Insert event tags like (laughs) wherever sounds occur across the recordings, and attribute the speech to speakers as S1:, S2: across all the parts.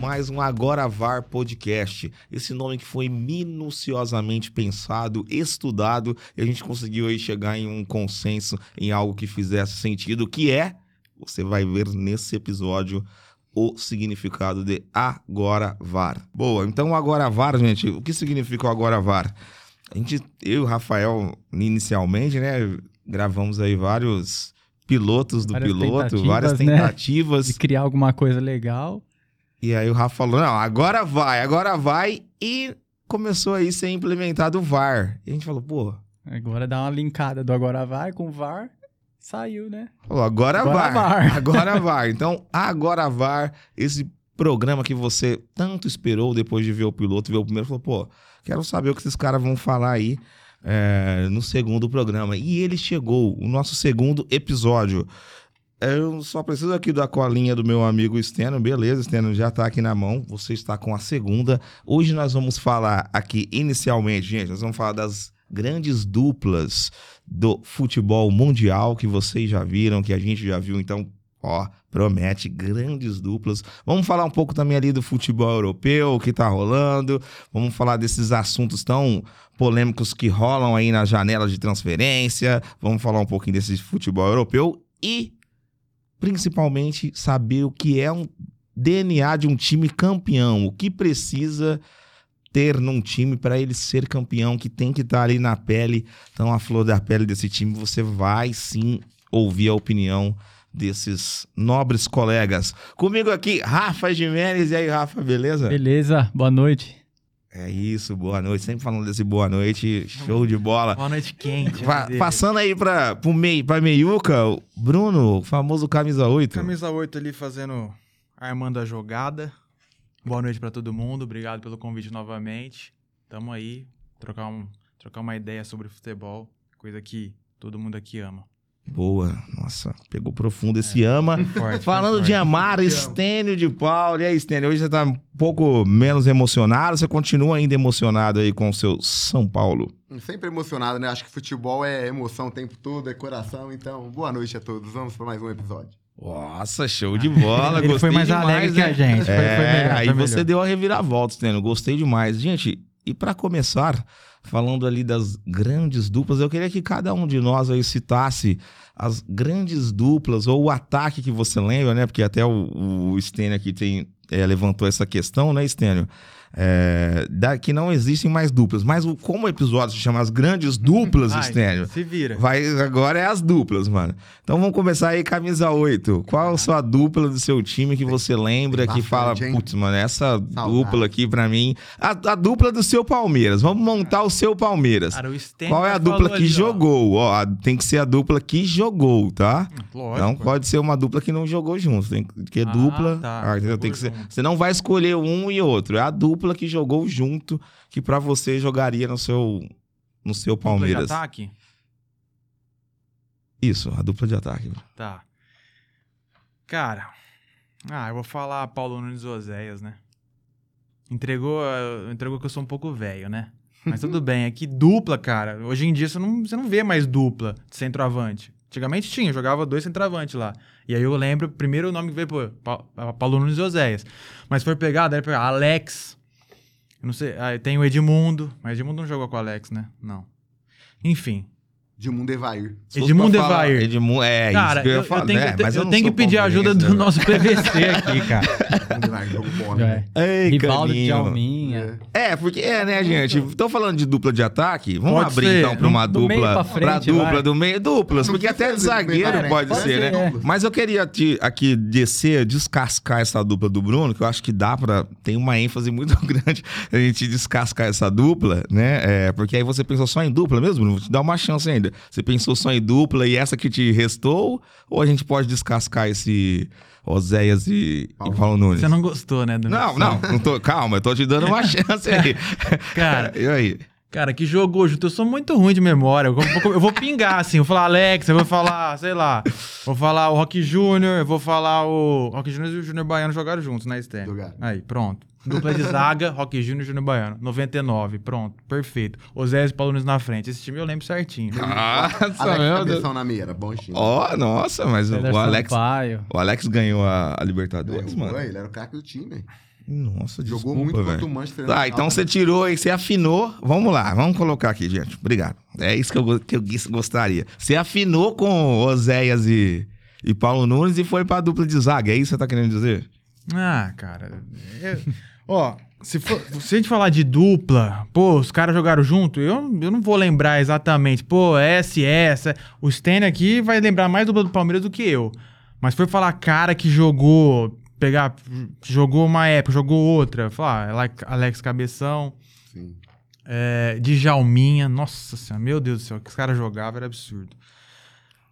S1: mais um Agora VAR Podcast. Esse nome que foi minuciosamente pensado, estudado, e a gente conseguiu aí chegar em um consenso, em algo que fizesse sentido, que é, você vai ver nesse episódio, o significado de Agora VAR. Boa, então o Agora VAR, gente, o que significa o Agora VAR? A gente, eu e o Rafael, inicialmente, né, gravamos aí vários pilotos do
S2: Várias
S1: piloto,
S2: tentativas,
S1: várias
S2: né?
S1: tentativas.
S2: de criar alguma coisa legal.
S1: E aí o Rafa falou: não, agora vai, agora vai. E começou aí a ser implementado o VAR. E a gente falou, pô,
S2: Agora dá uma linkada do agora vai com o VAR. Saiu, né?
S1: falou, agora,
S2: Agora
S1: VAR. (laughs)
S2: VAR.
S1: Agora VAR. Então, agora VAR, esse programa que você tanto esperou depois de ver o piloto, ver o primeiro, falou, pô, quero saber o que esses caras vão falar aí. é, no segundo programa. E ele chegou, o nosso segundo episódio. Eu só preciso aqui da colinha do meu amigo Steno. Beleza, Steno, já tá aqui na mão. Você está com a segunda. Hoje nós vamos falar aqui inicialmente, gente, nós vamos falar das grandes duplas do futebol mundial que vocês já viram, que a gente já viu, então, ó, promete grandes duplas. Vamos falar um pouco também ali do futebol europeu, o que tá rolando. Vamos falar desses assuntos tão polêmicos que rolam aí na janela de transferência. Vamos falar um pouquinho desse futebol europeu e principalmente saber o que é um DNA de um time campeão, o que precisa ter num time para ele ser campeão, que tem que estar ali na pele. Então, a flor da pele desse time, você vai sim ouvir a opinião desses nobres colegas. Comigo aqui, Rafa Jimenez. E aí, Rafa, beleza?
S2: Beleza, boa noite.
S1: É isso, boa noite. Sempre falando desse boa noite, show de bola.
S3: Boa noite quente. né,
S1: Pa- passando aí pra, pro mei, pra Meiuca, o Bruno, o famoso camisa 8.
S3: Camisa 8 ali fazendo, armando a jogada. Boa noite pra todo mundo, obrigado pelo convite novamente. Tamo aí, trocar, um, trocar uma ideia sobre futebol, coisa que todo mundo aqui ama.
S1: Boa, nossa, pegou profundo esse
S3: É.
S1: ama.
S3: (laughs) Forte,
S1: Falando
S3: forte,
S1: de
S3: forte.
S1: amar, Estênio de Paulo. E aí, Estênio, hoje você tá um pouco menos emocionado, você continua ainda emocionado aí com o seu São Paulo.
S4: Sempre emocionado, né? Acho que futebol é emoção o tempo todo, é coração. Então, boa noite a todos. Vamos para mais um episódio.
S1: Nossa, show de (laughs) bola,
S2: Ele
S1: gostei
S2: foi mais
S1: demais,
S2: alegre que
S1: né? (laughs)
S2: a gente. Foi,
S1: É,
S2: foi melhor.
S1: aí
S2: foi
S1: você
S2: melhor.
S1: deu a reviravolta, Stênio. Gostei demais. Gente, e para começar, falando ali das grandes duplas, eu queria que cada um de nós aí citasse as grandes duplas ou o ataque que você lembra, né? Porque até o, o Stênio aqui tem, é, levantou essa questão, né, Stênio? É, da, que não existem mais duplas. Mas o, como o episódio se chama As Grandes Duplas,
S3: Ai,
S1: Stênio,
S3: Se vira.
S1: Vai, agora é as duplas, mano. Então vamos começar aí, camisa 8. Qual a sua dupla do seu time que você lembra,
S4: tem
S1: que fala,
S4: bastante, hein?
S1: putz, mano, essa dupla aqui pra mim. A, a dupla do seu Palmeiras. Vamos montar o seu Palmeiras.
S3: Cara, o Sten
S1: Qual é a
S3: falou
S1: dupla que
S3: tá ali, ó.
S1: jogou? Ó, a- tem que ser a dupla que jogou, tá?
S3: Hum, Lógico.
S1: Não pode ser uma dupla que não jogou junto. Tem que- que é
S3: Ah,
S1: dupla.
S3: tá.
S1: ah, entendeu? Tem que ser,
S3: Jogou junto.
S1: você não vai escolher um e outro. É a dupla que jogou junto que pra você jogaria no seu no seu
S3: Dupla tá de
S1: Palmeiras.
S3: ataque?
S1: Isso, a dupla de ataque.
S3: Tá. Cara, ah, eu vou falar Paulo Nunes Oséias, né? Entregou, eh, entregou que eu sou um pouco velho, né? Mas tudo bem, é que dupla, cara. Hoje em dia você não, você não vê mais dupla de centroavante. Antigamente tinha, jogava dois centroavantes lá. E aí eu lembro, o primeiro nome que veio, pô, Pa- Pa- Paulo Nunes Oséias. Mas foi pegar, daí pegar Alex. Eu não sei, aí tem o Edmundo. Mas Edmundo não jogou com o Alex, né? Não. Enfim.
S4: De Mundo Evair.
S1: Se fosse
S3: Edmundo
S1: pra falar-
S3: Evair.
S1: Edmundo, é
S3: Cara,
S1: isso que eu,
S3: eu,
S1: ia falar.
S3: eu tenho,
S1: né?
S3: que,
S1: Mas
S3: eu
S1: não
S3: tenho que
S1: sou
S3: pedir a ajuda
S1: palmeirense,
S3: do
S1: né?
S3: nosso PVC
S1: (laughs)
S3: aqui, cara.
S4: Mundo Evair (laughs) jogou bola.
S2: Já
S4: né?
S2: é.
S1: Ei,
S2: Rivaldo
S1: caninho.
S2: de Alminha.
S1: É, porque é, né, gente? Tô falando de dupla de ataque. Vamos
S3: Pode
S1: abrir
S3: ser.
S1: então pra uma
S2: Do
S1: dupla.
S2: meio pra frente,
S1: pra dupla
S2: vai.
S1: do meio. Duplas, porque até de zagueiro
S4: Não
S1: pode
S4: precisa
S1: ser, né?
S4: de meio,
S2: né?
S4: né?
S1: Mas eu queria te- aqui descer, descascar essa dupla do Bruno, que eu acho que dá pra. Tem uma ênfase muito (laughs) grande a gente descascar essa dupla, né? É, porque aí você pensou só em dupla mesmo, Bruno? Vou te dar uma chance ainda. Você pensou só em dupla e essa que te restou? Ou a gente pode descascar esse Oséias e, e
S4: Paulo.
S1: Paulo Nunes?
S3: Você não gostou, né, do meu
S1: Não,
S3: som?
S1: não, não tô, calma, eu tô te dando uma chance aí.
S3: Cara,
S1: (laughs) E aí?
S3: cara, que jogou junto. Eu sou muito ruim de memória. Eu vou, eu vou pingar, assim. Eu vou falar Alex, eu vou falar, sei lá. Vou falar o Rock Júnior, eu vou falar o. Rock Júnior e o Júnior Baiano jogaram juntos, né, Stan?
S4: Jogaram.
S3: Aí, pronto. Dupla de zaga, (laughs) Rock Júnior e Júnior Baiano. 99, pronto, perfeito. Oséias e Paulo Nunes na frente. Esse time eu lembro certinho.
S1: Ah. Nossa, meu
S4: Alex
S1: Deus.
S4: Cabeção na mira, bom time. né?
S1: Ó, nossa, mas o, o
S2: Ederson
S1: Alex.
S2: Sampaio.
S1: O Alex ganhou a, a Libertadores,
S4: Derrubou,
S1: mano.
S4: Ele era o craque do time. né?
S1: Nossa,
S4: Jogou
S1: desculpa,
S4: muito
S1: velho.
S4: contra o né? Manchester
S1: Tá,
S4: United.
S1: então você tirou aí, você afinou. Vamos lá, vamos colocar aqui, gente. Obrigado. É isso que eu, go- que eu gis- gostaria. Você afinou com Oséias e, e Paulo Nunes e foi pra dupla de zaga. É isso que você tá querendo dizer?
S3: Ah, cara. eu- ó, se, for- se a gente falar de dupla, pô, os caras jogaram junto, eu, eu não vou lembrar exatamente. Pô, essa e essa. O Sten aqui vai lembrar mais dupla do Palmeiras do que eu. Mas foi falar cara que jogou, pegar, jogou uma época, jogou outra. Falar, Ale- Alex Cabeção,
S4: Sim.
S3: é, Djalminha, nossa senhora, meu Deus do céu, o que os caras jogavam era absurdo.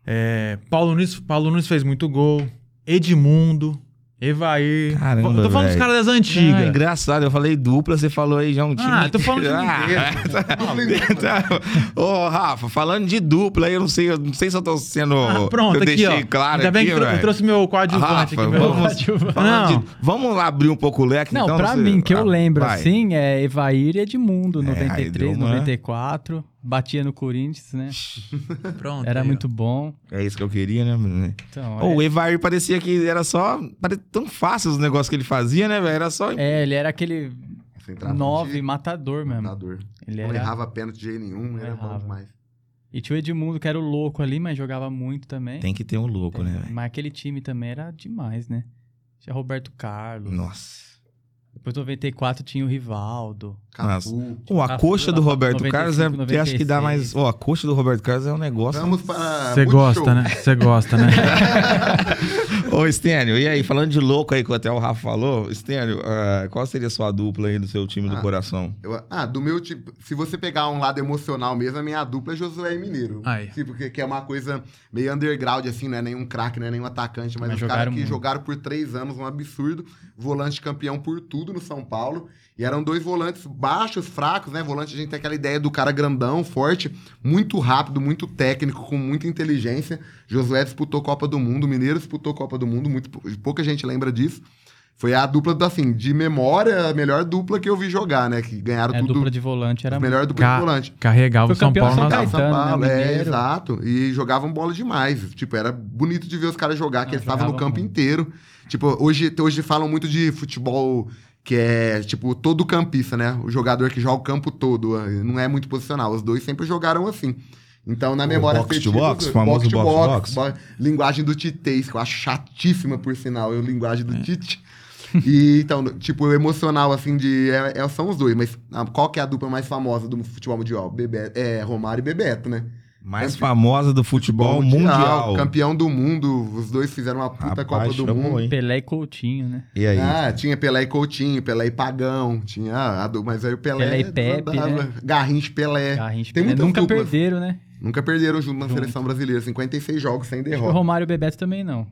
S3: É, Paulo, Nunes, Paulo Nunes fez muito gol, Edmundo, Evair.
S1: Caramba,
S3: eu tô falando dos
S1: velho.
S3: caras das
S1: Ah,
S3: antigas.
S1: engraçado, eu falei dupla, você falou aí já um time.
S3: Ah, eu tô falando de
S1: inteiro.
S3: inteiro.
S1: (laughs) Ah, tá. Ô, Rafa, falando de dupla, aí eu não sei, eu não sei se eu tô sendo.
S3: Ah, pronto,
S1: eu
S3: aqui, ó.
S1: deixei claro
S3: Ainda bem
S1: aqui,
S3: que eu trou- eu
S1: velho.
S3: trouxe meu coadjuvante
S1: Rafa,
S3: aqui. Meu...
S1: vamos- Falando
S3: Não.
S1: de- Vamos lá abrir um pouco o leque,
S2: Não,
S1: então,
S2: pra
S1: você-
S2: mim, que eu
S1: Ah,
S2: lembro
S1: vai.
S2: assim, é Evair e Edmundo,
S1: É, aí
S2: 93,
S1: deu uma-
S2: 94. Batia no Corinthians, né?
S3: Pronto,
S2: Era
S3: aí, ó.
S2: muito bom.
S1: É isso que eu queria, né? menino?
S2: Então,
S1: Ô, O Evair parecia que era só. Pare... Tão fácil os negócios que ele fazia, né, velho? Era só.
S2: é, é, ele era aquele
S4: Essa entrada
S2: nove
S4: de
S2: matador mesmo.
S4: matador.
S2: Ele
S4: Não
S2: era...
S4: errava pênalti de jeito nenhum,
S2: Não
S4: era bom
S2: errava.
S4: demais.
S2: E tinha o Edmundo, que era o louco ali, mas jogava muito também.
S1: Tem que ter um louco, né, velho?
S2: Mas aquele time também era demais, né? Tinha Roberto Carlos.
S1: Nossa.
S2: Depois 94 tinha o Rivaldo.
S4: Cafu.
S1: Ô, a
S2: Rafa,
S1: coxa do
S2: Rafa,
S1: Roberto
S2: 95,
S1: Carlos é. Você acha que dá mais.
S2: 96.
S1: Ó, a coxa do Roberto Carlos é um negócio.
S4: Vamos para.
S3: Você
S4: Multishow.
S3: gosta, né? Você gosta, né?
S1: (laughs)
S3: (laughs)
S1: Ô, Estênio, e aí? Falando de louco aí, que até o Rafa falou, Estênio, ah, qual seria a sua dupla aí do seu time do
S4: Ah.
S1: coração?
S4: Eu- ah, do meu tipo. Se você pegar um lado emocional mesmo, a minha dupla é Josué e Mineiro.
S3: Aí.
S4: Sim, porque que é uma coisa meio underground, assim, não é nenhum craque, não é nenhum atacante, mas,
S2: Mas
S4: os caras
S2: jogaram
S4: que
S2: muito.
S4: jogaram por três anos, um absurdo. Volante campeão por tudo no São Paulo. E eram dois volantes baixos, fracos, né? Volante, a gente tem aquela ideia do cara grandão, forte, muito rápido, muito técnico, com muita inteligência. Josué disputou Copa do Mundo, Mineiro disputou Copa do Mundo, muito, pou- pouca gente lembra disso. Foi a dupla, assim, de memória, a melhor dupla que eu vi jogar, né? Que ganharam
S2: É, a
S4: tudo.
S2: dupla de volante era
S4: melhor dupla
S3: Ca-
S4: de volante.
S3: Carregava o
S2: Foi
S3: São
S2: campeão
S3: Paulo
S2: São
S3: nas
S2: Caetano,
S4: São Paulo,
S2: né?
S4: é,
S2: Mineiro.
S4: exato. E jogavam bola demais. Tipo, era bonito de ver os caras jogar, que
S2: Não,
S4: eles estavam no
S2: Ah, jogavam
S4: campo
S2: muito.
S4: inteiro. Tipo, hoje, hoje falam muito de futebol que é, tipo, todo campista, né? O jogador que joga o campo todo. eh, Não é muito posicional. Os dois sempre jogaram assim. Então, na
S1: O
S4: memória
S1: box to
S4: afetiva,
S1: box,
S4: os-
S1: famoso
S4: box to
S1: box to
S4: box,
S1: box.
S4: bo- linguagem do Titez, que eu acho chatíssima, por sinal, eu linguagem do Tite. E, então, tipo, o emocional, assim, de. É, é- são os dois, mas ah, qual que é a dupla mais famosa do futebol mundial? Bebeto, é, Romário e Bebeto, né?
S1: Mais
S4: Campe-
S1: famosa do futebol, mundial.
S4: Campeão do mundo, os dois fizeram uma puta
S1: Rapaz,
S4: Copa do
S1: chamou,
S4: Mundo.
S1: hein?
S2: Pelé e Coutinho, né?
S1: E aí?
S4: Ah, tinha Pelé e Coutinho, Pelé e Pagão, tinha ah, a do, mas aí o Pelé,
S2: Pelé e Pepe,
S4: desandava.
S2: né?
S4: Garrincha e Pelé.
S2: Garrincha,
S4: É, Tem
S2: Pelé.
S4: muitas
S2: Nunca
S4: duplas.
S2: perderam, né?
S4: Nunca perderam junto na seleção brasileira, 56 jogos sem
S2: Acho que o (laughs)
S4: derrota.
S2: Romário e o Bebeto também não.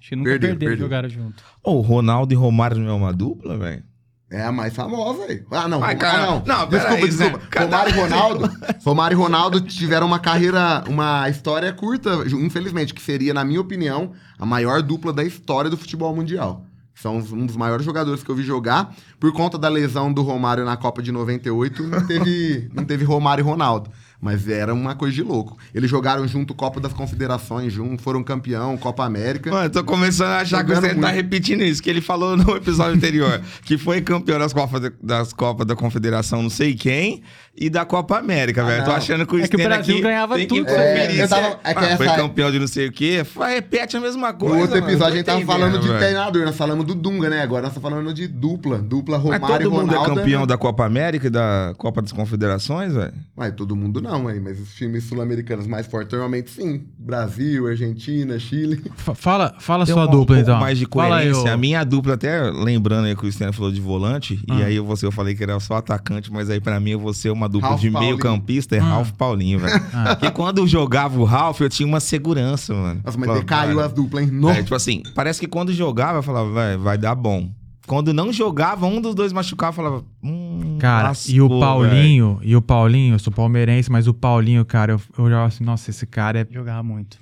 S2: Acho que nunca
S4: Perderam,
S2: perderam,
S4: perderam.
S2: jogaram junto.
S1: Ô, Ronaldo e Romário não é uma dupla, velho?
S4: É a mais famosa, velho. Ah, não.
S1: Ai, cara,
S4: ah, não.
S1: não,
S4: desculpa,
S1: peraí,
S4: desculpa.
S1: né? Cada- um.
S4: Romário e Ronaldo. Romário e Ronaldo tiveram uma carreira, uma história curta, ju- infelizmente, que seria, na minha opinião, a maior dupla da história do futebol mundial. São os- um dos maiores jogadores que eu vi jogar. Por conta da lesão do Romário na Copa de 98, não
S1: (laughs)
S4: teve, não teve Romário e Ronaldo. Mas era uma coisa de louco. Eles jogaram junto Copa das Confederações, junto, foram campeão, Copa América.
S1: Mano, eu tô começando a achar que
S4: Jogando
S1: você tá
S4: muito.
S1: repetindo isso, que ele falou no episódio anterior, que foi campeão das Copas da- das Copas da Confederação não sei quem e da Copa América, velho. Eu Tô
S4: Ah, não.
S1: achando que o
S2: É que o
S1: Sten
S2: Brasil
S1: aqui
S2: ganhava
S1: tem
S2: tudo,
S1: Que
S4: né?
S1: conferir
S4: É, eu
S1: se é-
S4: tava- é que
S1: ah, foi
S4: essa-
S1: campeão de não sei o quê. Fa- Repete a mesma coisa.
S4: No outro
S1: mano, eu
S4: episódio a
S1: tô
S4: gente tava
S1: entendendo,
S4: falando de
S1: velho.
S4: treinador, nós falamos do Dunga, né? Agora nós estamos falando de dupla. Dupla
S1: Mas
S4: Romário e
S1: todo mundo
S4: Ronaldo.
S1: é campeão
S4: né?
S1: da Copa América e da Copa das Confederações, velho?
S4: Mas todo mundo não, hein? Mas os times sul-americanos mais fortes normalmente sim. Brasil, Argentina, Chile.
S3: Fa- Fala, fala
S1: Tem
S3: sua
S1: um
S3: dupla,
S1: pouco
S3: então.
S1: mais de
S3: Fala aí,
S1: coerência.
S3: ô-
S1: A minha dupla, até lembrando aí que o Cristiano falou de volante, e
S3: Ah.
S1: aí você, eu falei que era só atacante, mas aí pra mim eu vou ser uma dupla
S4: Ralph
S1: de
S4: Paulinho.
S1: meio campista, é
S3: Ah.
S1: Ralph Paulinho, velho.
S3: (laughs) Ah.
S1: Porque quando eu jogava o Ralph, eu tinha uma segurança, mano.
S4: Nossa, mas
S1: Falava,
S4: decaiu
S1: cara,
S4: as duplas, hein? Nossa.
S1: é, tipo assim, parece que quando jogava, eu falava, vai, vai dar bom. Quando não jogava, um dos dois machucava, eu falava, hum,
S3: Cara,
S1: lascou,
S3: e o
S1: velho.
S3: Paulinho, e o Paulinho, eu sou palmeirense, mas o Paulinho, cara, eu, eu olhava assim, nossa, esse cara é.
S2: Jogava muito.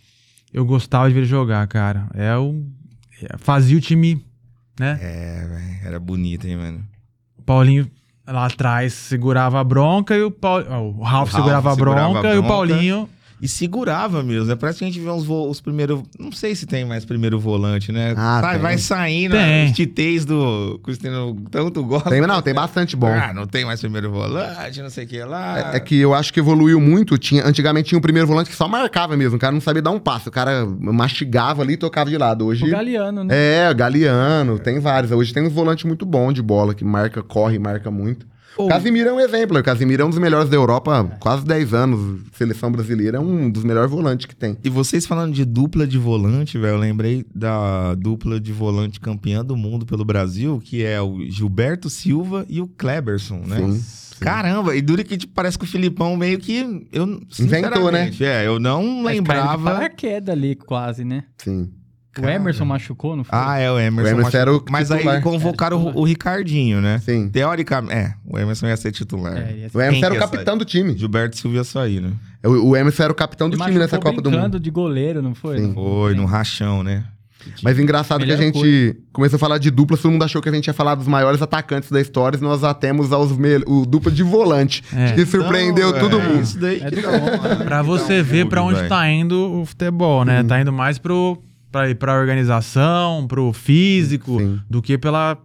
S3: Eu gostava de ver ele jogar, cara. É um. é- fazia o time, né?
S1: É, velho, era bonito, hein, mano.
S3: O Paulinho lá atrás segurava a bronca e o Paulo. o Ralf,
S1: O Ralf
S3: segurava,
S1: segurava
S3: a
S1: a
S3: bronca, e o
S1: bronca.
S3: Paulinho.
S1: E segurava mesmo, né? Parece que a gente vê uns vo- os primeiros. Não sei se tem mais primeiro volante, né?
S4: Ah,
S1: Sai-
S4: tem.
S1: vai saindo
S3: Tem.
S1: os titês do Cristiano tanto gosta.
S4: Tem, não, tem bastante bom.
S1: Ah, não tem mais primeiro volante, não sei o que lá.
S4: É, é que eu acho que evoluiu muito. Tinha, antigamente tinha um primeiro volante que só marcava mesmo. O cara não sabia dar um passo. O cara mastigava ali e tocava de lado. Hoje.
S2: O Galeano, né?
S4: É, Galeano, tem vários. Hoje tem uns volantes muito bons de bola, que marca, corre, marca muito.
S1: Ou-
S4: Casimiro é um exemplo. O Casimiro é um dos melhores da Europa há quase 10 anos. Seleção brasileira é um dos melhores volantes que tem.
S1: E vocês falando de dupla de volante, velho, eu lembrei da dupla de volante campeã do mundo pelo Brasil, que é o Gilberto Silva e o Kleberson, né?
S4: Sim,
S1: Caramba, e dura que tipo, parece que o Filipão meio que. Eu,
S4: Inventou, né?
S1: sinceramente, É, eu não
S2: Mas caiu de
S1: lembrava.
S2: Paraquedas ali, quase, né?
S4: sim.
S2: O Emerson machucou, não foi?
S1: Ah, é, o Emerson.
S4: O Emerson era o
S1: Mas aí
S4: titular.
S1: convocaram o, o Ricardinho, né?
S4: Sim.
S1: Teoricamente. É, o Emerson ia ser titular.
S2: É, ele ia-
S4: O
S1: Quem
S4: Emerson era
S1: que
S4: o
S1: ia
S4: capitão do time.
S1: Gilberto Silva ia sair, né?
S4: O o Emerson era o capitão do
S2: Ele
S4: time nessa
S2: machucou
S4: Copa do
S2: brincando
S4: Mundo.
S2: de goleiro, não foi?
S4: Sim.
S1: Foi, no rachão, né?
S4: Mas engraçado que a
S2: Melhor
S4: gente começou a falar de dupla, todo mundo achou que a gente ia falar dos maiores atacantes da história e nós atemos aos me- o dupla de volante.
S3: É.
S4: Que surpreendeu
S1: Então,
S4: todo
S1: é
S4: mundo.
S1: Isso daí.
S2: É
S1: que
S2: do
S1: dá
S2: bom,
S1: uma-
S2: né?
S3: Pra você
S1: Então, Uhum.
S3: ver pra onde
S1: velho.
S3: tá indo o futebol, né? Tá indo mais pro, pra, pra organização, pro físico,
S4: Sim.
S3: do que pela.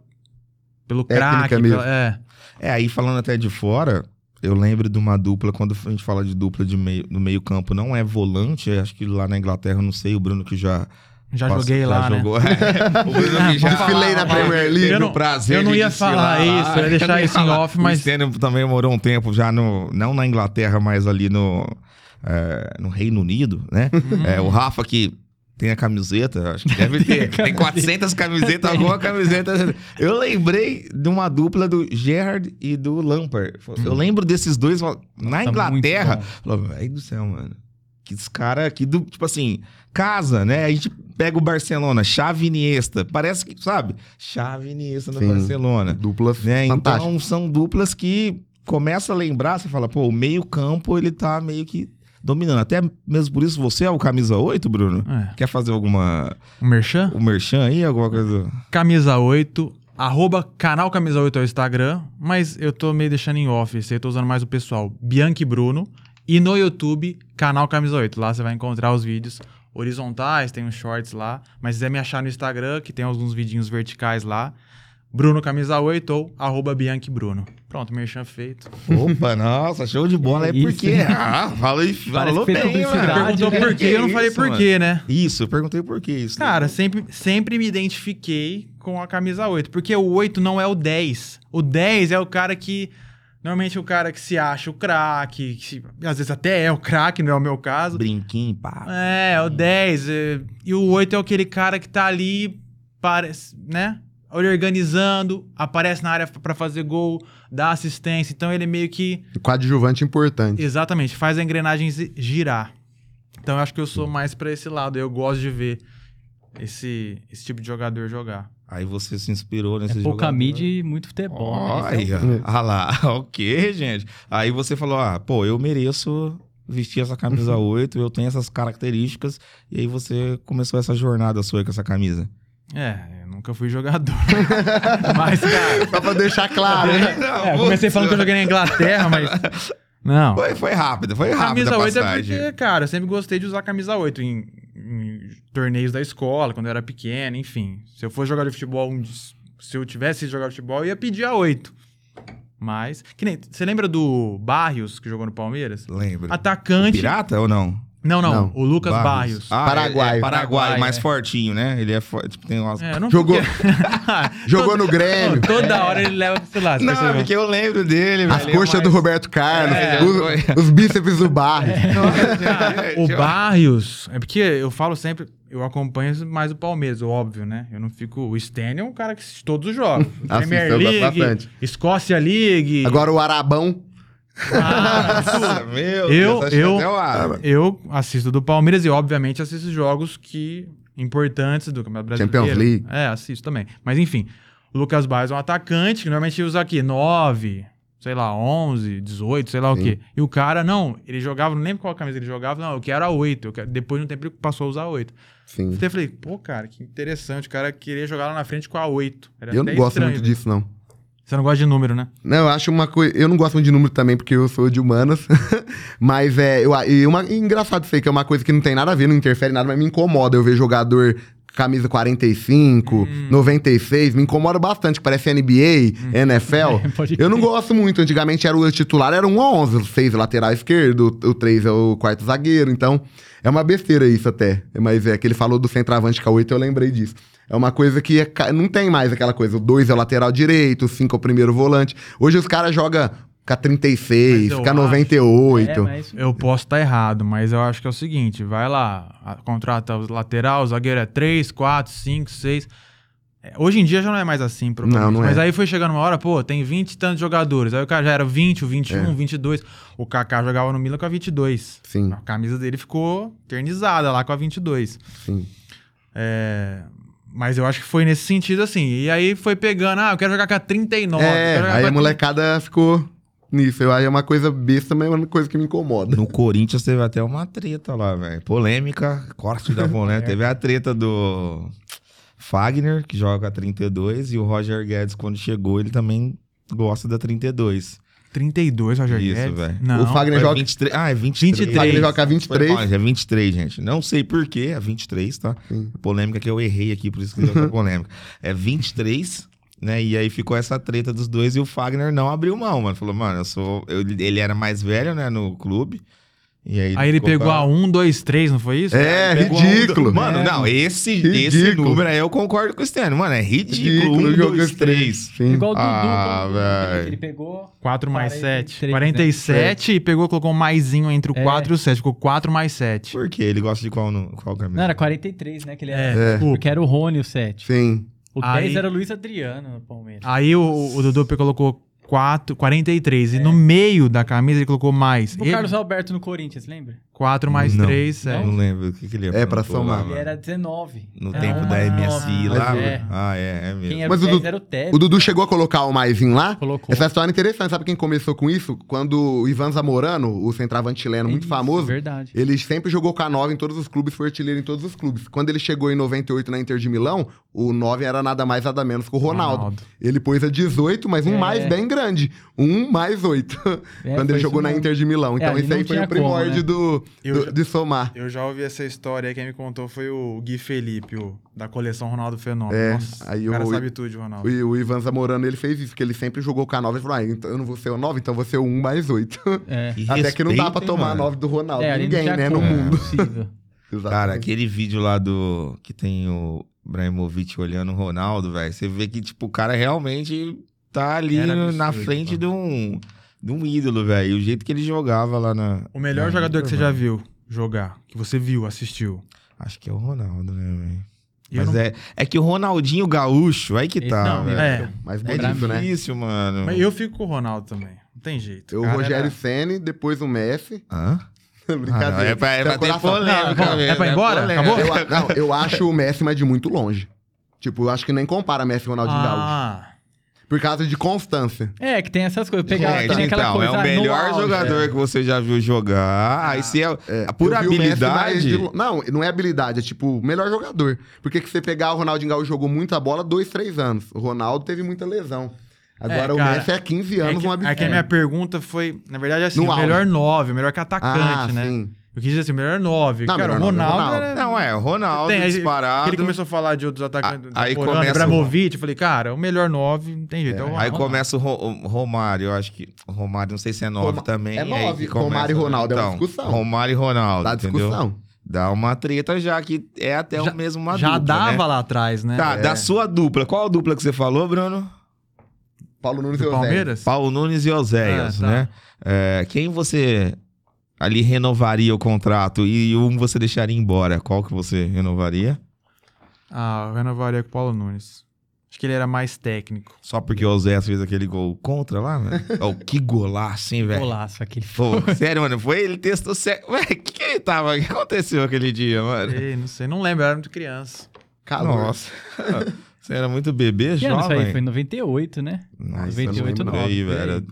S3: Pelo
S4: Técnica
S3: craque.
S4: mesmo.
S3: pela- É.
S1: É, aí falando até de fora, eu lembro de uma dupla, quando a gente fala de dupla de meio, no meio campo, não é volante, é, acho que lá na Inglaterra, eu não sei, o Bruno que já...
S3: Já
S1: passa-
S3: joguei lá, né?
S1: jogou. (laughs) É, o Bruno
S3: Ah,
S4: (laughs)
S1: que já...
S4: Desfilei na Premier League.
S3: Eu não-
S1: no prazer
S3: eu não
S1: de
S3: ia
S1: desfilar
S3: falar
S1: (laughs) lá.
S3: isso, eu ia deixar
S1: não
S3: isso em
S1: falar.
S3: off, mas-
S1: O Stênio também morou um tempo já no... Não na Inglaterra, mas ali no... é, no Reino Unido, né? É, o Rafa que... Tem a camiseta, acho que deve ter. Tem 400 camisetas, alguma camiseta. Eu lembrei de uma dupla do Gerrard e do Lampard. Eu lembro desses dois na Inglaterra.
S2: Tá muito É
S1: Falou, ai do céu, mano. Que esse cara aqui do. Tipo assim, casa, né? A gente pega o Barcelona, chave Iniesta. Parece que, sabe? Chave Iniesta no
S4: Sim.
S1: Barcelona.
S4: Dupla
S1: Né?
S4: fantástica.
S1: Então são duplas que começa a lembrar, você fala, pô, o meio-campo ele tá meio que dominando. Até mesmo por isso, você é o camisa 8, Bruno?
S3: É.
S1: Quer fazer alguma.
S3: O Merchan?
S1: O merchan aí, alguma coisa?
S3: Camisa 8, arroba canal Camisa 8 é o Instagram, mas eu tô meio deixando em off, esse aí eu tô usando mais o pessoal, Bianchi Bruno, e no YouTube, canal Camisa 8, lá você vai encontrar os vídeos horizontais, tem uns shorts lá, mas se quiser me achar no Instagram, que tem alguns vidinhos verticais lá, Bruno Camisa 8 ou arroba Bianchi Bruno. Pronto, merchan feito.
S2: (laughs)
S1: Opa, nossa, show de bola. É,
S2: Isso,
S1: porque.
S2: hein?
S1: Ah, falou, falou
S2: que fez
S1: bem,
S2: publicidade,
S1: mano.
S2: né?
S3: Perguntou
S2: né?
S3: por quê, eu não falei
S1: Isso,
S3: por
S1: mano.
S3: quê, né?
S1: Isso, eu perguntei por que isso.
S2: Ah,
S1: né?
S3: Cara, sempre, sempre me identifiquei com a camisa 8, porque o 8 não é o 10. O 10 é o cara que. Normalmente é o cara que se acha o craque, que se- às vezes até é o craque, não é o meu caso.
S1: brinquinho, pá.
S3: É, o 10. é, E o 8 é aquele cara que tá ali, parece, né? Organizando, aparece na área pra fazer gol, dá assistência. Então ele meio que.
S4: Coadjuvante importante.
S3: Exatamente, faz a engrenagem zi- girar. Então eu acho que eu sou mais pra esse lado. Eu gosto de ver esse, esse tipo de jogador jogar.
S1: Aí você se inspirou nesse
S2: É
S1: jogo.
S2: pouca mídia e muito futebol.
S3: então.
S2: né? Esse é
S1: Olha, ah lá, (laughs) ok, gente. Aí você falou, ah, pô, eu mereço vestir essa
S4: Uhum.
S1: camisa 8, eu tenho essas características. E aí você começou essa jornada sua com essa
S4: (laughs)
S1: camisa.
S3: É, eu nunca fui jogador. (laughs) mas, cara.
S4: Só pra deixar claro, né?
S1: Não,
S3: É, eu comecei falando que eu joguei na
S1: (laughs)
S3: Inglaterra, mas. Não.
S1: Foi, foi rápido, foi rápido.
S3: Camisa
S1: a
S3: 8 é
S1: passagem.
S3: porque, cara, eu sempre gostei de usar camisa 8 em, em torneios da escola, quando eu era pequeno, enfim. Se eu fosse jogar de futebol, um dos- se eu tivesse jogado futebol, eu ia pedir a 8. Mas, que nem, você lembra do Barrios, que jogou no Palmeiras?
S1: Lembra.
S3: Atacante.
S1: Pirata ou não?
S3: Não, não,
S4: Não.
S3: o Lucas Barrios.
S1: Ah,
S4: Paraguai.
S1: É, é Paraguai,
S2: Paraguai,
S1: mais
S2: é.
S1: fortinho, né? Ele é forte, tipo, tem umas...
S3: É, eu não
S4: Jogou- (laughs) Jogou
S3: Toda-
S4: no Grêmio.
S3: Toda hora ele leva pra esse lado. você
S1: Não,
S3: percebeu?
S1: porque eu lembro dele,
S4: (laughs) As
S1: velho,
S4: coxas
S1: mas-
S4: do Roberto Carlos,
S1: É,
S4: os, os bíceps do Barros. (laughs)
S3: Ah, O
S1: Tinha-
S3: Barrios, é porque eu falo sempre, eu acompanho mais o Palmeiras, óbvio, né? Eu não fico. O Stênio é um cara que assiste todos os
S4: (laughs)
S3: jogos. Premier
S4: eu gosto
S3: League,
S4: bastante.
S3: Escócia League.
S4: Agora o Arabão.
S3: Ah,
S1: Nossa, (laughs)
S3: tudo.
S1: meu
S3: Eu-
S1: acho que
S3: eu-
S1: até o
S4: Ah,
S1: ar.
S3: eu assisto do Palmeiras e, obviamente, assisto os jogos que importantes do Campeonato Brasileiro.
S4: Champions League.
S3: É, assisto também. Mas, enfim, o Lucas Barrios é um atacante que normalmente usa aqui 9, sei lá, 11, 18, sei lá o
S4: Sim.
S3: quê. E o cara, não, ele jogava, não lembro qual camisa ele jogava, não, eu quero a 8. Eu quero... Depois de um tempo ele passou a usar a Então 8.
S4: Sim.
S3: Até falei, pô, cara, que interessante. O cara queria jogar lá na frente com a 8. Era
S4: Eu
S3: até
S4: não gosto
S3: estranho.
S4: muito disso, não.
S3: Você não gosta de número, né?
S4: Não, eu acho uma coisa. Eu não gosto muito de número também, porque eu sou de humanas. (laughs) mas é. Eu, a- e uma, e engraçado isso aí, que é uma coisa que não tem nada a ver, não interfere em nada, mas me incomoda. Eu ver jogador camisa 45, 96, me incomoda bastante. Parece NBA, NFL.
S2: Pode
S4: Eu não gosto muito. Antigamente era o titular, era um 11, o 6 é lateral esquerdo, o 3 é o quarto zagueiro. Então, é uma besteira isso até. Mas é que ele falou do centroavante com a 8, eu lembrei disso. É uma coisa que é ca- não tem mais aquela coisa. O 2 é o lateral direito, o 5 é o primeiro volante. Hoje os caras jogam com a 36,
S3: Mas eu
S4: com a
S3: acho-
S4: 98.
S2: É, mas isso-
S3: Eu posso estar errado, mas eu acho que é o seguinte: vai lá, a- contrata os lateral, o zagueiro é 3, 4, 5, 6. Hoje em dia já não é mais assim, provavelmente.
S4: Não, não é.
S3: mas aí foi chegando uma hora, pô, tem 20 e tantos jogadores. Aí o cara já era 20, o
S4: É.
S3: 21, 22. O Kaká jogava no Milan com a 22.
S4: Sim,
S3: A camisa dele ficou eternizada lá com a 22.
S4: sim.
S3: É, Mas eu acho que foi nesse sentido assim. E aí foi pegando, ah, eu quero jogar com a 39. eu quero
S4: é,
S3: jogar
S4: aí
S3: com
S4: a molecada ficou nisso. Eu, aí é uma coisa besta, mas é uma coisa que me incomoda.
S1: No Corinthians teve até uma treta lá, velho. Polêmica, corte da
S4: (laughs) É.
S1: polêmica. Teve a treta do Fagner, que joga 32, e o Roger Guedes, quando chegou, ele também gosta da 32.
S3: 32, Roger
S1: Isso,
S3: Guedes.
S1: velho.
S3: Não.
S4: O Fagner
S1: É
S4: joga
S1: 23. Ah, é 23.
S3: 23.
S4: Fagner joga com a
S1: Foi
S4: 23.
S1: mal, É 23, gente. Não sei porquê, é 23, tá?
S4: Sim.
S1: Polêmica que eu errei aqui, por isso que deu essa polêmica. É 23, né? E aí ficou essa treta dos dois e o Fagner não abriu mão, mano. Falou, mano, eu sou. eu- ele era mais velho, né, no clube. E aí,
S3: Aí ele
S1: ficou
S3: pegou
S1: pra-
S3: a 1, 2, 3, não foi isso?
S4: É,
S1: Ele pegou a um do-
S4: ridículo.
S1: Mano,
S2: É.
S1: não, esse, esse
S4: Ridículo.
S1: número aí eu concordo com o Stênio. Mano, é ridículo. Um,
S4: joga
S1: dois,
S4: os
S1: três.
S4: Sim.
S2: Igual o Dudu.
S1: Ah,
S2: quando
S1: velho.
S2: ele, ele pegou.
S3: 4 mais 7.
S2: 43,
S3: 47 e pegou, colocou um maisinho entre o
S2: né? É.
S3: 4 e o 7. Ficou 4 mais 7.
S1: Por quê? Ele gosta de qual, nu- qual camisa?
S2: Não, era 43, né? Que ele era.
S3: É.
S2: Porque era o Rony, o 7.
S4: Sim.
S2: O
S3: Aí-
S2: 10 era o Luiz Adriano no Palmeiras.
S3: Aí o, o Dudu colocou 4, 43. E no meio da camisa Ah, ele colocou mais.
S2: Tipo o É. Carlos Alberto no Corinthians, lembra?
S3: 4 mais
S1: Não.
S3: 3,
S1: Eu
S3: 7.
S1: Não lembro o que, que ele
S4: É, pra
S1: aprontou
S4: somar.
S1: lá,
S4: Ele
S2: Ele
S1: mano.
S2: era 19.
S1: No
S2: Era
S1: tempo da
S2: 19,
S1: MSI
S2: mas
S1: lá.
S2: É.
S1: Ah, é, é mesmo.
S2: Quem era
S4: Mas o
S2: o 10
S4: Dudu-
S2: era o Tevez.
S4: O Dudu chegou a colocar o maisinho lá?
S2: Colocou.
S4: Essa história é interessante. Sabe quem começou com isso? Quando o Ivan Zamorano, o centroavante chileno muito
S2: Isso,
S4: famoso,
S2: Verdade.
S4: ele sempre jogou com a 9 em todos os clubes, foi artilheiro em todos os clubes. Quando ele chegou em 98 na Inter de Milão, o 9 era nada mais nada menos que o Ronaldo. Ele pôs a 18, mas um
S2: É.
S4: mais bem grande. Um mais 8.
S2: É,
S4: (laughs) Quando
S2: foi
S4: ele
S2: isso
S4: jogou na
S2: mesmo.
S4: Inter de Milão. Então
S2: ali
S4: isso aí
S2: não
S4: foi o
S2: tinha como, né?
S4: primórdio do,
S3: Eu
S4: do-
S3: já-
S4: de somar.
S3: Eu já ouvi essa história aí, quem me contou foi o Gui Felipe, o, da coleção Ronaldo Fenômeno.
S4: É,
S3: Nossa,
S4: aí
S3: o cara
S4: o-
S3: sabe tudo de Ronaldo.
S4: E o Ivan Zamorano, ele fez isso, porque ele sempre jogou com a 9 e falou, ah, então eu não vou ser o 9, então eu vou ser o 1 mais 8.
S2: É.
S1: Que
S4: Até que não dá
S1: respeito,
S4: pra
S1: hein,
S4: tomar a
S1: mano? É.
S4: 9 do Ronaldo.
S2: É, ali não
S4: Ninguém,
S2: tinha
S4: né, no
S2: como,
S4: mundo.
S2: impossível.
S1: Cara, aquele vídeo lá do. Que tem o Ibrahimovic olhando o Ronaldo, velho. Você vê que, tipo, o cara realmente tá ali
S3: Era absurdo,
S1: na frente
S3: mano.
S1: de um, de um ídolo, velho. E o jeito que ele jogava lá na.
S3: O melhor
S1: na
S3: jogador que você
S1: Inter,
S3: já
S1: mano.
S3: viu jogar, que você viu, assistiu.
S1: Acho que é o Ronaldo, né, velho?
S3: E
S1: Mas
S3: eu não-
S1: é, é que o Ronaldinho Gaúcho, aí (laughs) que
S2: Esse
S1: tá,
S2: não,
S1: velho.
S3: é.
S4: Mais
S1: É,
S4: bonito, né?
S1: difícil, mano.
S3: Mas eu fico com o Ronaldo também. Não tem jeito.
S4: Eu, o
S3: Cara,
S4: Rogério
S3: era-
S4: Senni, depois o Messi. (laughs)
S1: Hã? Ah, não,
S4: Brincadeira.
S1: é pra, é pra
S4: Tem um
S1: ter
S4: coração.
S1: polêmica.
S3: Não, é
S1: mesmo,
S3: pra ir embora?
S1: polêmica.
S3: Acabou?
S4: Eu, a- não, eu acho o Messi, mas de muito longe. Tipo, eu acho que nem compara Messi e Ronaldinho Gaúcho.
S3: Ah,
S4: Por causa de constância.
S2: É, que tem essas coisas. Pegar,
S1: Gente,
S2: tem aquela
S1: então,
S2: coisa ah,
S1: é o
S2: no
S1: melhor
S2: auge,
S1: jogador
S2: é.
S1: que você já viu jogar.
S3: Ah,
S1: Aí se é,
S4: É,
S1: a pura
S4: eu vi o Messi, mas de
S1: habilidade.
S4: lo- não, não é habilidade, é tipo, melhor jogador. Porque que você pegar o Ronaldinho Gaúcho jogou muita bola, dois, três anos. O Ronaldo teve muita lesão. Agora o
S3: cara,
S4: Messi é 15
S3: é
S4: anos,
S3: que,
S4: um
S3: é que a
S4: absurdo.
S3: minha pergunta foi, na verdade, assim,
S4: No
S3: o
S4: auge.
S3: melhor 9, o melhor que
S1: Ah,
S3: atacante, né?
S4: Ah, sim.
S3: Eu quis dizer assim, o melhor 9.
S4: Não,
S3: Cara, o
S4: melhor nove é o
S3: Ronaldo,
S4: Ronaldo.
S3: era-
S1: Não, é, o Ronaldo
S3: Tem, aí-
S1: disparado.
S3: Ele começou a falar de outros atacantes.
S1: A- aí
S3: Porano,
S1: começa o-
S3: Ibrahimovic, eu falei, cara, o melhor 9, não tem jeito. é o
S1: Aí
S3: Ronaldo.
S1: começa o, Ro- o Romário, eu acho que. o Romário, não sei se é 9
S4: Roma-
S1: também.
S4: é
S1: aí
S4: nove,
S1: que começa,
S4: Romário e
S1: né?
S4: Ronaldo, é uma discussão.
S1: Romário e Ronaldo.
S4: Dá
S1: entendeu?
S4: discussão.
S1: Dá uma treta já, que é até o mesmo uma
S3: Já
S1: dupla,
S3: dava
S1: né?
S3: lá atrás, né?
S1: Tá,
S3: É.
S1: da sua dupla. Qual a dupla que você falou, Bruno?
S4: Paulo Nunes e
S3: Do
S4: Ozeias.
S3: Palmeiras?
S1: Paulo Nunes e Oséias,
S3: Ah, tá.
S1: né? É, quem você ali renovaria o contrato e um você deixaria embora? Qual que você renovaria?
S3: Ah, eu renovaria com o Paulo Nunes. Acho que ele era
S1: (laughs)
S3: mais técnico.
S1: Só porque o Oséias fez aquele gol contra lá, né? oh, que golaço, hein, velho?
S2: Golaço aquele.
S1: Pô, sério, mano, foi ele testou certo. Ué, o que, que ele tava? O que aconteceu aquele dia, mano?
S3: Ei, não sei, não lembro, eu era muito criança.
S4: Calor.
S1: Nossa. Você era muito bebê,
S2: Que ano isso
S1: jovem.
S2: aí? Foi em 98, né?
S1: Nossa, eu não
S2: 98,
S1: lembro
S2: não.
S1: aí, velho.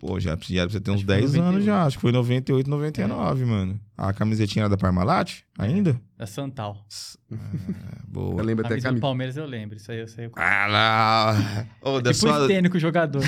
S1: Pô, já, precisa- já precisa ter uns
S2: Acho que foi
S1: 10 anos
S2: 98.
S1: já. Acho que foi 98, 99, mano. A camisetinha era da Parmalat? Ainda?
S2: Da Santal.
S1: É,
S4: Eu
S1: boa.
S4: lembro até
S2: Camisa
S4: que
S2: do
S4: a
S2: Palmeiras eu lembro. Isso aí eu sei. Tipo
S1: Ah lá! Ô, da,
S2: o
S1: sua,
S2: estênio com É tipo o jogador.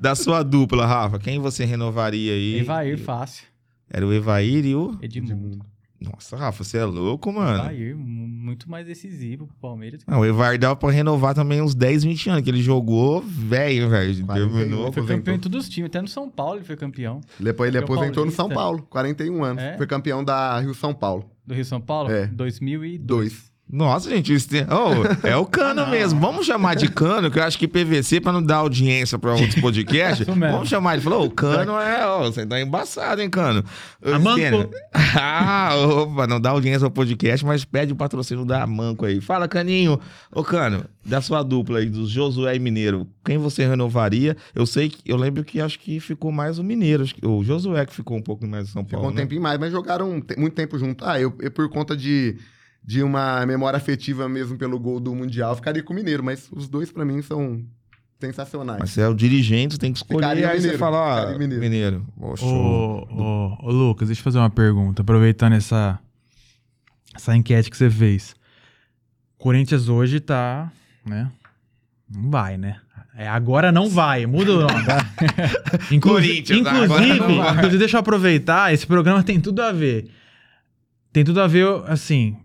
S1: da sua dupla, Rafa, quem você renovaria aí?
S2: Evair fácil.
S1: Era o Evair e o.
S2: Edmundo.
S1: Nossa, Rafa, você é louco, mano.
S2: Evair, mu- muito mais decisivo pro Palmeiras.
S1: Não, o Evair dava pra renovar também uns 10, 20 anos, que ele jogou velho, velho.
S4: 41.
S1: Terminou.
S2: Foi
S4: Aposentou.
S2: campeão em todos os times. Até no São Paulo ele foi campeão.
S4: Depois ele
S2: Campeão
S4: aposentou no
S2: paulista.
S4: São Paulo, 41 anos.
S2: É?
S4: Foi campeão da Rio São Paulo.
S2: Do Rio São Paulo?
S4: É.
S2: 2002.
S4: Dois.
S1: Nossa, gente, isso tem- Ô, é o cano mesmo. Vamos chamar de cano, que eu acho que PVC, pra não dar audiência pra outros podcasts,
S2: Isso mesmo.
S1: vamos chamar de. Falou, o cano é. Ó, você tá embaçado, hein, cano? Ô,
S3: Amanco.
S1: Stênio. (laughs) Ah, opa, não dá audiência ao podcast, mas pede o patrocínio da Manco aí. Fala, caninho. Ô, cano, da sua dupla aí, do Josué e Mineiro, quem você renovaria? Eu sei que. Eu lembro que acho que ficou mais o Mineiro. acho que- O Josué que ficou um pouco mais em São
S4: Ficou
S1: Paulo.
S4: um
S1: né?
S4: tempinho mais, mas jogaram um te- muito tempo junto. Ah, eu, eu por conta de, de uma memória afetiva mesmo pelo gol do Mundial, ficaria com o Mineiro, mas os dois pra mim são sensacionais.
S1: Mas você é o dirigente, você tem que escolher.
S4: Ficaria
S1: aí você
S4: mineiro,
S1: fala, ó,
S4: ficaria
S1: mineiro.
S4: mineiro.
S1: Ó, show.
S3: Ô, ô, ô, Lucas, deixa eu fazer uma pergunta, aproveitando essa, essa enquete que você fez. Corinthians hoje tá, né? Não vai, né? É, agora não vai, muda o
S1: (laughs)
S3: nome. Inclu-
S1: Corinthians, agora
S3: inclusive,
S1: não vai.
S3: inclusive, deixa eu aproveitar, esse programa tem tudo a ver. Tem tudo a ver, assim,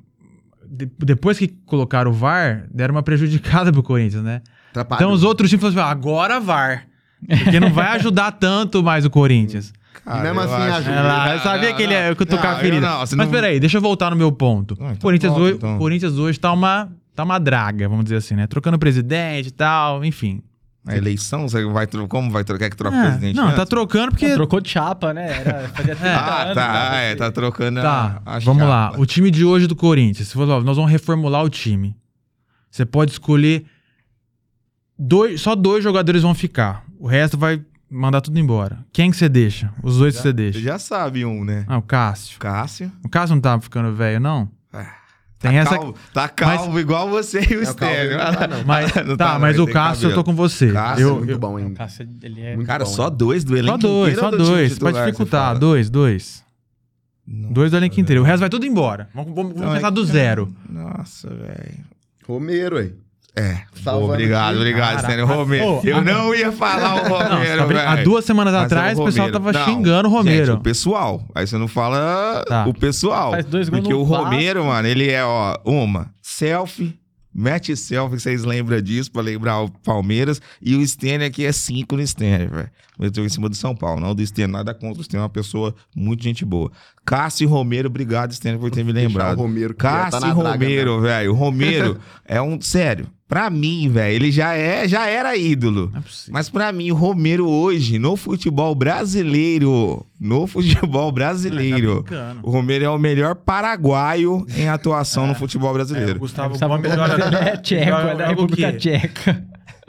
S3: de- depois que colocaram o VAR, deram uma prejudicada pro Corinthians, né?
S4: Atrapalhou.
S3: Então os outros times falaram assim, "Ah, agora VAR. Porque não vai ajudar tanto mais o Corinthians.
S1: Cara,
S4: Mesmo
S1: eu
S4: assim,
S1: acho-
S4: ajuda.
S3: É lá, eu sabia que ele ia cutucar
S1: Não,
S3: a
S1: eu
S3: ferida.
S1: não, você
S3: Mas
S1: não-
S3: peraí, deixa eu voltar no meu ponto.
S1: Ah, então
S3: Corinthians,
S1: volta,
S3: hoje,
S1: então.
S3: Corinthians hoje tá uma, tá uma draga, vamos dizer assim, né? Trocando presidente e tal, enfim.
S1: A eleição, você vai tro- como vai trocar que troca
S3: Ah,
S1: presidente? né?
S3: não,
S1: antes?
S3: tá trocando porque.
S2: Ah, Trocou de chapa, né? Era, fazia 30
S1: Ah,
S2: anos,
S1: tá,
S2: né?
S1: é, tá trocando
S3: Tá,
S1: a, a
S3: vamos lá.
S1: chapa.
S3: O time de hoje do Corinthians, você falou, ó, nós vamos reformular o time. Você pode escolher. Dois, só dois jogadores vão ficar. O resto vai mandar tudo embora. Quem que você deixa? Os dois que você
S1: Você
S3: deixa.
S1: já sabe um, né?
S3: Ah, o Cássio.
S1: Cássio.
S3: O Cássio não tá ficando velho, não?
S1: Ah,
S3: Tem
S1: tá
S3: essa.
S1: calvo, tá calvo igual você e o
S4: É, o calvo
S1: Estélio.
S4: não
S1: (laughs)
S4: tá, não.
S3: Mas,
S1: Não
S3: tá,
S1: tá,
S3: mas
S1: velho,
S3: o
S1: tem
S3: Cássio eu
S1: cabelo.
S3: tô com você.
S1: Cássio
S4: Ele é
S3: eu,
S4: muito
S3: eu-
S4: bom
S2: O
S4: ainda.
S2: Cássio, ele é... (laughs)
S4: Muito
S1: Cara,
S4: bom.
S1: só dois do elenco
S3: só dois,
S1: inteiro
S3: só
S1: do time
S3: dois.
S1: titular,
S3: Pra dificultar,
S1: você fala.
S3: dois, dois.
S1: Nossa,
S3: Dois do elenco inteiro. O resto vai tudo embora. Vamos, vamos- vamos
S1: Então, né? é-
S3: começar do zero.
S1: Nossa, velho.
S4: Romero Tá aí.
S1: É,
S4: Salvando
S1: obrigado,
S4: o time.
S1: obrigado,
S3: Caraca.
S1: Estélio Romero.
S2: Ô,
S1: Eu não ia falar o
S3: Não, você
S1: Romero,
S3: tá brin-
S1: velho.
S3: há duas semanas
S1: Mas é
S3: atrás o, pessoal
S1: Romero.
S3: tava
S1: Não,
S3: xingando o Romero.
S1: Gente, o pessoal. Aí você não fala
S3: Tá.
S1: o pessoal.
S2: Faz dois gols
S1: Porque
S2: no
S1: o
S2: Vasco.
S1: Romero, mano, ele é, ó, uma, selfie. Mete selfie, vocês lembram disso, pra lembrar o Palmeiras. E o Stênio aqui é cinco no Stênio, velho. Meteu em cima do São Paulo, não do Stênio, nada contra o Stênio, é uma pessoa muito gente boa. Cássio e Romero, obrigado, Stênio, por ter me
S4: Deixar
S1: lembrado.
S4: o Romero. que
S1: Cássio
S4: tá na draga mesmo.
S1: Romero, velho. O
S4: (laughs)
S1: Romero é um. Sério, pra mim, velho, ele já, é, já era ídolo.
S3: Não é possível.
S1: Mas pra mim, o Romero hoje, no futebol brasileiro, no futebol
S3: Tá (laughs)
S1: brasileiro,
S3: brincando.
S1: o Romero é o melhor paraguaio em atuação no futebol
S3: É, o
S1: brasileiro.
S3: Gustavo
S2: Gustavo
S3: Gomes tá-
S2: Gomes
S3: joga- (laughs)
S2: é tcheco, é da
S3: joga o quê?
S2: República Tcheca.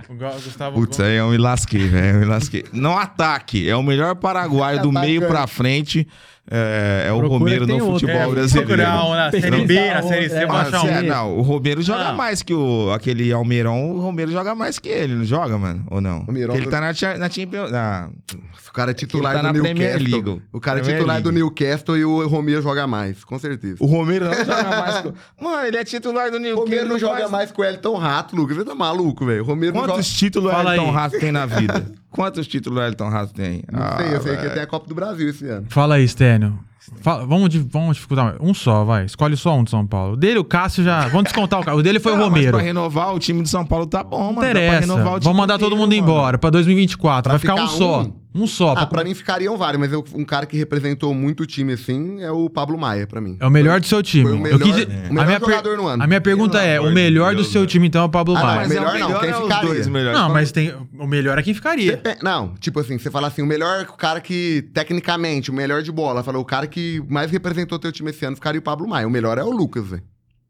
S3: O Go- Gustavo
S1: Putz, é
S3: Gomes-
S1: aí um eu me lasquei, velho. Eu me
S3: (laughs)
S1: lasquei. é Não ataque. É o melhor paraguaio do
S4: Atacante.
S1: meio pra frente. É, é o
S2: Procura
S1: Romero
S2: que tem
S1: no
S2: outro.
S1: futebol
S2: É,
S1: brasileiro.
S3: Não, na Série B, na Série C,
S2: É,
S1: Ah,
S3: um, né? baixar um.
S1: sério, não, o Romero joga
S3: Ah.
S1: mais que o, aquele Almeirão. O Romero joga mais que ele, não joga, mano? Ou não?
S4: O Almeirão-
S1: Porque ele tá na, cha- na Champions. na-
S4: O cara é titular
S1: Ele tá
S4: do
S1: na Premier
S4: Newcastle.
S1: League.
S4: O cara é
S1: Premier
S4: titular do
S1: League.
S4: Newcastle e o Romero joga mais, com certeza.
S1: O Romero não
S4: (laughs)
S1: joga mais. que- Mano, ele é titular do
S4: O
S1: Newcastle.
S4: Romero não joga
S1: faz-
S4: mais com o Elton Rato, Lucas. Você tá maluco, velho. O Romero não joga...
S1: Quantos títulos o
S3: Fala
S1: Elton
S3: aí.
S1: Rato tem na vida? (laughs) Quantos títulos o Elton Rato tem? Ah,
S4: Não sei, eu sei que
S1: velho.
S4: tem a Copa do Brasil esse ano.
S3: Fala aí, Stênio. Fala- vamos, di- vamos dificultar. mais. Um só, vai. Escolhe só um de São Paulo. O dele, o Cássio já. Vamos descontar o Cássio. O dele foi
S1: Ah,
S3: o
S1: mas
S3: Romero.
S1: pra renovar o time do São Paulo tá bom, mano.
S3: Não interessa.
S1: Dá pra renovar o time
S3: Vamos mandar todo
S1: inteiro,
S3: mundo
S1: mano.
S3: embora pra 2024. Vai ficar,
S4: ficar
S3: um, só. Um só.
S4: Ah,
S3: pra-
S4: pra mim ficariam vários, mas eu- um cara que representou muito o time, assim, é o Pablo Maia, pra mim.
S3: É o melhor do seu time.
S4: Foi o
S3: Eu
S4: melhor-
S3: quis- a
S4: é. o melhor
S3: minha per-
S4: jogador no ano.
S3: A minha pergunta é:
S1: amor
S3: o
S1: de
S3: melhor do
S1: Deus,
S3: seu
S1: velho.
S3: time, então, é o Pablo
S4: Ah,
S1: Ah,
S3: Maia.
S1: mas
S4: Melhor
S1: é o
S4: não,
S1: melhor
S4: quem
S1: é os
S4: ficaria?
S1: dois melhores.
S3: Não, mas tem. O melhor é quem ficaria.
S4: Depe- Não, tipo assim, você fala assim, o melhor cara que, tecnicamente, o melhor de bola, fala, o cara que mais representou teu time esse ano ficaria o Pablo Maia. O melhor é o Lucas, velho.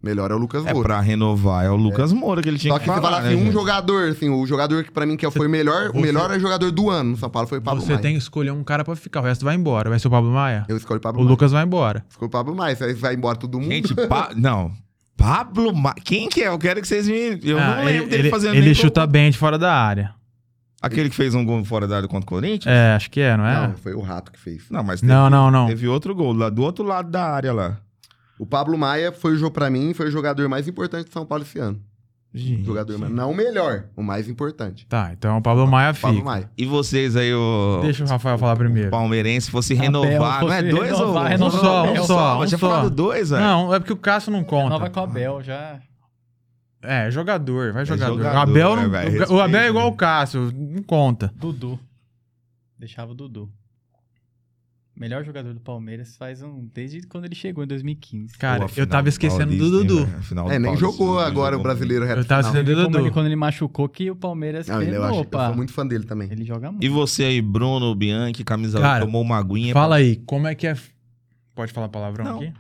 S4: O melhor é o Lucas
S1: É
S4: Moura.
S1: pra renovar, é o Lucas Moura que ele tinha
S4: Só
S1: que
S4: que
S1: falar,
S3: é
S4: você fala
S1: né,
S4: assim, um
S1: gente?
S4: jogador, assim, o jogador que pra mim que foi o melhor, o melhor é jogador do ano no São Paulo foi o Pablo
S3: Você
S4: Maia.
S3: tem que escolher um cara pra ficar. O resto vai embora. Vai ser o Pablo Maia?
S4: Eu escolho o Pablo
S3: O
S4: Maia.
S3: Lucas vai embora.
S4: Escolho o Pablo Maia, aí vai embora todo mundo.
S1: Gente, Pa- não. Pablo Ma... Quem que é? Eu quero que vocês me. Eu
S3: Ah,
S1: não lembro
S3: ele,
S1: dele
S3: ele-
S1: fazendo
S3: ele
S1: nem
S3: chuta bem de fora da área.
S1: Aquele que fez um gol fora da área contra o Corinthians?
S3: É, acho que é, não é?
S4: Não, foi o Rato que fez.
S1: Não, mas teve,
S3: Não, não, É. não.
S1: teve outro gol lá do outro lado da área lá.
S4: O Pablo Maia foi, jo- pra mim, foi o jogador mais importante do São Paulo esse ano.
S1: Gente.
S4: Um Jogador, mais- não o melhor, o mais importante.
S3: Tá, então o Pablo Maia fica.
S4: Pablo Maia.
S1: E vocês aí, o
S3: Deixa o Rafael falar primeiro.
S1: palmeirense, fosse renovar,
S2: Abel,
S1: não é
S2: fosse
S1: dois ou...
S2: renovar,
S3: Um
S2: renovar
S3: só, um
S2: Abel.
S3: só, um
S1: Tinha
S3: só.
S1: falado dois, velho.
S3: Não, é porque o Cássio não conta.
S2: Nova com a Bel, já.
S3: É, jogador, vai jogador.
S1: jogador,
S3: o Abel, não-
S1: né, velho?
S3: o- o
S1: Respeita,
S3: Abel é igual
S1: né?
S3: o Cássio, não conta.
S2: Dudu. Deixava o Dudu. Melhor jogador do Palmeiras faz um. Desde quando ele chegou, em 2015.
S3: Cara,
S1: Pô, a
S3: eu tava
S1: final
S3: esquecendo do
S1: Paulista, hein,
S3: Dudu.
S1: velho? A final do
S4: É, nem
S1: Paulista, né?
S4: jogou
S1: Dudu
S4: agora
S1: jogou.
S4: o brasileiro reto
S3: Eu tava
S4: final.
S3: esquecendo do
S2: Como ele,
S3: Dudu.
S2: quando ele machucou, que o Palmeiras
S4: Não, ele, eu,
S2: penou,
S4: acho, eu
S2: pá.
S4: sou muito fã dele também.
S2: Ele joga muito.
S1: E você aí, Bruno Bianchi, camisa
S3: Cara,
S1: tomou uma aguinha.
S3: Fala aí, como é que é. Pode falar palavrão
S1: Não.
S3: aqui?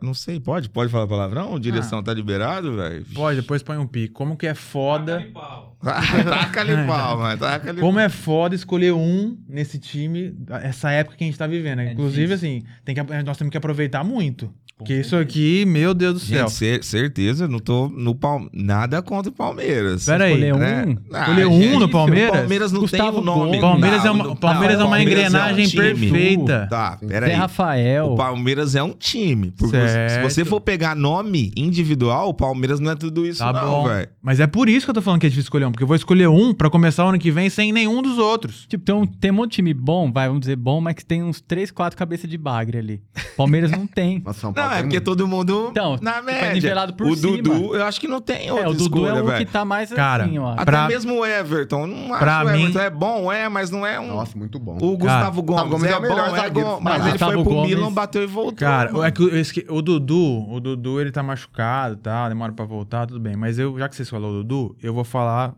S1: Não sei, pode? Pode falar palavrão? Direção tá liberado, velho?
S3: Ah. (laughs) Pode, depois põe um pico. Como que é foda.
S1: (laughs)
S2: Ah, tá,
S1: taca
S3: (laughs)
S1: ali pau, mano. Taca ali
S3: Como é foda escolher um nesse time, essa época que a gente tá vivendo.
S2: É
S3: Inclusive, assim, tem que, nós temos que aproveitar muito. Porque isso aqui, meu Deus do céu.
S1: Gente, cer- certeza, não tô no Palme... nada contra o Palmeiras.
S3: Pera aí.
S2: Escolher um.
S1: né?
S3: Escolher um
S1: gente,
S3: no Palmeiras?
S1: O Palmeiras não
S2: Gustavo
S1: tem o nome.
S2: Gomes.
S3: Palmeiras é
S1: Não,
S3: uma-
S1: não-
S3: Palmeiras
S1: não,
S3: é uma
S1: Palmeiras um
S3: engrenagem
S1: time.
S3: perfeita.
S1: Tá, pera
S2: Zé
S1: aí.
S2: Rafael.
S1: O Palmeiras é um time. Porque se você
S3: Certo.
S1: for pegar nome individual, o Palmeiras não é tudo isso
S3: Tá
S1: não,
S3: bom.
S1: velho.
S3: Mas é por isso que eu tô falando que é difícil escolher um, porque eu vou escolher um pra começar o ano que vem sem nenhum dos outros.
S2: Tipo, tem um, tem um monte de time bom, vai, vamos dizer bom, mas que tem uns 3, 4 cabeças de bagre ali. Palmeiras
S1: (laughs)
S2: não tem.
S4: Mas São Paulo
S1: Não, é
S4: tem
S1: porque
S4: muito.
S1: todo mundo
S2: Então,
S1: na
S2: tipo, é
S1: média.
S2: nivelado por
S1: o
S2: cima.
S1: Dudu, eu acho que não tem outra
S2: É, o Dudu
S1: escolha,
S2: é o
S1: velho.
S2: que tá mais
S3: Cara,
S2: assim, ó.
S1: Até
S3: Pra-
S1: mesmo o Everton. Não
S3: Pra
S1: acho que o
S3: mim-
S1: Everton é bom, é, mas não é um.
S4: Nossa, muito bom.
S1: O Gustavo Gomes,
S4: Gustavo Gomes
S1: é,
S4: é o melhor
S1: bom, é
S4: zagueiro.
S1: bom, mas
S2: Mas
S1: ele foi
S2: Gustavo
S1: pro
S2: Gomes-
S1: Milan, bateu e voltou.
S3: Cara, é que eu esque- o Dudu, o Dudu ele tá machucado, tá? Demora pra voltar, tudo bem. Mas eu, já que vocês falaram o Dudu, eu vou falar o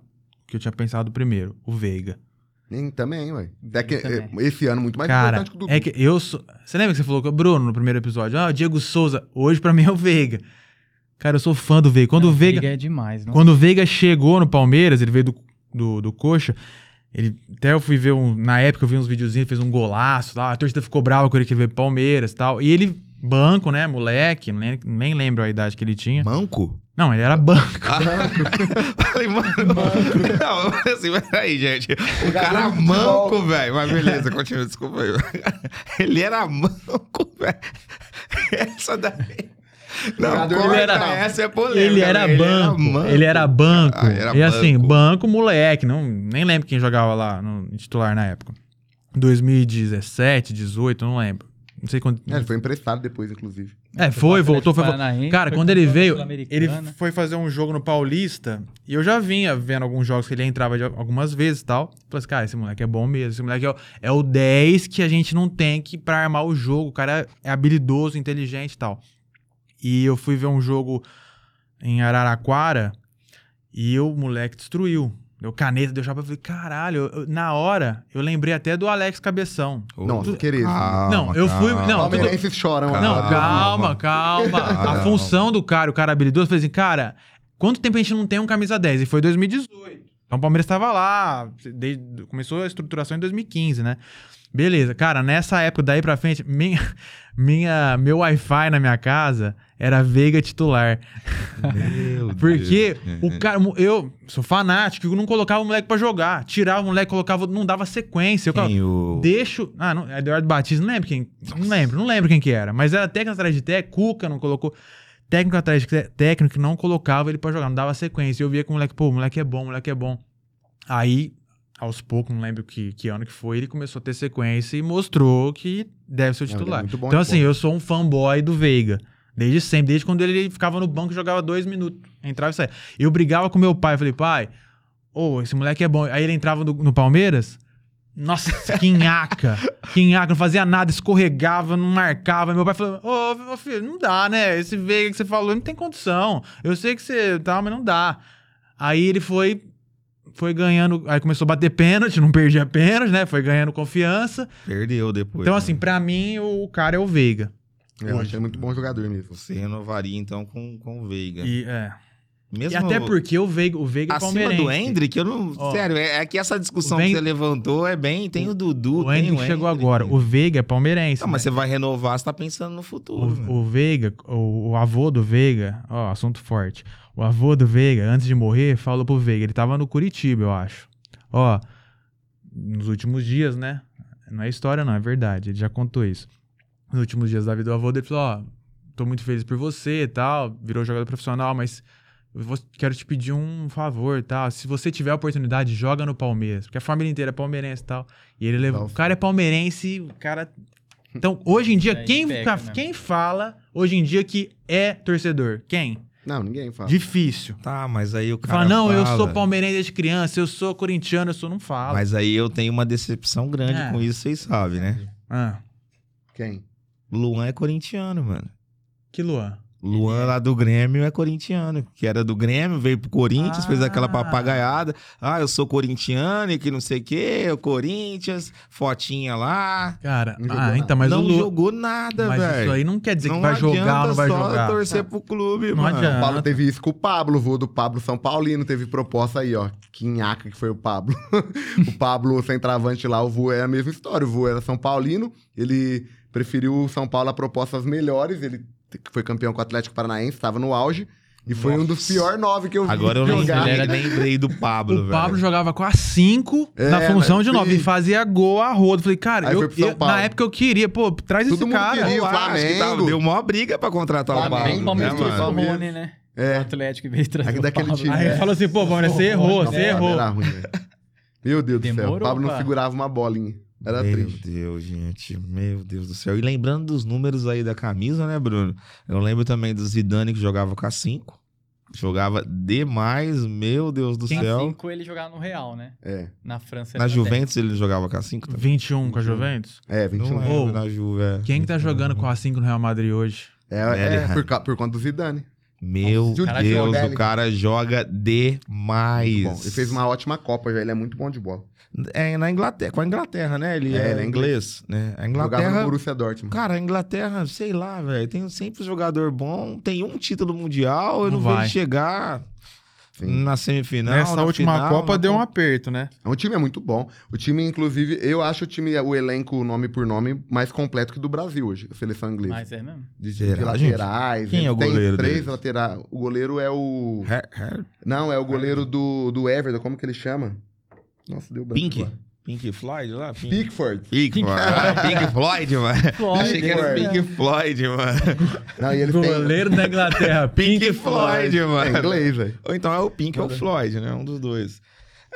S3: que eu tinha pensado primeiro, o Veiga.
S4: Nem também, ué. Até que,
S2: Também.
S4: eh, Esse ano muito mais
S3: Cara,
S4: importante que o Dudu.
S3: é que eu sou. Você lembra que você falou com o Bruno no primeiro episódio? Ah, o Diego Souza, hoje pra mim é o Veiga. Cara, eu sou fã do Veiga. Quando o Veiga.
S2: é demais, não?
S3: Quando o Veiga chegou no Palmeiras, ele veio do, do, do Coxa. Ele, até eu fui ver um. Na época eu vi uns videozinhos, fez um golaço lá. A torcida ficou brava com ele que ele veio pro Palmeiras e tal. E ele, banco, né? Moleque, nem, nem lembro a idade que ele tinha.
S1: Manco?
S3: Não, ele era banco. (laughs)
S1: Falei, mano. (laughs) Não, assim, peraí, gente. O cara
S4: de futebol.
S1: manco, velho. Mas beleza, continua, desculpa aí. (laughs) Ele era manco, velho. Essa daí. Não,
S4: Jogador
S1: corta
S4: liberal.
S1: essa é polêmica.
S3: Ele era
S1: velho.
S3: banco.
S1: manco.
S3: Ele era banco.
S1: Ah, era
S3: E assim,
S1: banco.
S3: banco, moleque. Não, nem lembro quem jogava lá no em titular na época. 2017, 18, não lembro. Não sei quando.
S4: É, ele foi emprestado depois, inclusive.
S3: É, foi, voltou, foi.
S2: Paranaense,
S3: Cara,
S2: foi
S3: quando ele
S2: campeão
S3: veio, ele
S2: sul-americana. Tá
S3: foi fazer um jogo no Paulista e eu já vinha vendo alguns jogos que ele entrava de algumas vezes e tal. Falei assim, cara, esse moleque é bom mesmo. Esse moleque é o, é o 10 que a gente não tem que pra armar o jogo. O cara é habilidoso, inteligente e tal. E eu fui ver um jogo em Araraquara e eu, o moleque destruiu. Deu caneta, deu chapa. Eu falei, caralho, eu- eu- na hora eu lembrei até do Alex Cabeção.
S4: Nossa, querido.
S1: Calma,
S3: Não, eu fui-
S1: calma.
S3: não, tudo-
S4: Palmeirenses choram. ó.
S3: Não, calma, calma.
S1: Calma.
S3: A função do cara, o cara habilidoso, eu falei assim, cara, quanto tempo a gente não tem um camisa 10? E foi 2018. Então o Palmeiras estava lá, desde- começou a estruturação em 2015, né? Beleza, cara, nessa época daí pra frente, minha, (laughs) minha, meu Wi-Fi na minha casa era Veiga titular.
S1: Meu
S3: Porque
S1: Deus.
S3: o cara, eu sou fanático, eu não colocava o moleque pra jogar. Tirava o moleque, colocava, não dava sequência. Eu,
S1: Quem o...
S3: Deixo. Ah, não, Eduardo Batista, não lembro quem. Não lembro, não lembro quem que era. Mas era técnico atrás de técnico, Cuca não colocou. Técnico atrás de té- técnico não colocava ele pra jogar, não dava sequência. Eu via que o moleque, pô, o moleque é bom, o moleque é bom. Aí, aos poucos, não lembro que, que ano que foi, ele começou a ter sequência e mostrou que deve ser o
S4: Não, ele é
S3: titular.
S4: muito bom
S3: então,
S4: de
S3: assim,
S4: bola.
S3: eu sou um fanboy do Veiga. Desde sempre, desde quando ele ficava no banco e jogava dois minutos. Entrava e saía. Eu brigava com meu pai, falei, pai, ô, esse moleque é bom. Aí ele entrava no, no Palmeiras, nossa, quinhaca. quinhaca, não fazia nada, escorregava, não marcava. Meu pai falou: Ô, meu filho, não dá, né? Esse Veiga que você falou não tem condição. Eu sei que você tá, mas não dá. Aí ele foi. Foi ganhando, aí começou a bater pênalti, não perdia pênalti, né? Foi ganhando confiança.
S1: Perdeu depois.
S3: então,
S1: né?
S3: assim, pra mim, o cara é o Veiga.
S4: Eu acho ele muito bom jogador mesmo.
S1: Você renovaria, então, com, com o Veiga.
S3: E, é. E
S1: Mesmo
S3: até porque o Veiga, o Veiga é
S1: Acima
S3: palmeirense.
S1: do Hendrick, eu não.
S3: Ó.
S1: sério, é, é que essa discussão
S3: O Ven-
S1: que você levantou é bem. Tem o Dudu,
S3: O
S1: tem
S3: Hendrick
S1: o
S3: chegou
S1: Hendrick.
S3: agora. O Veiga é palmeirense.
S1: Não, Ah, mas você vai renovar, você tá pensando no futuro. né?
S3: O, o Veiga, o, o avô do Veiga, ó, assunto forte. O avô do Veiga, antes de morrer, falou pro Veiga, ele tava no Curitiba, eu acho. Ó, nos últimos dias, né? Não é história, não, é verdade. Ele já contou isso. Nos últimos dias da vida do avô dele, ele falou: Ó, tô muito feliz por você e tal, virou jogador profissional, mas eu vou- quero te pedir um favor e tal. Se você tiver a oportunidade, joga no Palmeiras, porque a família inteira é palmeirense e tal. E ele levou. O
S4: Nossa.
S3: cara é palmeirense, o cara. Então, hoje em dia,
S2: Aí
S3: quem,
S2: pega,
S3: ca-
S2: né?
S3: quem fala hoje em dia que é torcedor? Quem?
S4: Não, ninguém fala.
S3: Difícil.
S1: Tá, mas aí o cara.
S3: fala, não, eu
S1: fala,
S3: sou palmeirense desde criança, eu sou corintiano, eu sou. Não fala.
S1: Mas aí eu tenho uma decepção grande
S3: É.
S1: com isso, vocês sabem, né?
S3: Ah,
S4: Quem?
S1: Luan é corintiano, mano.
S3: que Luan?
S1: Luan lá do Grêmio é corintiano, que era do Grêmio, veio pro Corinthians, fez aquela
S3: Ah.
S1: papagaiada. Ah, eu sou corintiano e que não sei o quê, o Corinthians, fotinha lá.
S3: Cara,
S4: Não jogou
S3: ah, então,
S4: nada.
S3: mas
S1: não
S3: o Luan.
S1: jogou nada,
S3: mas
S1: velho.
S3: isso aí não quer dizer
S1: não
S3: que vai
S1: adianta
S3: jogar ou não vai
S1: só
S3: jogar.
S1: torcer pro clube,
S3: Não
S1: mano.
S3: adianta.
S4: O Pablo
S3: Ah.
S4: teve isso com o Pablo, o voo do Pablo São Paulino teve proposta aí, ó. Quinhaca que foi o Pablo. (laughs) o Pablo centroavante lá, o voo é a mesma história. O voo era São Paulino, ele preferiu o São Paulo a propostas melhores, ele foi campeão com o Atlético Paranaense, estava no auge. E foi um dos
S1: Nossa.
S4: pior nove que eu vi
S1: Agora eu né?
S4: jogar.
S1: lembrei, lembrei do Pablo,
S3: o
S1: velho.
S3: Pablo jogava com a 5
S4: É,
S3: na função
S4: mas
S3: de 9
S4: sim.
S3: e fazia gol a rodo. Falei, cara,
S4: Aí
S3: eu-
S4: foi pro São
S3: eu-
S4: Paulo.
S3: na época eu queria, pô, traz
S4: Todo
S3: esse
S4: mundo
S3: cara.
S4: queria.
S1: Eu acho que tava-
S4: Flamengo.
S1: deu maior briga pra contratar o
S4: Flamengo,
S1: Pablo.
S2: Também
S1: né,
S2: o Palmeiras
S1: mano?
S2: trouxe o Rony, né?
S4: É.
S2: O Atlético veio trazer
S4: Aqui
S2: o
S4: daquele
S2: Pablo.
S4: time,
S1: né?
S3: Aí ele
S4: É.
S3: falou assim, pô, mano, você errou, você
S4: Pablo
S3: errou.
S4: era ruim, velho. Meu Deus do céu.
S2: Demorou
S4: O Pablo não
S2: pra-
S4: segurava uma bolinha. Era
S1: Meu
S4: triste.
S1: Deus, gente. Meu Deus do céu. E lembrando dos números aí da camisa, né, Bruno? Eu lembro também do Zidane que jogava com a 5. Jogava demais, meu Deus do
S2: Na
S1: céu.
S2: 5 ele jogava no Real, né?
S4: É.
S2: Na França ele
S1: Na
S2: era
S1: Juventus ele jogava com a 5 também.
S3: 21 com a Juventus?
S4: É, 21.
S1: Não
S4: É,
S1: lembro
S3: Ou,
S1: na Juve. é.
S3: Quem que tá jogando com a 5 no Real Madrid hoje?
S4: é,
S1: Velho,
S4: por, ca- por conta do Zidane.
S1: Meu
S4: Nossa,
S2: Jude
S1: Deus,
S4: Bellingham.
S1: o cara joga demais.
S4: Bom, ele fez uma ótima Copa já, ele é muito bom de bola.
S1: É na Inglaterra, com a Inglaterra, né? Ele
S4: É,
S1: é,
S4: ele é
S1: inglês, né? A
S4: Jogava no
S1: Inglaterra
S4: Borussia Dortmund.
S1: Cara, a Inglaterra, sei lá, velho, tem um sempre jogador bom, tem um título mundial, eu não,
S3: Não
S1: vejo
S3: vai.
S1: chegar
S4: Sim.
S1: na semifinal.
S5: Nessa
S1: na
S5: última
S1: final,
S5: Copa
S1: na
S5: deu um
S1: Copa-
S5: aperto, né?
S4: O time é muito bom. O time, inclusive, eu acho o time, o elenco, nome por nome, mais completo que do Brasil hoje, a seleção inglesa.
S2: Mas é mesmo.
S4: De, de
S1: Será, gente?
S4: laterais.
S1: Quem é
S4: eles
S1: o
S4: têm
S1: goleiro
S4: Três
S1: deles?
S4: laterais. O goleiro é o.
S1: Har- Har-
S4: Não, é o goleiro do, do Everton, como que ele chama? Nossa, deu branco.
S1: Pink?
S4: agora.
S1: Pink Floyd lá? Pink,
S4: Pickford.
S1: Pink, Floyd. Pink Floyd, mano.
S2: Floyd,
S1: Achei que era
S4: Floyd.
S1: Pink Floyd, mano.
S4: Não, e ele tem.
S3: Goleiro da Inglaterra,
S1: (laughs) Pink
S3: Pink
S1: Floyd,
S4: É
S1: mano.
S4: inglês, velho.
S1: Ou então é o Pink ou o Floyd, né? Um dos dois.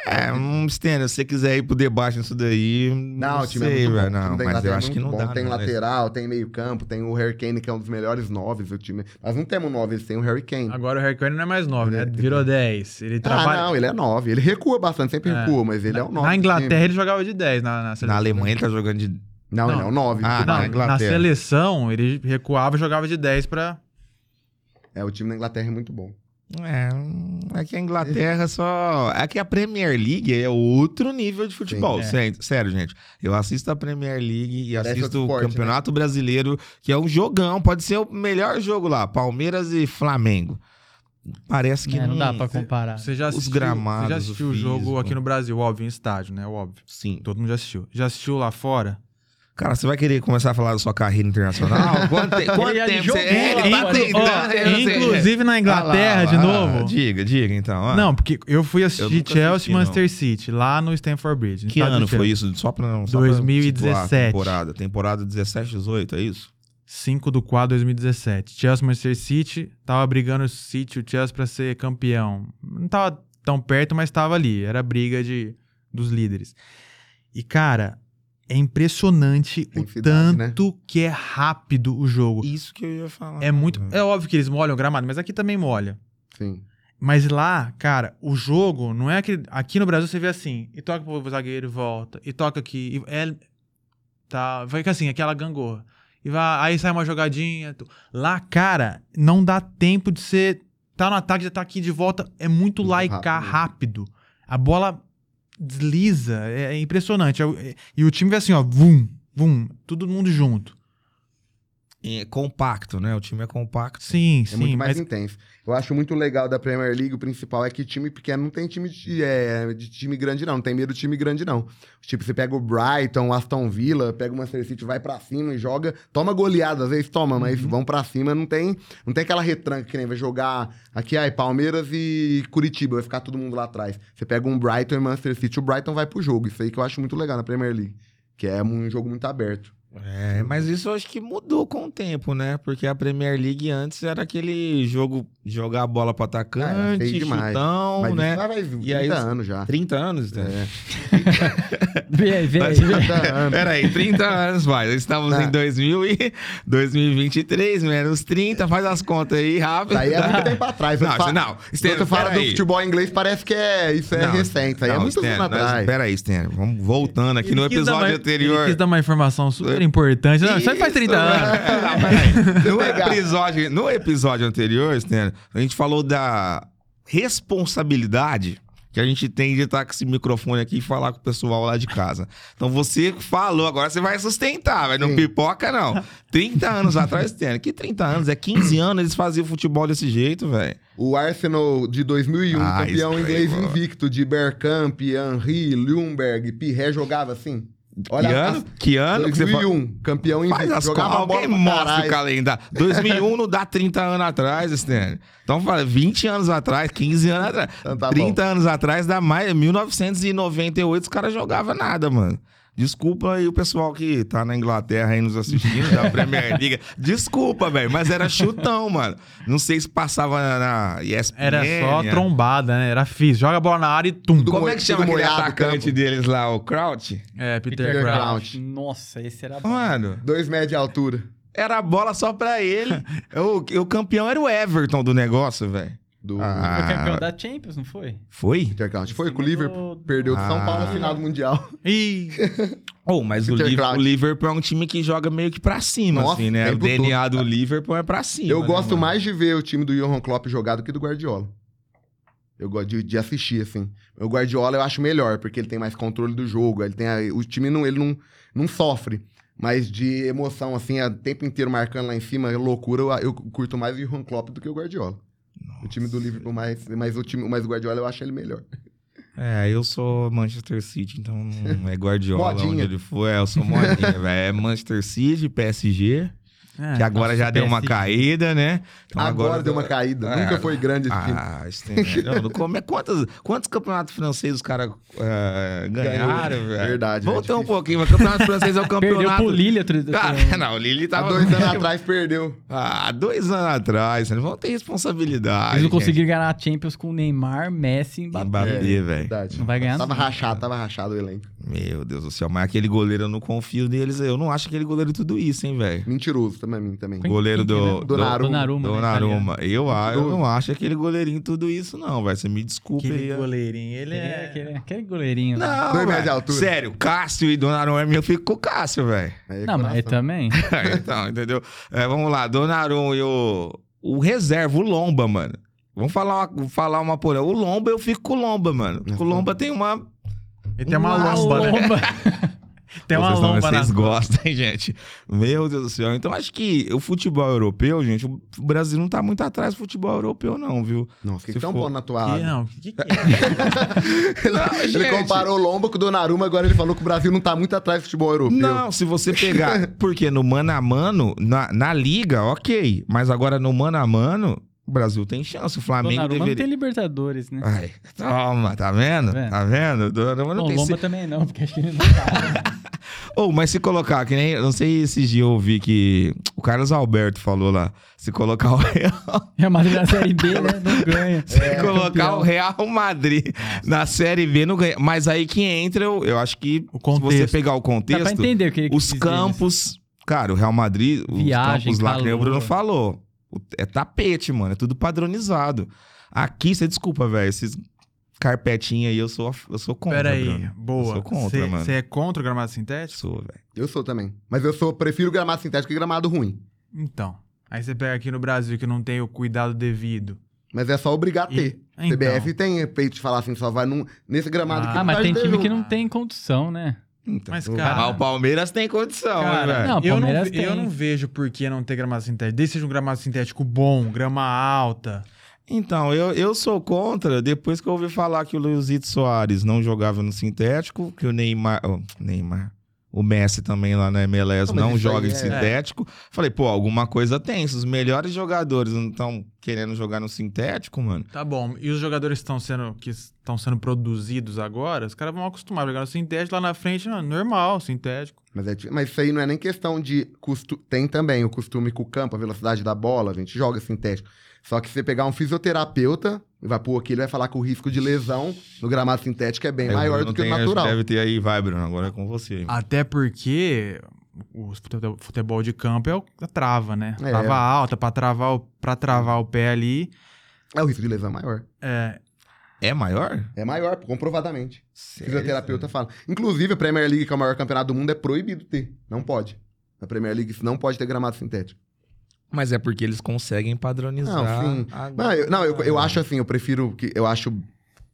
S1: É, um Stanley, se você quiser ir pro debate nisso daí, não,
S4: Não, o time é
S1: sei,
S4: muito bom.
S1: velho.
S4: O time
S1: Não,
S4: da
S1: mas
S4: Inglaterra
S1: eu
S4: é
S1: acho que
S4: muito
S1: não
S4: bom.
S1: dá.
S4: Tem
S1: não, né?
S4: lateral, tem meio campo, tem o Harry Kane, que é um dos melhores noves do time. Nós não temos nove, eles têm o Harry Kane.
S3: Agora o Harry Kane não é mais 9, né? Virou 10. Ele
S4: Ah,
S3: trabalha...
S4: não, ele é nove. Ele recua bastante, sempre
S3: É.
S4: recua, mas ele é o nove.
S3: na
S4: do
S3: Inglaterra ele jogava de 10 na, na seleção.
S1: Na Alemanha ele tá jogando de.
S4: time. Não, ele é o nove.
S1: Ah,
S4: desculpa.
S1: na
S3: Não, na
S1: Inglaterra.
S3: seleção ele recuava e jogava de 10 pra...
S4: É, o time da Inglaterra é muito bom.
S1: É, hum, é que a Inglaterra só. É que a Premier League é outro nível de futebol.
S2: Sim.
S1: sé- Sério, gente. Eu assisto a Premier League e
S4: Parece
S1: assisto
S4: outro
S1: o
S4: esporte, né?
S1: Campeonato Brasileiro, que é um jogão. Pode ser o melhor jogo lá: Palmeiras e Flamengo. Parece que
S2: É,
S1: não,
S2: não dá pra comparar.
S3: Você já
S1: Os
S3: assistiu,
S1: gramados,
S3: você já
S1: o
S3: assistiu o
S1: físico.
S3: jogo aqui no Brasil, óbvio, em estádio, né? Óbvio.
S1: Sim.
S3: Todo mundo já assistiu. Já assistiu lá fora?
S1: Cara, você vai querer começar a falar da sua carreira internacional? Quanto, te- quanto
S2: já
S1: tempo
S2: jogou
S1: você. É, ele tá
S2: lá,
S1: tentando,
S2: ó,
S1: eu não sei.
S3: inclusive na Inglaterra,
S1: Ah lá,
S3: de
S1: ah lá.
S3: novo.
S1: Diga, diga então. ah.
S3: Não, porque eu fui
S1: Eu
S3: assistir
S1: nunca
S3: Chelsea
S1: assisti,
S3: e Manchester City, lá no Stamford Bridge. no
S1: Que
S3: estado do
S1: ano foi
S3: Chelsea.
S1: isso? Só pra não. só pra
S3: 2017.
S1: situar a temporada. Temporada 17, 18, é isso?
S3: 5 do 4 2017. Chelsea e Manchester City, tava brigando o City e o Chelsea pra ser campeão. Não tava tão perto, mas tava ali. Era a briga de, dos líderes. E, cara, é impressionante o
S4: Intensidade, né?
S3: tanto que é rápido o jogo.
S1: Isso que eu ia falar.
S3: É muito.
S4: Uhum.
S1: velho.
S3: É óbvio que eles molham o gramado, mas aqui também molha.
S4: Sim.
S3: Mas lá, cara, o jogo não é aquele. Aqui no Brasil você vê assim, e toca pro zagueiro e volta, e toca aqui. E é, tá, fica assim, aquela gangorra. E vai, aí sai uma jogadinha. tu- Lá, cara, não dá tempo de você. Tá no ataque, já tá aqui de volta. É muito,
S4: Muito
S3: lá e cá rápido. A bola desliza. É, é impressionante. É o- é- e o time vê assim, ó, vum, vum, todo mundo junto.
S1: é, compacto, né? O time é compacto.
S3: Sim,
S4: É
S3: sim.
S4: muito mais
S3: mas
S4: intenso. Eu acho muito legal da Premier League, o principal é que time pequeno não tem time de, é, de time grande, não. Não tem medo de time grande, não. Tipo, você pega o Brighton, o Aston Villa, pega o Manchester City, vai pra cima e joga. Toma goleada, às vezes toma, mas
S1: Uhum.
S4: vão pra cima, não tem, não tem aquela retranca que nem vai jogar aqui, ai, Palmeiras e Curitiba, vai ficar todo mundo lá atrás. Você pega um Brighton e Manchester City, o Brighton vai pro jogo. Isso aí que eu acho muito legal na Premier League. Que é um jogo muito aberto.
S1: É, mas isso eu acho que mudou com o tempo, né? Porque a Premier League antes era aquele jogo jogar a bola pro
S4: Ah, era
S1: atacante,
S4: feio demais.
S1: chutão,
S4: Mas
S1: né?
S4: isso é- já faz 30
S1: aí os- (laughs)
S4: anos já.
S1: 30 anos, né?
S2: Vê aí, vê aí.
S1: Mas-
S2: vê aí.
S4: 30
S1: (laughs)
S4: anos.
S1: Peraí, 30 anos, vai. Estamos
S4: Tá.
S1: em 2000 e (laughs) 2023, menos 30, faz as contas aí rápido.
S4: Isso aí é
S1: tá?
S4: muito tempo
S1: (laughs)
S4: atrás.
S1: Não,
S4: Você fa-
S1: isso- não.
S4: Quando
S1: Estênio,
S4: você fala do
S1: peraí.
S4: futebol inglês, parece que é, isso é
S1: Não,
S4: recente. Isso aí é
S1: não,
S4: muito
S1: Stênio,
S4: anos
S1: nós-
S4: atrás.
S1: Peraí, Stênio, vamos voltando aqui
S3: Ele
S1: no
S3: quis dar
S1: episódio
S3: uma- Ele
S1: anterior.
S3: quis dar uma informação super importante. Não, isso aí faz
S1: (laughs)
S3: 30 anos.
S1: Não, peraí. No
S4: Legal.
S1: episódio, no episódio anterior, Stênio, a gente falou da responsabilidade que a gente tem de estar com esse microfone aqui e falar com o pessoal lá de casa. Então você falou, agora você vai sustentar, vai não
S4: Sim.
S1: pipoca não. 30 anos atrás, Stênio, que 30 anos? É 15 anos eles faziam futebol desse jeito, velho.
S4: O Arsenal de 2001,
S1: Ah,
S4: campeão
S1: isso aí,
S4: inglês
S1: mano.
S4: invicto de Bergkamp, Henry, Lumberg, Pirré jogava assim.
S1: Que
S4: a-
S1: ano? Que ano que você fa-
S4: 2001, campeão
S1: Faz
S4: invicto.
S1: as contas,
S4: Jogava bola
S1: alguém
S4: pra
S1: mostra o
S4: caralho. (laughs)
S1: calendário. 2001 não dá 30 anos atrás, Stênio. Então, fala, 20 anos atrás, 15 anos atrás.
S4: Então tá bom.
S1: 30 anos atrás, dá mais. 1998, os caras jogavam nada, mano. Desculpa aí o pessoal que tá na Inglaterra aí nos assistindo da Premier
S4: (laughs)
S1: League. Desculpa, velho, mas era chutão, mano. Não sei se passava na- na ESPN.
S3: Era só
S1: né?
S3: trombada, né? Era fiz. Joga a bola na área e tum.
S1: Como é que
S4: Tudo
S1: chama aquele
S4: molhado,
S1: atacante
S4: campo.
S1: deles lá, o Crouch? Ah.
S3: É, Peter,
S4: Peter
S3: Crouch.
S4: Crouch.
S2: Nossa, esse era bom.
S1: Mano,
S4: Dois metros de altura.
S1: era a bola só pra ele. (laughs) o, o campeão era o Everton do negócio, velho.
S4: Do
S1: Ah.
S2: Foi campeão da Champions, não foi?
S1: Foi?
S4: Peter Crouch.
S2: Em
S4: Foi com o
S2: cima
S4: Liverpool.
S2: do-
S4: Perdeu do São Paulo
S1: Ah.
S4: na final do Mundial.
S1: (laughs)
S3: Ih,
S1: Oh, mas o,
S4: Peter
S1: Liv-
S4: Crouch.
S1: o Liverpool é um time que joga meio que pra cima,
S4: Nossa,
S1: assim, né? O
S4: tempo todo,
S1: DNA do Liverpool é pra cima.
S4: Eu
S1: né,
S4: gosto
S1: mano?
S4: mais de ver o time do Johan Klopp jogar do que do Guardiola. Eu gosto de, de assistir, assim. O Guardiola eu acho melhor, porque ele tem mais controle do jogo. Ele tem a- o time não, ele não, não sofre. Mas de emoção, assim, o tempo inteiro marcando lá em cima, é loucura, eu, eu curto mais o Johan Klopp do que o Guardiola. O time do Liverpool, mais, mas, o time, mas o Guardiola eu acho ele melhor.
S1: É, eu sou Manchester City, então não é Guardiola
S4: Modinha.
S1: onde ele for. É, eu sou modinha,
S4: (laughs)
S1: velho. É Manchester City, PSG,
S3: é,
S1: que agora
S3: nossa,
S1: já deu uma
S3: PSG.
S1: caída, né? Então
S4: agora, deu uma caída.
S1: É,
S4: Nunca foi grande esse time. (laughs)
S1: Ah, isso tem... não, não come... quantos, quantos campeonatos franceses os caras eh, ganharam,
S4: Ganhou.
S1: velho?
S4: Verdade, é
S1: Voltou um
S4: difícil.
S1: pouquinho, mas campeonato francês é
S4: (laughs)
S1: o
S2: Perdeu
S1: campeonato...
S2: pro Lille outro
S1: Cara, não, o Lili
S4: né, Há
S1: tava...
S4: dois
S1: (laughs)
S4: anos atrás perdeu.
S1: Ah, dois anos atrás, eles vão ter responsabilidade.
S2: Eles não
S1: gente. Ah,
S2: conseguiram ganhar a Champions com Neymar, Messi e Mbappé.
S1: Mbappé, velho.
S4: Verdade.
S2: Não vai ganhar
S4: Tava
S2: nunca.
S4: rachado, tava rachado o elenco.
S1: Meu Deus do céu, mas aquele goleiro eu não confio neles. Eu não acho aquele goleiro tudo isso, hein, velho.
S4: Mentiroso também, também.
S2: Quem-
S1: Goleiro
S2: quem que é
S1: do-
S2: mesmo?
S1: do-
S4: Donnarumma.
S2: Donnarumma, né,
S1: Donnarumma. Eu, ah, eu
S4: Mentiroso.
S1: não acho aquele goleirinho tudo isso, não, velho. Você me desculpe aí.
S3: Aquele goleirinho, ele
S2: italiano. Aquele,
S3: é...
S2: aquele- aquele goleirinho. lá.
S1: Não,
S4: Dois metros
S1: velho.
S4: de altura.
S1: Sério, Cássio e Donnarumma, eu fico com o Cássio, velho.
S4: É
S2: Não, mas
S4: coração.
S2: também.
S1: (laughs) então, entendeu? É, vamos lá, Donnarumma e o, o reserva, o Lomba, mano. Vamos falar uma, falar uma por O Lomba, eu fico com o Lomba, mano. Porque o Lomba tem uma
S3: Ele tem uma
S1: É Uma
S3: lomba, né?
S2: Lomba.
S3: Tem uma
S1: vocês não-
S3: lomba na...
S1: Vocês gostam, hein, gente? Meu Deus do céu. Então, acho que o futebol europeu, gente, o Brasil não tá muito atrás do futebol europeu, não, viu?
S4: Não, fiquei
S1: Se
S4: tão
S1: for-
S4: bom na tua
S3: Que, (laughs)
S4: água.
S3: não, que, que que
S1: (laughs)
S3: é?
S1: Não,
S4: um- Ele comparou o Lomba com o Donnarumma, agora ele falou que o Brasil não tá muito atrás do futebol europeu.
S1: Não, se você pegar... Porque no mano a mano, na, na liga, ok. Mas agora no mano a mano, o Brasil tem chance. O Flamengo
S2: Donnarumma não
S1: deveria...
S2: tem Libertadores, né?
S1: Ai, toma, tá vendo?
S2: Tá vendo?
S1: Tá vendo? O Donnarumma não
S2: Não,
S1: tem...
S2: Lomba
S1: Se-
S2: também não, porque acho que ele não tá.
S1: Ou, mas se colocar, que nem... eu Não sei esses dias eu ouvi que... O Carlos Alberto falou lá. Se colocar o (laughs) Real...
S2: É uma da Série B, né? Não
S1: (laughs)
S2: ganha.
S1: Se
S2: É,
S1: colocar
S2: campeão.
S1: o Real Madrid na Série B, não ganha. Mas aí que entra, eu, eu acho que
S3: O
S1: se você
S3: contexto.
S1: pegar o
S2: Dá pra
S1: contexto,
S2: entender o que ele quis
S1: os
S2: dizer,
S1: campos. Cara, o Real Madrid, os
S2: Viagem,
S1: campos lá que nem o
S2: calor.
S1: Bruno falou. o- É tapete, mano. É tudo padronizado. Aqui, você desculpa, velho. Esses carpetinhos aí, eu sou, a- eu sou contra.
S3: Pera aí,
S1: Bruno. Eu
S3: boa.
S1: sou contra, mano.
S3: Você é contra o gramado sintético?
S1: Sou, velho.
S4: Eu sou também. Mas eu sou, prefiro gramado sintético que gramado ruim.
S3: Então. Aí você pega aqui no Brasil que não tem o cuidado devido.
S4: Mas é só obrigar a ter.
S3: Então.
S4: CBF tem peito de falar assim, só vai num, nesse gramado
S3: Ah,
S4: que
S2: Ah,
S4: não
S2: mas
S4: vai
S2: tem
S4: ter
S2: time
S4: jogo.
S2: que não tem condição, né?
S1: Então,
S3: Mas,
S1: o-
S3: cara-
S1: mas o Palmeiras tem condição, né,
S3: Cara,
S1: velho?
S2: Não,
S3: eu, não,
S2: Palmeiras
S3: ve- eu
S2: tem.
S3: não vejo por que não ter gramado sintético. Desde que seja um gramado sintético bom, grama alta.
S1: Então, eu, eu sou contra, depois que eu ouvi falar que o Luizito Soares não jogava no sintético, que o Neymar. oh, Neymar. O Messi também lá na MLS
S4: Não,
S1: não,
S4: mas isso
S1: joga
S4: aí
S1: em
S4: é-
S1: sintético. Falei, pô, alguma coisa tem. Se os melhores jogadores não estão querendo jogar no sintético, mano.
S3: Tá bom. E os jogadores que estão sendo, que estão sendo produzidos agora, os caras vão acostumar a jogar no sintético lá na frente, não, normal, sintético.
S4: Mas, é ti- mas isso aí não é nem questão de custo. Tem também o costume com o campo, a velocidade da bola, a gente joga sintético. Só que se você pegar um fisioterapeuta e vai pôr aqui, ele vai falar que o risco de lesão no gramado sintético é bem
S1: Aí o
S4: maior
S1: Bruno
S4: do que o
S1: tem- acho
S4: natural.
S1: Deve ter aí, vai, Bruno, agora é com você.
S3: Até porque o fute- futebol de campo é o- a trava, né?
S4: É.
S3: Trava alta, pra travar, o, pra travar o pé ali.
S4: É o risco de lesão é maior.
S3: É,
S1: É maior?
S4: É maior, comprovadamente.
S1: Sério?
S4: Fisioterapeuta fala. Inclusive, a Premier League, que é o maior campeonato do mundo, é proibido ter. Não pode. Na Premier League, isso não pode ter gramado sintético.
S1: Mas é porque eles conseguem padronizar.
S4: Não, sim.
S1: a-
S4: Não, eu, não, eu,
S1: Ah.
S4: eu acho assim, eu prefiro que. Eu acho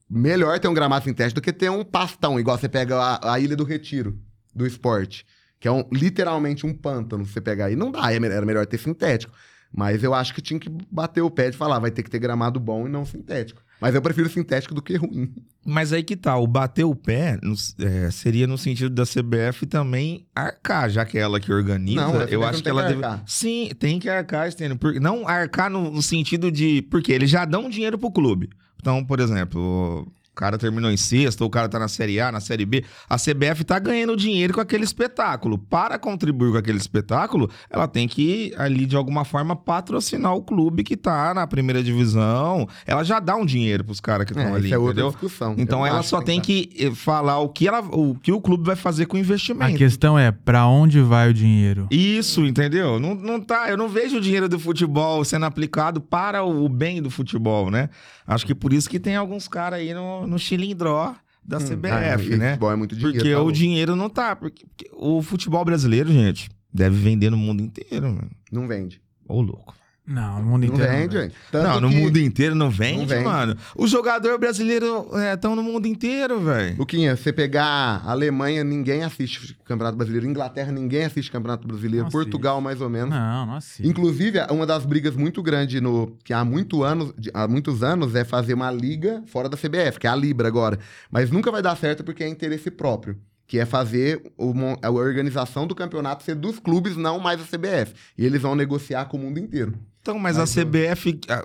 S4: melhor ter um gramado sintético do que ter um pastão, igual você pega a, a Ilha do Retiro do esporte. Que é um, literalmente um pântano. Você pegar aí, não dá, é me- era melhor ter sintético. Mas eu acho que tinha que bater o pé de falar, vai ter que ter gramado bom e não sintético. Mas eu prefiro sintético do que ruim.
S1: Mas aí que tá, o bater o pé no- é, seria no sentido da CBF também arcar, já que é ela que organiza.
S4: Não, a CBF
S1: eu
S4: não
S1: acho que
S4: tem
S1: ela
S4: que
S1: deve.
S4: arcar.
S1: Sim, tem que arcar, Stênio. por- Não arcar no, no sentido de. Porque eles já dão dinheiro pro clube. Então, por exemplo, o cara terminou em sexta, ou o cara tá na Série A, na Série B. A CBF tá ganhando dinheiro com aquele espetáculo. Para contribuir com aquele espetáculo, ela tem que, ali, de alguma forma, patrocinar o clube que tá na primeira divisão. Ela já dá um dinheiro pros caras que estão
S4: É,
S1: ali,
S4: isso é outra
S1: entendeu?
S4: discussão.
S1: Então
S4: Eu
S1: ela
S4: acho tá.
S1: só tem que eh, falar o que, ela, o que o clube vai fazer com o
S3: a
S1: investimento.
S3: questão é, pra onde vai o dinheiro?
S1: Isso, entendeu? Não, não tá, eu não vejo o dinheiro do futebol sendo aplicado para o bem do futebol, né? Acho que por isso que tem alguns caras aí no, no chilindró da
S4: Ah,
S1: CBF,
S4: e
S1: né?
S4: Futebol é muito dinheiro.
S1: Porque
S4: tá
S1: o
S4: louco.
S1: dinheiro não tá. Porque, porque o futebol brasileiro, gente, deve vender no mundo inteiro, mano.
S4: Não vende.
S1: Ô, louco.
S3: Não, o mundo
S4: Não
S3: inteiro.
S4: vende,
S3: velho.
S4: gente. Tanto
S1: não, no
S4: que
S1: mundo inteiro não vende,
S4: Não vende.
S1: mano. O jogador brasileiro é, tão no mundo inteiro, velho.
S4: Luquinha, você pegar a Alemanha, ninguém assiste Campeonato Brasileiro. Inglaterra, ninguém assiste Campeonato Brasileiro.
S3: Não
S4: Portugal, mais ou menos.
S3: Não, não assim.
S4: Inclusive, uma das brigas muito grande no, que há, muito anos, de- há muitos anos é fazer uma liga fora da CBF, que é a Libra agora. Mas nunca vai dar certo porque é interesse próprio. Que é fazer o mon- a organização do campeonato ser dos clubes, não mais a CBF. E eles vão negociar com o mundo inteiro.
S1: Então, mas,
S4: Mas
S1: a
S4: eu-
S1: CBF. ah,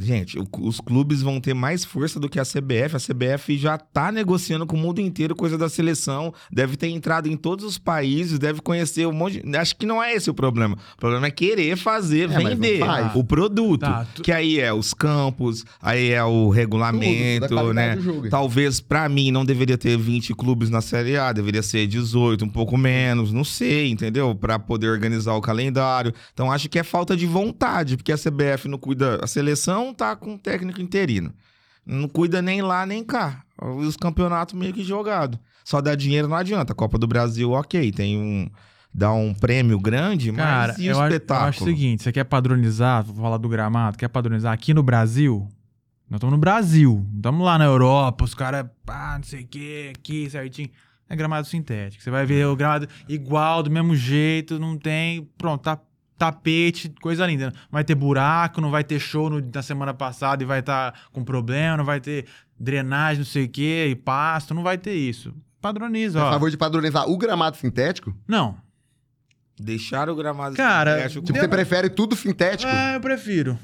S1: Gente, o- os clubes vão ter mais força do que a CBF. A CBF já tá negociando com o mundo inteiro coisa da seleção. Deve ter entrado em todos os países, deve conhecer um monte. de- Acho que não é esse o problema. O problema é querer fazer,
S4: É, mas não
S1: vender
S4: faz.
S1: o produto.
S3: Tá, tu-
S1: Que aí é os campos, aí é o regulamento,
S4: Tudo, da qualidade
S1: né?
S4: do jogo.
S1: Talvez pra mim não deveria ter 20 clubes na Série A, deveria ser 18, um pouco menos, não sei, entendeu? Pra poder organizar o calendário. Então acho que é falta de vontade, porque a CBF não cuida, a seleção tá com um técnico interino. Não cuida nem lá nem cá. Os campeonatos meio que jogado. Só dá dinheiro não adianta. Copa do Brasil, OK, tem um dá um prêmio grande, mas
S3: Cara,
S1: e o
S3: eu, acho, eu
S1: espetáculo?
S3: acho o seguinte: você quer padronizar, vou falar do gramado, quer padronizar aqui no Brasil? Nós estamos no Brasil, não estamos lá na Europa, os caras, ah, não sei o que, aqui certinho. É gramado sintético. Você vai ver o gramado igual, do mesmo jeito, não tem. Pronto, tá, tapete, coisa linda. Não vai ter buraco, não vai ter show no- da semana passada e vai estar com problema, não vai ter drenagem, não sei o que, e pasto, não vai ter isso.
S1: É
S3: Padroniza,
S4: É A
S3: ó.
S4: favor de padronizar o gramado sintético?
S3: Não.
S1: Deixar o gramado
S3: Cara,
S1: sintético
S4: Tipo,
S3: Deu-
S4: você prefere tudo sintético?
S3: Ah, eu prefiro.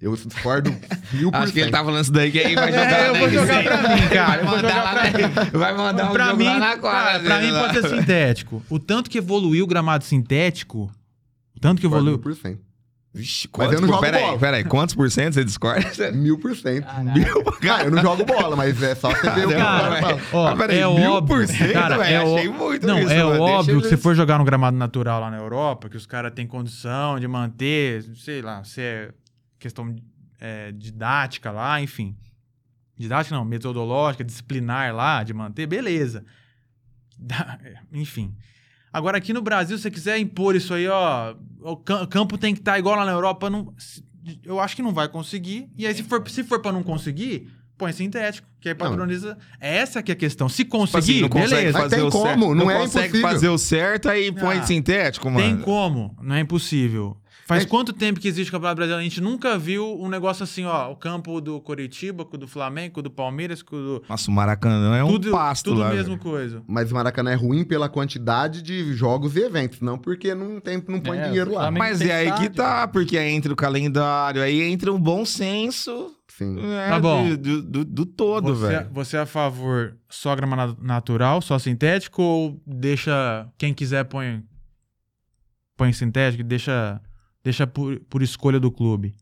S4: Eu discordo mil
S1: (laughs)
S4: por
S1: Acho que ele
S4: cento.
S1: tá falando isso daí que né? aí vai jogar.
S3: (laughs) É, eu vou
S1: daí,
S3: jogar
S1: sim.
S3: pra mim, cara. Eu
S1: Vai
S3: vou
S1: mandar lá
S3: jogar pra mim.
S1: na- Vai mandar um
S3: pra
S1: jogo
S3: mim,
S1: lá na quadra.
S3: cara, pra mim pode ser sintético. O tanto que evoluiu o gramado sintético, o tanto que
S4: Discordo
S3: evoluiu.
S4: mil por cento.
S1: Vixe,
S4: Mas
S1: quantos
S4: eu não
S1: por-
S4: jogo
S1: peraí,
S4: bola.
S1: peraí, quantos por cento você discorda?
S4: Mil por cento.
S2: Caraca.
S4: Mil- Cara, eu não jogo bola, mas é só você ver o que o
S3: Cara,
S4: cara fala.
S3: ó,
S1: Ah, peraí,
S3: é
S1: mil
S3: óbvio,
S1: por cento,
S3: cara,
S1: velho,
S3: é
S1: achei
S3: ó-
S1: muito
S3: Não,
S1: isso,
S3: é
S1: mano, deixa
S3: óbvio que
S1: eles-
S3: se for jogar no gramado natural lá na Europa, que os caras têm condição de manter, sei lá, se é questão é, didática lá, enfim. Didática não, metodológica, disciplinar lá, de manter, beleza. Dá- é, enfim. Agora aqui no Brasil, se você quiser impor isso aí, ó, o cam- campo tem tá que estar igual lá na Europa, não- se- eu acho que não vai conseguir. E aí se for, se for para não conseguir, põe sintético, que aí padroniza. Essa que é a questão. Se conseguir,
S1: Assim, não consegue
S3: beleza.
S4: Mas
S1: fazer
S4: tem
S1: o
S4: como,
S1: certo.
S4: não é
S1: consegue
S4: impossível.
S1: fazer o certo aí põe
S3: Ah,
S1: sintético, mano.
S3: Tem como, não é impossível. Faz
S4: É.
S3: quanto tempo que existe o Campeonato Brasileiro? A gente nunca viu um negócio assim, ó. O campo do Coritiba, com o do Flamengo, com o do Palmeiras, com o do.
S1: Nossa, o Maracanã é um
S3: tudo
S1: pasto
S3: tudo
S1: lá.
S3: mesmo
S1: velho.
S3: coisa.
S4: Mas o Maracanã é ruim pela quantidade de jogos e eventos, não porque não, tem, não põe
S2: É,
S4: dinheiro lá.
S2: Flamengo-
S1: Mas
S2: Tem
S1: é aí que
S2: estádio.
S1: tá, porque aí entra o calendário, aí entra um bom senso
S4: Sim.
S1: né,
S3: Tá bom.
S1: de- do, do- do todo,
S3: Você,
S1: velho.
S3: você é a favor só grama na- natural, só sintético, ou deixa. Quem quiser põe. Põe sintético e deixa. Deixa por, por escolha do clube.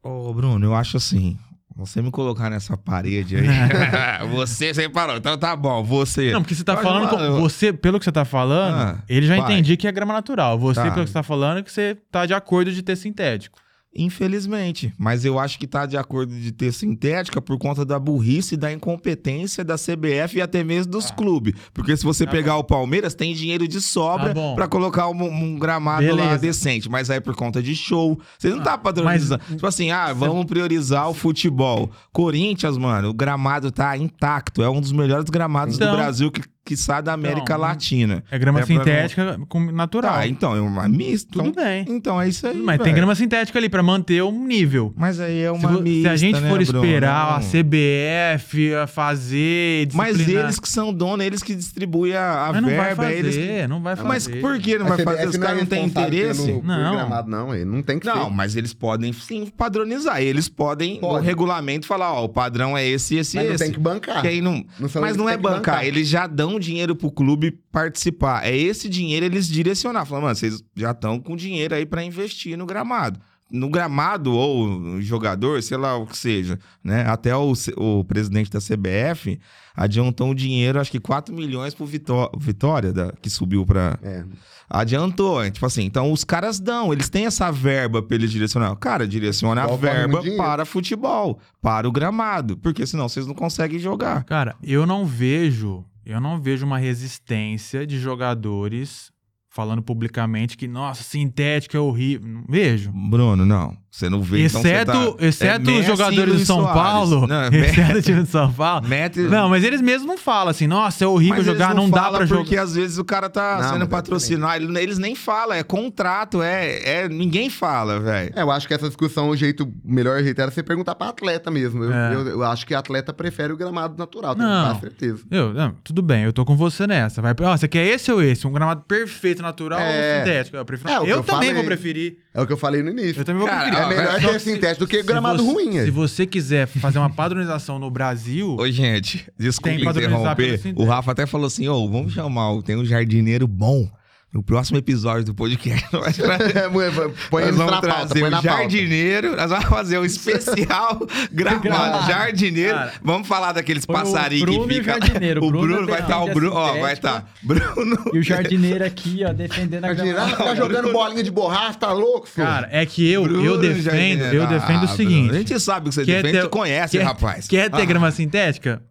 S1: Ô, Bruno, eu acho assim. Você me colocar nessa parede aí. (laughs) você, você parou. Então tá bom, você.
S3: Não, porque você tá
S1: Mas,
S3: falando. com-
S1: mano, eu-
S3: Você, pelo que você tá falando,
S1: Ah,
S3: ele já
S1: vai.
S3: entendi que é grama natural. Você,
S1: Tá.
S3: pelo que você tá falando, é que você tá de acordo de ter sintético.
S1: Infelizmente, mas eu acho que tá de acordo de ter sintética por conta da burrice e da incompetência da CBF e até mesmo dos
S3: Tá.
S1: clubes. Porque se você
S3: Tá
S1: pegar o Palmeiras, tem dinheiro de sobra
S3: Tá bom.
S1: pra colocar um, um gramado lá
S3: Beleza.
S1: decente, mas aí é por conta de show, você não tá
S3: Ah,
S1: padronizando. Tipo assim, ah, vamos priorizar o futebol. Corinthians, mano, o gramado tá intacto, é um dos melhores gramados do
S3: Então.
S1: Brasil que, que sai da América
S3: Então,
S1: Latina.
S3: É grama
S1: É pra não-
S3: sintética com natural.
S1: Tá, então, é uma mista.
S3: Tudo bem.
S1: Então é isso aí.
S3: Mas tem
S1: velho.
S3: grama sintética ali pra manter um nível.
S1: Mas aí é
S3: Se,
S1: uma
S3: vo- se
S1: mista,
S3: a gente
S1: né,
S3: for
S1: Bruno?
S3: esperar a
S1: Não.
S3: CBF a fazer,
S1: Mas
S3: disciplinar-
S1: eles que são dono, eles que distribuem a, a
S3: Mas não vai
S1: verba,
S3: fazer,
S1: eles. que-
S3: não vai fazer.
S1: Mas por que não
S4: A
S1: vai
S4: CBF
S1: fazer? Os
S4: não é
S1: caras não têm
S4: responsável
S1: interesse?
S4: pelo- pelo
S3: Não.
S4: gramado, não, ele não tem que
S1: Não,
S4: ser.
S1: mas eles podem sim padronizar. Eles podem, no
S4: Pode.
S1: regulamento, falar: ó, o padrão é esse, esse
S4: Mas
S1: e
S4: não
S1: esse.
S4: tem que bancar.
S1: Quem não-
S4: Não são
S1: Mas
S4: eles
S1: não
S4: que
S1: é
S4: tem que
S1: bancar, eles já dão dinheiro pro clube participar. É esse dinheiro eles direcionar. Falar, mano, vocês já estão com dinheiro aí pra investir no gramado. No gramado ou no jogador, sei lá o que seja, né? Até o, C- o presidente da CBF adiantou o dinheiro, acho que 4 milhões pro Vitó- Vitória, da- que subiu pra.
S4: É.
S1: Adiantou, é, tipo assim. Então os caras dão, eles têm essa verba pra eles direcionar. Cara, direciona a
S4: Futebol corre muito
S1: verba
S4: dinheiro.
S1: para futebol, para o gramado, porque senão vocês não conseguem jogar.
S3: Cara, eu não vejo, eu não vejo uma resistência de jogadores falando publicamente que, nossa, sintético é horrível. Não vejo.
S1: Bruno, não. Você não vê. então você
S3: exceto
S1: tá-
S3: exceto
S1: é
S3: os
S1: Messi e
S3: jogadores do
S1: Luiz
S3: São
S1: Soares.
S3: Paulo.
S1: Não, é Messi-
S3: (laughs) exceto o time do São Paulo.
S1: Mete...
S3: Não, mas eles mesmos não falam assim, nossa, é horrível
S1: Mas eles
S3: jogar, não, dá
S1: falam
S3: pra jogar.
S1: Porque às vezes o cara tá
S4: Não, mas
S1: sendo
S4: é
S1: patrocinado. Ah, ele- Eles nem falam, é contrato, é. é ninguém fala, velho.
S4: É, eu acho que essa discussão, o jeito, o melhor jeito era você perguntar pra atleta mesmo. Eu,
S3: É.
S4: eu- eu acho que atleta prefere o gramado natural, tenho
S3: Não.
S4: quase certeza.
S3: Eu, não, tudo bem, eu tô com você nessa. Vai, ó, você quer esse ou esse? Um gramado perfeito, natural
S4: É.
S3: ou sintético? Eu, prefiro-
S4: É, o que
S3: eu
S4: eu
S3: também
S4: falei.
S3: vou preferir.
S4: É o que eu falei no
S3: Eu
S4: início.
S3: também vou
S1: Cara,
S3: preferir.
S1: ó,
S4: É melhor
S1: velho,
S4: ter sintético do que
S3: Se
S4: gramado
S3: você-
S4: ruim. é.
S3: Se
S4: (laughs) aí.
S3: você quiser fazer uma padronização no Brasil,
S1: Ô, gente, desculpa
S3: Tem padronizar
S1: interromper.
S3: pelo sintético.
S1: O Rafa até falou assim: ô, vamos chamar, o- tem um jardineiro bom. No próximo episódio do podcast, (laughs) nós,
S4: É, mano, põe
S1: nós vamos
S4: isso na pauta,
S1: trazer
S4: põe na
S1: um
S4: pauta.
S1: jardineiro, nós vamos fazer um
S3: (laughs)
S1: especial gravado.
S2: Gravado.
S1: Jardineiro,
S3: Cara.
S1: vamos falar daqueles
S2: Põe o
S1: passarinhos
S2: Bruno
S1: que
S2: e o
S1: fica.
S2: jardineiro.
S1: O
S2: Bruno
S1: Bruno vai
S2: defende
S3: é
S1: estar, o
S2: a
S1: Bruno, ó,
S2: sintética.
S1: vai estar. Bruno.
S2: E o jardineiro aqui, ó, defendendo a
S4: Jardineiro, ah,
S2: gramada.
S4: ficar jogando bolinha de borracha, tá louco, filho?
S3: cara, é que eu,
S1: Bruno
S3: eu defendo,
S1: Jardineiro.
S3: eu
S1: Ah,
S3: defendo o
S1: Bruno,
S3: seguinte.
S1: a gente sabe que você
S3: Quer
S1: defende,
S3: ter-
S1: você conhece,
S3: quer-
S1: rapaz.
S3: Quer ter
S1: Ah,
S3: grama sintética?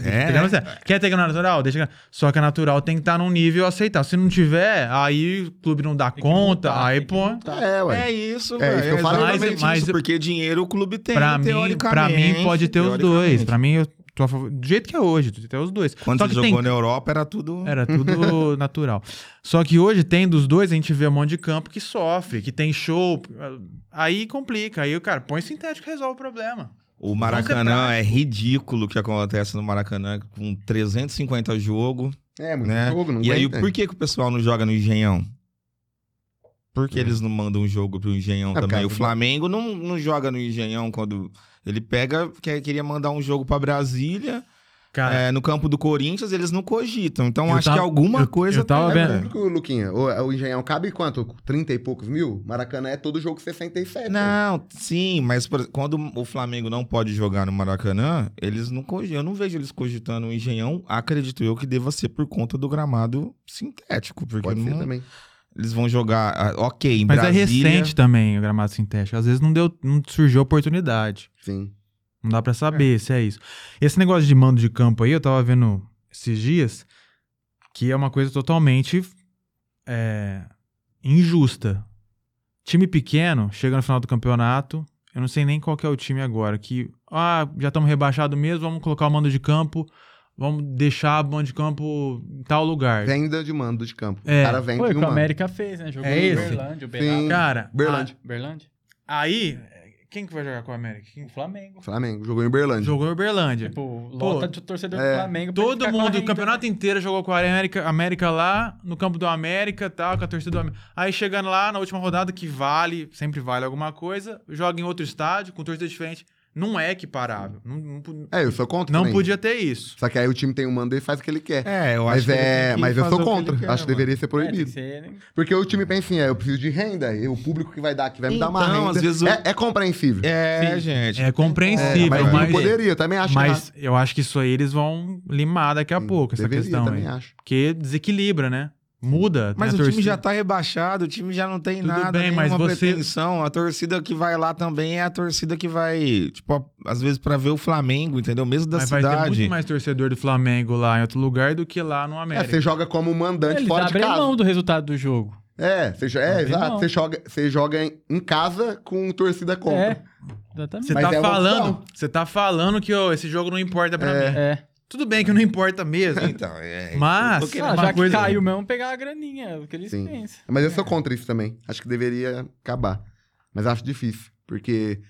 S1: é.
S3: Tem grama sintética. Quer ter grama natural? Deixa grama- Só que a natural tem que estar num nível aceitável. Se não tiver, aí o clube não dá
S2: Tem que
S3: conta,
S2: montar,
S3: aí
S2: tem que
S3: põe.
S2: montar.
S4: É, ué.
S1: É isso,
S4: É
S1: velho.
S4: isso que eu falei.
S1: exatamente
S3: Mas- mas-
S1: isso, porque dinheiro o clube tem,
S3: Pra mim, pra
S1: teoricamente.
S3: mim pode ter os dois.
S1: Teoricamente.
S3: Pra mim, eu tô a favor. Do jeito que é hoje, até os dois.
S1: Quando
S3: Só
S1: você
S3: que tem
S1: jogou na Europa, era tudo...
S3: Era tudo (laughs) natural. Só que hoje tem dos dois, a gente vê um monte de campo que sofre, que tem show. Aí complica. Aí o cara põe sintético e resolve o problema.
S1: O Maracanã é ridículo o que acontece no Maracanã, com 350 jogos,
S4: É, muito
S1: né?
S4: jogo, não
S1: e aí,
S4: aguenta.
S1: por que, que o pessoal não joga no Engenhão? Por que eles não mandam um jogo pro Engenhão
S4: É, por
S1: também?
S4: causa
S1: O
S4: do-
S1: Flamengo não, não joga no Engenhão quando... Ele pega, quer, queria mandar um jogo pra Brasília,
S3: Cara,
S1: é, no campo do Corinthians, eles não cogitam. Então,
S3: Ah. Eu
S1: acho
S3: tava-
S1: que alguma
S3: eu-
S1: coisa
S3: eu tava
S1: tem,
S3: vendo-
S1: né?
S4: Público, É Luquinha, o, o Engenhão cabe quanto? 30 e poucos mil? Maracanã é todo jogo 67. né?
S1: Não, sim, mas por- quando o Flamengo não pode jogar no Maracanã, eles não cogi- eu não vejo eles cogitando o Engenhão. Acredito eu que deva ser por conta do gramado sintético, porque
S4: Pode ser
S1: não-
S4: também.
S1: eles vão jogar, ah, ok, em
S3: mas
S1: Brasília.
S3: é recente também o gramado sintético. Às vezes não, deu, não surgiu oportunidade.
S4: Sim.
S3: Não dá pra saber se é isso. Esse negócio de mando de campo aí, eu tava vendo esses dias, que é uma coisa totalmente é, injusta. Time pequeno chega no final do campeonato, Eu não sei nem qual que é o time agora. Que, ah, já estamos rebaixados mesmo, vamos colocar o mando de campo, vamos deixar o mando de campo em tal
S1: É.
S3: lugar.
S4: Venda de mando de campo.
S3: É.
S4: O cara vende
S2: Foi o
S4: e
S2: que o
S4: manda.
S2: América fez, né? Jogou
S3: É
S2: no
S3: esse?
S2: Uberlândia, Uberaba.
S3: Cara,
S4: Berlândia.
S2: Uberlândia?
S3: aí, quem que vai jogar com o América? Quem?
S2: O Flamengo.
S4: Flamengo. Jogou em Berlândia.
S3: Jogou em Uberlândia.
S2: Tipo, lota de torcedor
S4: é.
S2: do Flamengo. pra
S3: Todo
S1: é
S2: ficar
S3: mundo, o
S2: correndo.
S3: campeonato inteiro jogou com a América, América lá, no campo do América tal, com a torcida do América. Aí chegando lá na última rodada, que vale, sempre vale alguma coisa, joga em outro estádio, com torcida diferente. Não é equiparável. Não, não, po-
S4: É, eu sou contra.
S3: não
S4: também.
S3: podia ter isso.
S4: Só que aí o time tem um mando e faz o que ele quer.
S1: É, eu
S4: mas
S1: acho que ele
S4: é,
S1: tem que
S4: mas eu
S1: fazer o
S4: sou
S1: que ele
S4: contra.
S1: quer,
S4: acho que
S1: mano.
S4: deveria ser
S2: É, tem que
S4: proibido.
S2: ser, né?
S4: Porque o time pensa assim, é, eu preciso de renda, e o público que vai dar, que vai me dar uma
S1: Então,
S4: renda.
S1: às vezes o-
S4: é, é compreensível.
S1: É, gente.
S3: É compreensível,
S4: mas,
S3: mas,
S4: não poderia, eu também acho
S3: mas
S4: errado.
S3: eu acho que isso aí eles vão limar daqui a pouco, essa
S4: Hum, deveria,
S3: questão aí.
S4: também é. acho.
S3: Porque desequilibra, né? Muda. tem
S1: Mas
S3: a
S1: o time
S3: torcida.
S1: já tá rebaixado, o time já não tem
S3: Tudo
S1: nada,
S3: bem,
S1: nenhuma
S3: mas você-
S1: pretensão. A torcida que vai lá também é a torcida que vai, tipo, a- às vezes pra ver o Flamengo, entendeu? Mesmo da
S3: Mas vai ter
S1: cidade.
S3: muito mais torcedor do Flamengo lá em outro lugar do que lá no
S4: É,
S3: América.
S4: você joga como mandante
S2: Eles
S4: fora Tá de
S2: abrem
S4: casa.
S2: mão do resultado do jogo.
S4: É, você, jo- é
S2: Abre
S4: exato.
S2: mão.
S4: Você joga, você joga em, em casa com torcida contra.
S2: É, exatamente.
S3: Você
S4: Mas
S3: tá
S4: é uma
S3: falando,
S4: opção.
S3: você tá falando que ô, esse jogo não importa pra mim.
S2: É.
S3: Tudo bem que não importa mesmo.
S1: Então, é.
S3: Mas,
S4: Assim,
S1: Porque
S2: Ah,
S3: uma
S2: já
S3: coisa-
S2: que caiu mesmo, pegar a graninha, é o que eles
S4: né? Sim.
S2: pensam.
S4: Mas eu sou contra isso também. Acho que deveria acabar. Mas acho difícil, porque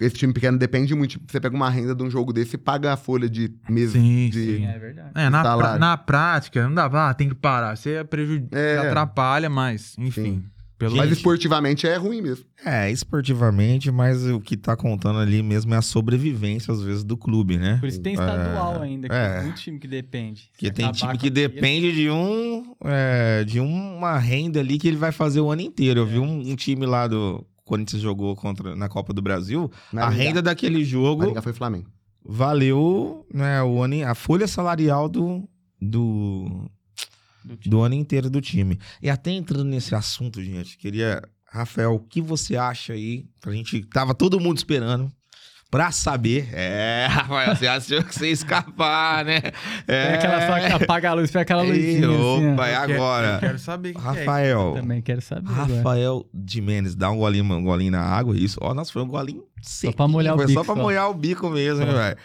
S4: esse time pequeno depende muito. Você pega uma renda de um jogo desse e paga a folha de mês
S3: Sim,
S4: de-
S3: sim.
S2: Sim, é verdade.
S3: É, na,
S4: Salário.
S3: pra- na prática, não dá, ah, tem que parar. Você prejudica,
S4: É.
S3: atrapalha, mas, enfim. Pelo
S4: Mas
S1: Gente.
S4: esportivamente é ruim mesmo.
S1: É, esportivamente, mas o que tá contando ali mesmo é a sobrevivência, às vezes, do clube, né?
S2: Por isso tem estadual
S1: É,
S2: ainda, que
S1: é.
S2: tem muito time que depende.
S1: Porque
S3: é,
S2: Se
S1: tem
S2: acabar
S1: time
S2: com
S1: que
S2: a carreira-
S1: depende de um é, de uma renda ali que ele vai fazer o ano inteiro.
S3: É.
S1: Eu vi um, um time lá do Corinthians jogou contra na Copa do Brasil, a
S4: Maringá.
S1: renda daquele jogo
S4: Maringá foi Flamengo.
S1: valeu, né, o ano, in- a folha salarial do do
S2: do time.
S1: do ano inteiro do time. E até entrando nesse assunto, gente, queria Rafael, o que você acha aí? Pra gente tava todo mundo esperando. Pra saber, é, Rafael, você achou que você ia escapar, né?
S2: É aquela só que apaga a luz, foi aquela
S1: Ei,
S2: luzinha. assim, ó.
S1: opa, é
S3: Eu que- eu
S1: agora.
S3: quero saber o que, que é.
S1: Rafael.
S2: Também quero saber. agora.
S1: Rafael de Menes, dá um golinho, um golinho na água, isso. Ó, nossa, foi um golinho seco.
S2: pra molhar o
S1: foi
S2: bico,
S1: Só pra
S2: só.
S1: molhar o bico mesmo, hein, velho.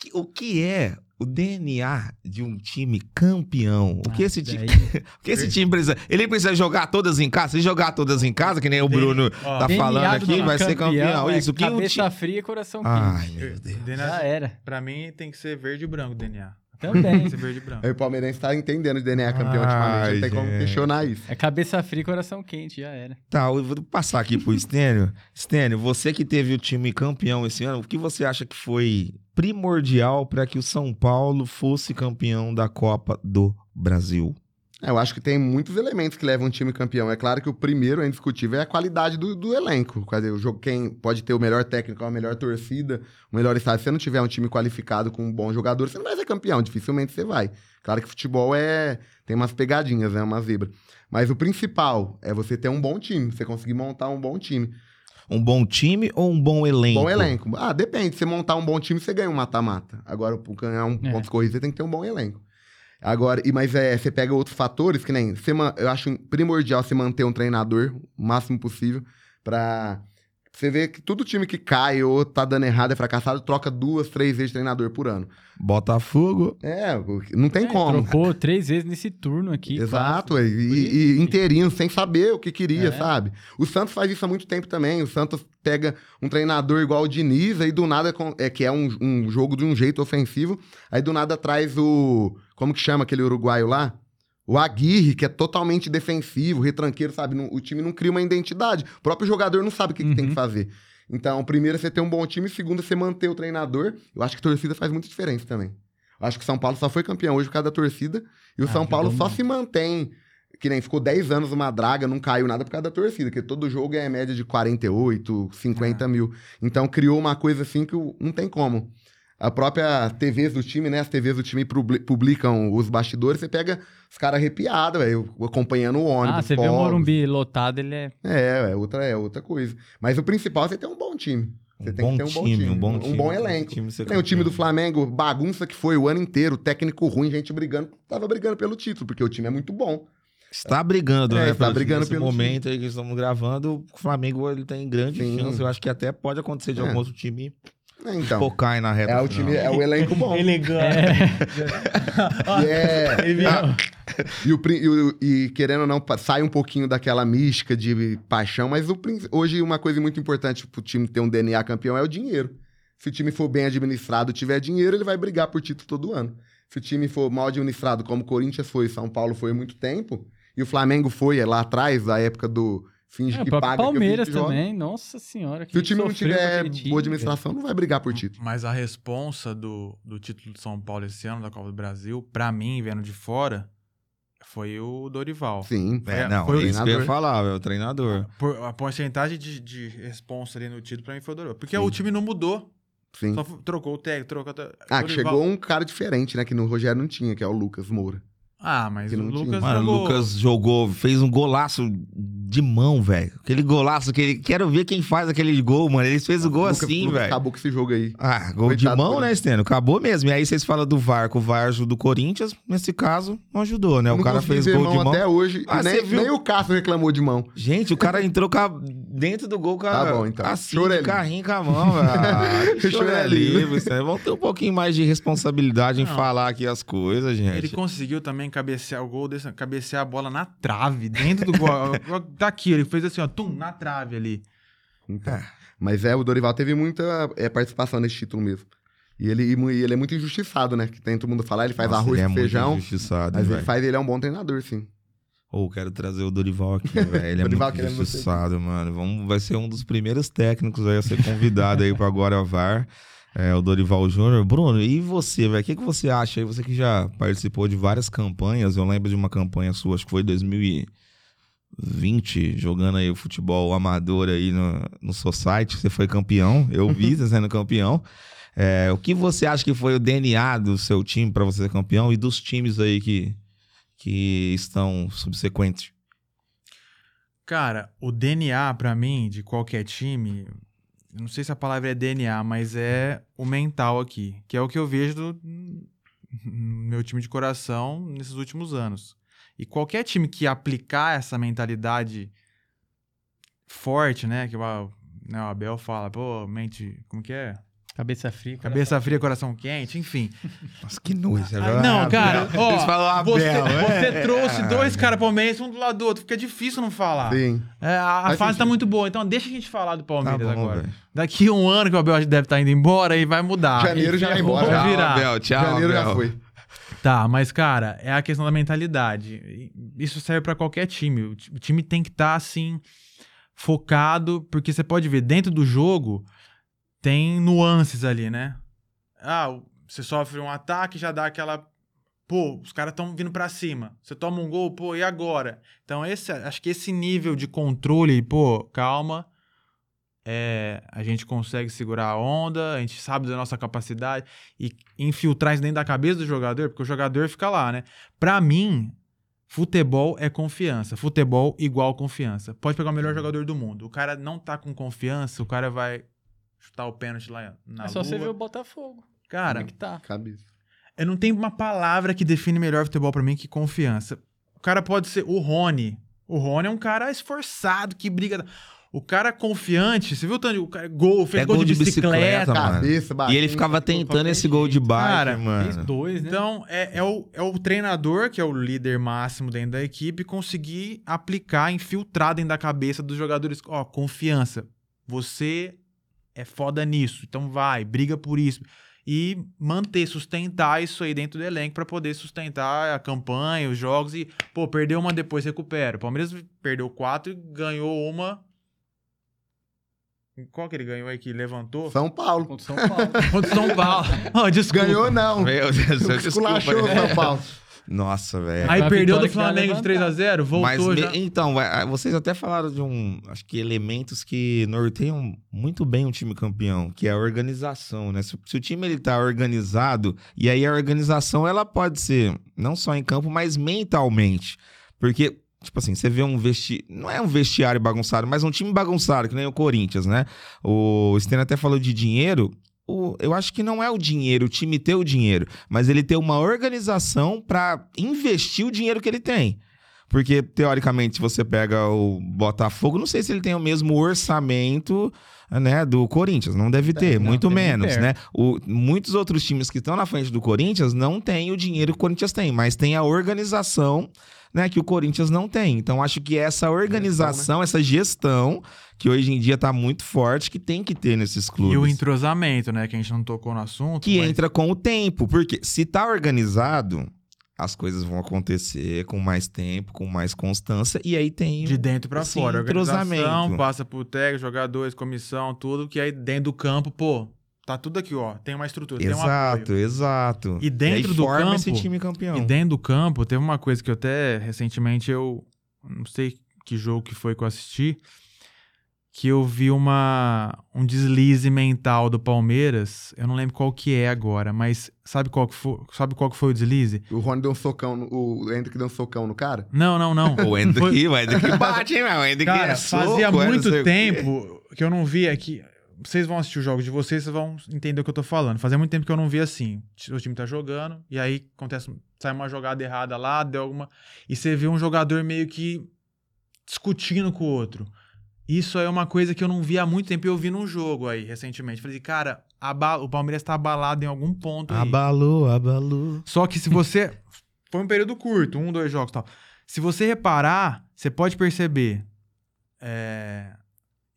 S1: Que- O que é o DNA de um time campeão? O que esse time,
S2: Ah, Daí,
S1: o que esse time precisa? Ele precisa jogar todas em casa? Se jogar todas em casa, que nem o
S3: DNA,
S1: Bruno
S3: ó,
S1: tá
S2: DNA
S1: falando
S2: do
S1: aqui, vai ser campeão.
S2: é
S1: Isso, que um
S2: Cabeça
S1: time...
S2: fria e coração
S1: Ai,
S4: Ah.
S2: quente. Né?
S1: meu Deus.
S3: DNA
S2: Já era.
S3: Pra mim tem que ser verde e branco o DNA. Tem
S2: (laughs) Também.
S3: que ser verde e branco.
S4: Aí o Palmeirense tá entendendo de DNA campeão
S1: Ai,
S4: ultimamente. Não tem como
S1: gente.
S4: questionar isso.
S2: É cabeça fria e coração quente, já era.
S1: Tá, eu vou passar aqui pro Stênio. Stênio, você que teve o time campeão esse ano, o que você acha que foi primordial para que o São Paulo fosse campeão da Copa do Brasil?
S4: É, eu acho que tem muitos elementos que levam um time campeão. É claro que o primeiro, é indiscutível, é a qualidade do, do elenco. Quer dizer, o jogo, quem pode ter o melhor técnico, a melhor torcida, o melhor estádio. Se você não tiver um time qualificado com um bom jogador, você não vai ser campeão. Dificilmente você vai. Claro que futebol é tem umas pegadinhas, né? Uma zebra. Mas o principal é você ter um bom time. Você conseguir montar um bom time.
S1: Um bom time ou um bom elenco?
S4: Bom elenco. Ah, depende. Se você montar um bom time, você ganha um mata-mata. Agora, pra ganhar um
S2: É.
S4: pontos corridos, você tem que ter um bom elenco. Agora, e, mas é, você pega outros fatores, que nem. Você, ma- eu acho primordial você manter um treinador o máximo possível pra. Você vê que todo time que cai ou tá dando errado, é fracassado, troca duas, três vezes de treinador por ano.
S1: Botafogo.
S4: É, o que- não tem
S2: É,
S4: como.
S2: Trocou três vezes nesse turno aqui.
S4: Exato,
S2: quase.
S4: e,
S2: Por isso
S4: e- e
S2: que-
S4: inteirinho, sem saber o que queria,
S2: É.
S4: sabe? O Santos faz isso há muito tempo também. O Santos pega um treinador igual o Diniz, aí do nada, com- é que é um, um jogo de um jeito ofensivo, aí do nada traz o. Como que chama aquele uruguaio lá? O Aguirre, que é totalmente defensivo, retranqueiro, sabe? Não- o time não cria uma identidade. O próprio jogador não sabe o que, que tem que
S2: Uhum.
S4: fazer. Então, primeiro, você ter um bom time. Segundo, você manter o treinador. Eu acho que torcida faz muita diferença também. Eu acho que o São Paulo só foi campeão hoje por causa da torcida. E o
S3: Ah,
S4: São Paulo
S3: ajudou
S4: só
S3: muito.
S4: se mantém. Que nem ficou 10 anos uma draga, não caiu nada por causa da torcida, porque todo jogo é média de 48, 50
S2: Ah.
S4: mil. Então criou uma coisa assim que o- não tem como. A própria TVs do time, né? As TVs do time publi- publicam os bastidores, você pega os caras arrepiados, velho, acompanhando o ônibus.
S2: Ah, você vê o
S4: fogos.
S2: Morumbi lotado, ele é.
S4: É, é outra, é outra coisa. Mas o principal é você ter um bom time. Você tem que ter um bom time,
S1: um bom time.
S4: elenco.
S1: Time ser
S4: Tem o time do
S1: campeão.
S4: Flamengo, bagunça que foi o ano inteiro, técnico ruim, gente brigando. Tava brigando pelo título, porque o time é muito bom.
S1: Está brigando,
S4: É,
S1: né?
S4: está
S1: pelo-
S4: brigando
S1: nesse
S4: pelo
S1: momento aí que estamos gravando, o Flamengo ele tem grande
S4: Sim.
S1: chance. Eu acho que até pode acontecer de
S4: É.
S1: algum outro time
S4: É, Então,
S1: focar aí na reta.
S4: é o
S1: final.
S4: time, é o
S3: (laughs)
S4: elenco bom.
S2: Elegante.
S4: E é-
S2: (laughs) Ele virou.
S4: E, o prin- e o- e, querendo ou não, pa- sai um pouquinho daquela mística de paixão, mas o prin- hoje uma coisa muito importante pro time ter um DNA campeão é o dinheiro. Se o time for bem administrado e tiver dinheiro, ele vai brigar por título todo ano. Se o time for mal administrado, como o Corinthians foi, São Paulo foi há muito tempo, e o Flamengo foi é, lá atrás, da época do finge
S2: É, o
S4: que
S2: próprio
S4: paga. que o
S2: Palmeiras
S4: Corinthians joga.
S2: também, nossa senhora.
S4: Se o time não
S2: sofreu com
S4: tiver
S2: aquele time,
S4: boa administração, não vai brigar por título.
S3: Mas a responsa do, do título de São Paulo esse ano, da Copa do Brasil, pra mim, vendo de fora, foi o Dorival.
S4: Sim. né,
S1: É, não,
S3: Foi o
S1: é isso que eu ia
S4: treinador.
S1: falar, é o treinador.
S3: Por- a porcentagem de, de responsa ali no título, pra mim, foi o Dorival. Porque
S1: Sim.
S3: o time não mudou.
S4: Sim.
S3: Só f- trocou o técnico, trocou... o-
S4: Ah,
S3: Dorival-
S4: que chegou um cara diferente, né? Que no Rogério não tinha, que é o Lucas Moura.
S3: Ah, mas
S4: que
S3: o
S4: não tinha.
S3: Lucas
S1: Mano, o
S3: jogou...
S1: Lucas jogou, fez um golaço de mão, velho. Aquele golaço que ele. Quero ver quem faz aquele gol, mano. Ele fez o gol
S4: Lucas-
S1: assim,
S4: Lucas
S1: velho.
S4: Acabou com esse jogo aí.
S1: Ah, gol
S4: Coitado
S1: de mão,
S4: do
S1: né, Stênio? Acabou mesmo. E aí vocês falam do VAR, que o VAR ajuda o Corinthians. Nesse caso, não ajudou, né? O
S4: Não
S1: cara
S4: consegui
S1: fez
S4: ver
S1: gol de mão.
S4: até hoje.
S1: Ah,
S4: E
S1: você
S4: nem,
S1: viu?
S4: nem o Cássio reclamou de mão.
S1: Gente, o cara entrou com a- dentro do gol com a,
S4: Tá bom, então.
S1: assim,
S4: Chorelli.
S1: de carrinho com a mão.
S4: (laughs)
S1: velho. Ah, que choro é
S4: Chorelli.
S1: livre, isso aí. Vamos ter um pouquinho mais de responsabilidade em
S3: Não.
S1: falar aqui as coisas, gente.
S3: Ele conseguiu também cabecear o gol, desse, cabecear a bola na trave, dentro do
S4: (laughs)
S3: gol. Daqui, ele fez assim, ó, tum, na trave ali.
S4: Então. Mas é, o Dorival teve muita é, participação nesse título mesmo. E ele, e ele é muito injustiçado, né? Que tem todo mundo falar, ele faz
S1: Nossa,
S4: arroz
S1: ele é
S4: e
S1: muito
S4: feijão.
S1: injustiçado, hein,
S4: Mas ele
S1: velho?
S4: faz, ele é um bom treinador, sim.
S1: Ou quero trazer o Dorival aqui, velho.
S4: (laughs)
S1: Ele é
S4: Dorival
S1: muito
S4: querendo você aqui.
S1: injustiçado, mano. Vamos, vai ser um dos primeiros técnicos aí a ser convidado aí para agora VAR. É, o Dorival Júnior. Bruno, e você, velho? O que, que você acha aí? Você que já participou de várias campanhas. Eu lembro de uma campanha sua, acho que foi 2020, jogando aí o futebol amador aí no, no Society. Você foi campeão. Eu vi
S4: (laughs)
S1: você sendo campeão. É, o que você acha que foi o DNA do seu time para você ser campeão e dos times aí que, que estão subsequentes?
S3: Cara, o DNA pra mim de qualquer time, eu não sei se a palavra é DNA, mas é o mental aqui, que é o que eu vejo do no meu time de coração nesses últimos anos. E qualquer time que aplicar essa mentalidade forte, né, que o Ab- né, o Abel fala, pô, mente, como que é?
S2: Cabeça fria. coração-
S3: Cabeça fria, coração quente, enfim.
S1: Nossa, que nojo.
S3: Ah, não, cara, ó,
S1: Eles falam Abel.
S3: você,
S1: é.
S3: você trouxe dois caras palmeirenses, um do lado do outro, fica difícil não
S1: Ah,
S3: falar.
S4: Sim.
S3: É, a a fase
S4: Faz
S3: tá
S4: sentido.
S3: muito boa, então deixa a gente falar do
S1: Tá
S3: Palmeiras
S1: bom,
S3: agora.
S1: velho.
S3: Daqui um ano que o Abel deve estar indo embora e vai mudar.
S4: Janeiro já vai
S3: ferrou.
S4: embora.
S3: Vai
S1: Tchau,
S3: virar.
S1: Abel. Tchau,
S4: Janeiro
S1: Abel.
S4: já foi.
S3: Tá, mas cara, é a questão da mentalidade. E Isso serve pra qualquer time. O ti- o time tem que estar assim focado, porque você pode ver dentro do jogo tem nuances ali, né? Ah, o- você sofre um ataque, já dá aquela pô, os caras estão vindo pra cima. Você toma um gol, pô, e agora? Então esse, acho que esse nível de controle, pô, calma, é, a gente consegue segurar a onda, a gente sabe da nossa capacidade e infiltrar isso dentro da cabeça do jogador, porque o jogador fica lá, né? Pra mim, futebol é confiança. Futebol igual confiança. Pode pegar o
S2: Uhum.
S3: melhor jogador do mundo. O cara não tá com confiança, o cara vai chutar o pênalti lá na
S2: É só você
S3: lua.
S2: ver o Botafogo.
S3: Cara,
S2: Como é que tá?
S4: Cabeça.
S3: eu não tenho uma palavra que define melhor futebol pra mim que confiança. O cara pode ser o Rony. O Rony é um cara esforçado que briga. O cara confiante, você viu o tanto de- o cara gol, fez
S1: É
S3: gol,
S1: gol
S3: de
S1: de bicicleta,
S3: bicicleta.
S1: Tá, mano.
S4: Cabeça,
S1: E
S4: batida.
S1: ele ficava tentando esse gol de bike,
S3: Cara,
S2: Fez
S1: mano.
S2: dois, né?
S3: Então, é, é o, é o treinador, que é o líder máximo dentro da equipe, conseguir aplicar, infiltrar dentro da cabeça dos jogadores. Ó, confiança. Você é foda nisso, então vai, briga por isso. E manter, sustentar isso aí dentro do elenco pra poder sustentar a campanha, os jogos e, pô, perdeu uma depois recupera. O Palmeiras perdeu quatro e ganhou uma. Qual que ele ganhou aí que levantou?
S4: São Paulo.
S2: Contra o São
S4: (laughs)
S2: Paulo.
S3: Contra o São Paulo. Ó, desculpa.
S4: Ganhou não.
S1: Meu Deus, (laughs) eu desculpa.
S4: (laughs)
S1: né?
S4: Esculachou
S1: (laughs)
S4: o São Paulo.
S1: Nossa, velho.
S3: Aí
S2: Uma
S3: perdeu
S2: vitória que
S3: do
S2: dá a
S3: Flamengo de
S2: levantar.
S3: 3x0,
S1: Mas
S3: voltou
S1: me-
S3: já.
S1: então, vai- vocês até falaram de um, acho que elementos que norteiam muito bem um time campeão, que é a organização, né? Se, se o time ele tá organizado, e aí a organização ela pode ser não só em campo, mas mentalmente. Porque tipo assim, você vê um vesti, não é um vestiário bagunçado, mas um time bagunçado, que nem o Corinthians, né? O Sten até falou de dinheiro, o- eu acho que não é o dinheiro, o time ter o dinheiro, mas ele ter uma organização pra investir o dinheiro que ele tem. Porque, teoricamente, você pega o Botafogo, não sei se ele tem o mesmo orçamento né, do Corinthians. É, Não deve ter,
S2: não,
S1: muito
S2: tem nem
S1: menos,
S2: perto.
S1: né? O- muitos outros times que estão na frente do Corinthians não têm o dinheiro que o Corinthians tem, mas tem a organização né, que o Corinthians não tem. Então, acho que essa organização, essa gestão, que hoje em dia está muito forte, que tem que ter nesses clubes
S3: E o entrosamento, né? Que a gente não tocou no assunto.
S1: que
S3: mas-
S1: entra com o tempo. Porque se tá organizado, as coisas vão acontecer com mais tempo, com mais constância. E aí tem.
S3: De dentro pra
S1: Sim,
S3: fora. Organização,
S1: entrosamento.
S3: passa pro técnico, jogadores, comissão, tudo. Que aí dentro do campo, pô, tá tudo aqui, ó. Tem uma estrutura, tem um
S1: Exato,
S3: apoio.
S1: exato.
S3: E dentro
S1: aí
S3: do
S1: forma
S3: campo-
S1: esse time campeão.
S3: E dentro do campo, teve uma coisa que eu até recentemente eu. Não sei que jogo que foi que eu assisti. Que eu vi uma, um deslize mental do Palmeiras. Eu não lembro qual que é agora, mas sabe qual que foi, sabe qual que foi o deslize?
S4: O Rony deu um socão, no- o Hendrick deu um socão no cara.
S3: Não, não, não.
S1: O Hendrick, o
S3: (laughs)
S1: Hendrick bate, hein, meu? O Hendrick
S3: Cara,
S1: é soco,
S3: fazia
S1: é não sei o
S3: muito
S1: quê.
S3: tempo que eu não via que. Vocês vão assistir os jogos de vocês, vocês vão entender o que eu tô falando. Fazia muito tempo que eu não via assim. O time tá jogando, e aí acontece, sai uma jogada errada lá, deu alguma. E você vê um jogador meio que discutindo com o outro. Isso aí é uma coisa que eu não via há muito tempo e eu vi num jogo aí recentemente. Falei, cara, aba- o Palmeiras tá abalado em algum ponto. aí.
S1: Abalou, abalou.
S3: Só que se você. (laughs) Foi um período curto, um, dois jogos e tal. Se você reparar, você pode perceber. é,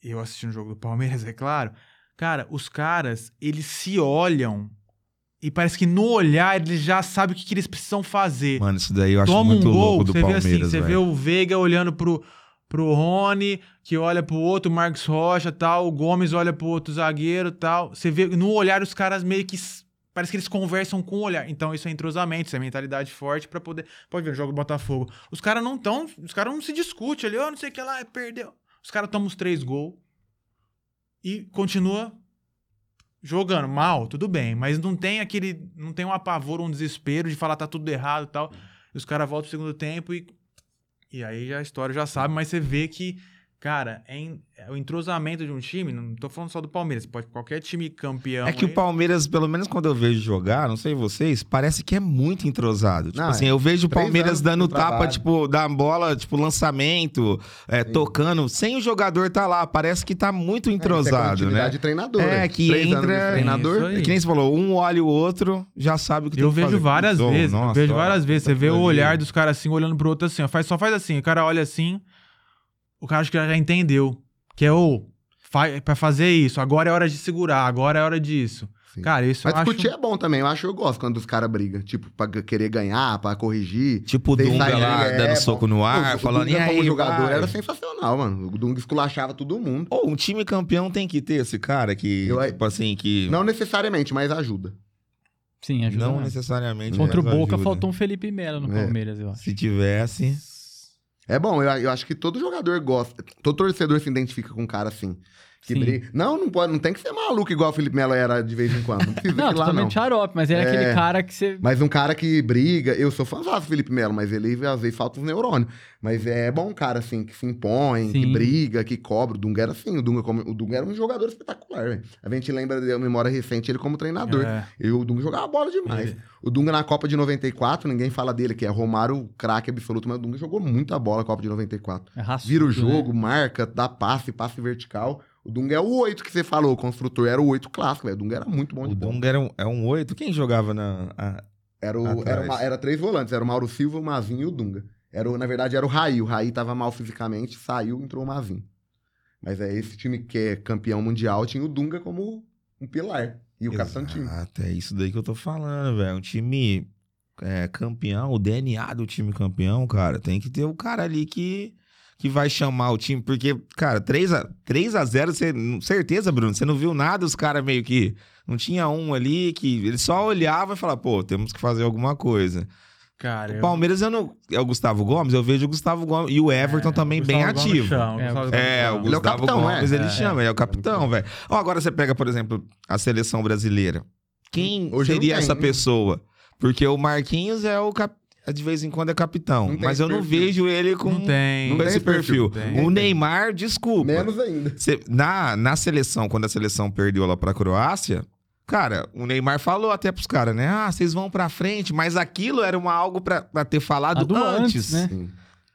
S3: Eu assisti um jogo do Palmeiras, (laughs) é claro. Cara, os caras, eles se olham e parece que no olhar eles já sabem o que, que eles precisam fazer.
S1: Mano, isso daí eu acho
S3: Toma um
S1: muito
S3: gol,
S1: louco do
S3: você vê
S1: Palmeiras,
S3: assim, você vê
S1: velho.
S3: o Veiga olhando pro, pro Rony, que olha pro outro, o Marcos Rocha tal, o Gomes olha pro outro zagueiro tal. Você vê no olhar os caras meio que. s- Parece que eles conversam com o olhar. Então, isso é entrosamento, isso é mentalidade forte pra poder. Pode ver, joga o Botafogo. Os caras não tão. Os caras não se discutem ali, ó, não sei o que lá, perdeu. Os caras tomam os três gols e continua jogando mal, tudo bem, mas não tem aquele, não tem um apavoro, um desespero de falar tá tudo errado e tal. E os caras voltam pro segundo tempo e e aí já a história já sabe, mas você vê que cara, é, en- é o entrosamento de um time, não tô falando só do Palmeiras, pode qualquer time campeão.
S1: É que o
S3: aí-
S1: Palmeiras, pelo menos quando eu vejo jogar, não sei vocês, parece que é muito entrosado. Tipo
S4: Não,
S1: assim,
S4: é.
S1: eu vejo o
S4: Três
S1: Palmeiras
S4: anos
S1: dando
S4: de
S1: tapa,
S4: trabalho.
S1: tipo, da bola, tipo, lançamento, é, tocando, sem o jogador tá lá. Parece que tá
S4: É,
S1: muito entrosado, né?
S4: De treinador.
S1: É, que
S4: Três
S1: entra-
S4: anos de treinador.
S3: Isso aí.
S1: É que nem você falou, um olha o outro, já sabe o que
S3: Eu
S1: tem que fazer.
S3: vejo várias
S1: Então,
S3: vezes. eu
S1: nossa,
S3: vejo
S1: ó,
S3: várias vezes. Você vê o
S1: tecnologia.
S3: olhar dos caras assim, olhando pro outro assim. ó, Faz, só faz assim. O cara olha assim. O cara acho que já entendeu. Que é, ô, fa pra fazer isso. Agora é hora de segurar. Agora é hora disso.
S4: Sim.
S3: Cara, isso
S4: Mas
S3: eu acho...
S4: discutir é bom também. Eu acho que eu gosto quando os caras brigam. Tipo, pra g- querer ganhar, pra corrigir.
S1: Tipo o
S4: Tem
S1: Dunga
S4: saída,
S1: lá,
S4: é,
S1: dando
S4: bom.
S1: soco no ar,
S4: O- o
S1: falando,
S4: Dunga
S1: e aí,
S4: como jogador
S1: vai?"
S4: era sensacional, mano. O Dunga esculachava todo mundo.
S1: Ou um time campeão tem que ter esse cara que,
S4: Eu-
S1: tipo assim, que...
S4: Não necessariamente, mas ajuda.
S2: Sim, ajuda.
S1: não
S2: mais.
S1: necessariamente.
S2: Contra o
S1: mas
S2: Boca
S1: ajuda.
S2: faltou um Felipe Melo no
S4: É.
S2: Palmeiras, eu acho.
S1: Se tivesse.
S4: É bom, eu, eu acho que todo jogador gosta. Todo torcedor se identifica com um cara assim. Que
S2: Sim.
S4: briga. Não, não pode, não tem que ser maluco igual o Felipe Melo era de vez em quando. Não precisa
S2: Não,
S4: ir lá, não.
S2: totalmente xarope, mas ele é,
S4: É.
S2: aquele cara que você.
S4: Mas um cara que briga, eu sou fã do Felipe Melo, mas ele às vezes falta uns neurônios. Mas é bom um cara assim que se impõe,
S2: Sim.
S4: que briga, que cobra. O Dunga era assim, o Dunga, como- o Dunga era um jogador espetacular, velho. A gente lembra da memória recente ele como treinador.
S3: É.
S4: E o Dunga jogava bola demais. O Dunga na Copa de 94, ninguém fala dele, que é Romário, craque absoluto, mas o Dunga jogou muita bola na Copa de 94.
S2: É raçudo,
S4: Vira o
S2: né?
S4: jogo, marca, dá passe, passe vertical. O Dunga é o 8 que você falou, o construtor era o 8 clássico, velho. O Dunga era muito bom de
S1: O
S4: bola.
S1: Dunga era um, é um 8. Quem jogava na. a-
S4: Era, o-
S1: Atrás.
S4: era, uma- era três volantes, era o Mauro Silva, o Mazinho e o Dunga. Era, o- na verdade, era o Raí. O Raí tava mal fisicamente, saiu, entrou o Mazinho. Mas é esse time que é campeão mundial, tinha o Dunga como um pilar. E o capitão do time.
S1: Exato, é isso daí que eu tô falando, velho. Um time é, campeão, o DNA do time campeão, cara, tem que ter o cara ali que, que vai chamar o time. Porque, cara, 3 a, 3 a 0 você, certeza, Bruno, você não viu nada, os caras meio que. Não tinha um ali que. Ele só olhava e falava, pô, temos que fazer alguma coisa.
S3: Cara,
S1: O
S3: eu-
S1: Palmeiras eu não. É o Gustavo Gomes, eu vejo o Gustavo Gomes. E o
S4: É,
S1: Everton também bem
S3: Gustavo Gomes
S1: ativo.
S3: chama,
S2: É,
S1: É,
S3: Gustavo Gomes
S1: o
S3: chama.
S4: Ele é o
S1: Gustavo
S4: capitão,
S1: Gomes,
S4: é.
S1: ele
S3: É.
S1: chama, ele é o capitão, velho. Ó, agora você pega, por exemplo, a seleção brasileira. Quem
S4: Hoje não
S1: seria
S4: tem,
S1: essa
S4: né?
S1: pessoa? Porque o Marquinhos é o cap... de vez em quando é capitão,
S4: Não tem
S1: mas eu não
S4: perfil.
S1: vejo ele com,
S3: Não tem.
S1: com
S4: tem
S1: esse perfil. Um
S3: perfil. Tem,
S1: O
S4: tem.
S1: Neymar, desculpa.
S4: Menos ainda.
S1: Cê- na, na seleção, quando a seleção perdeu lá pra Croácia, cara, o Neymar falou até pros caras, né? Ah, vocês vão pra frente, mas aquilo era uma algo pra, pra ter falado
S2: A do antes, né?
S4: Sim.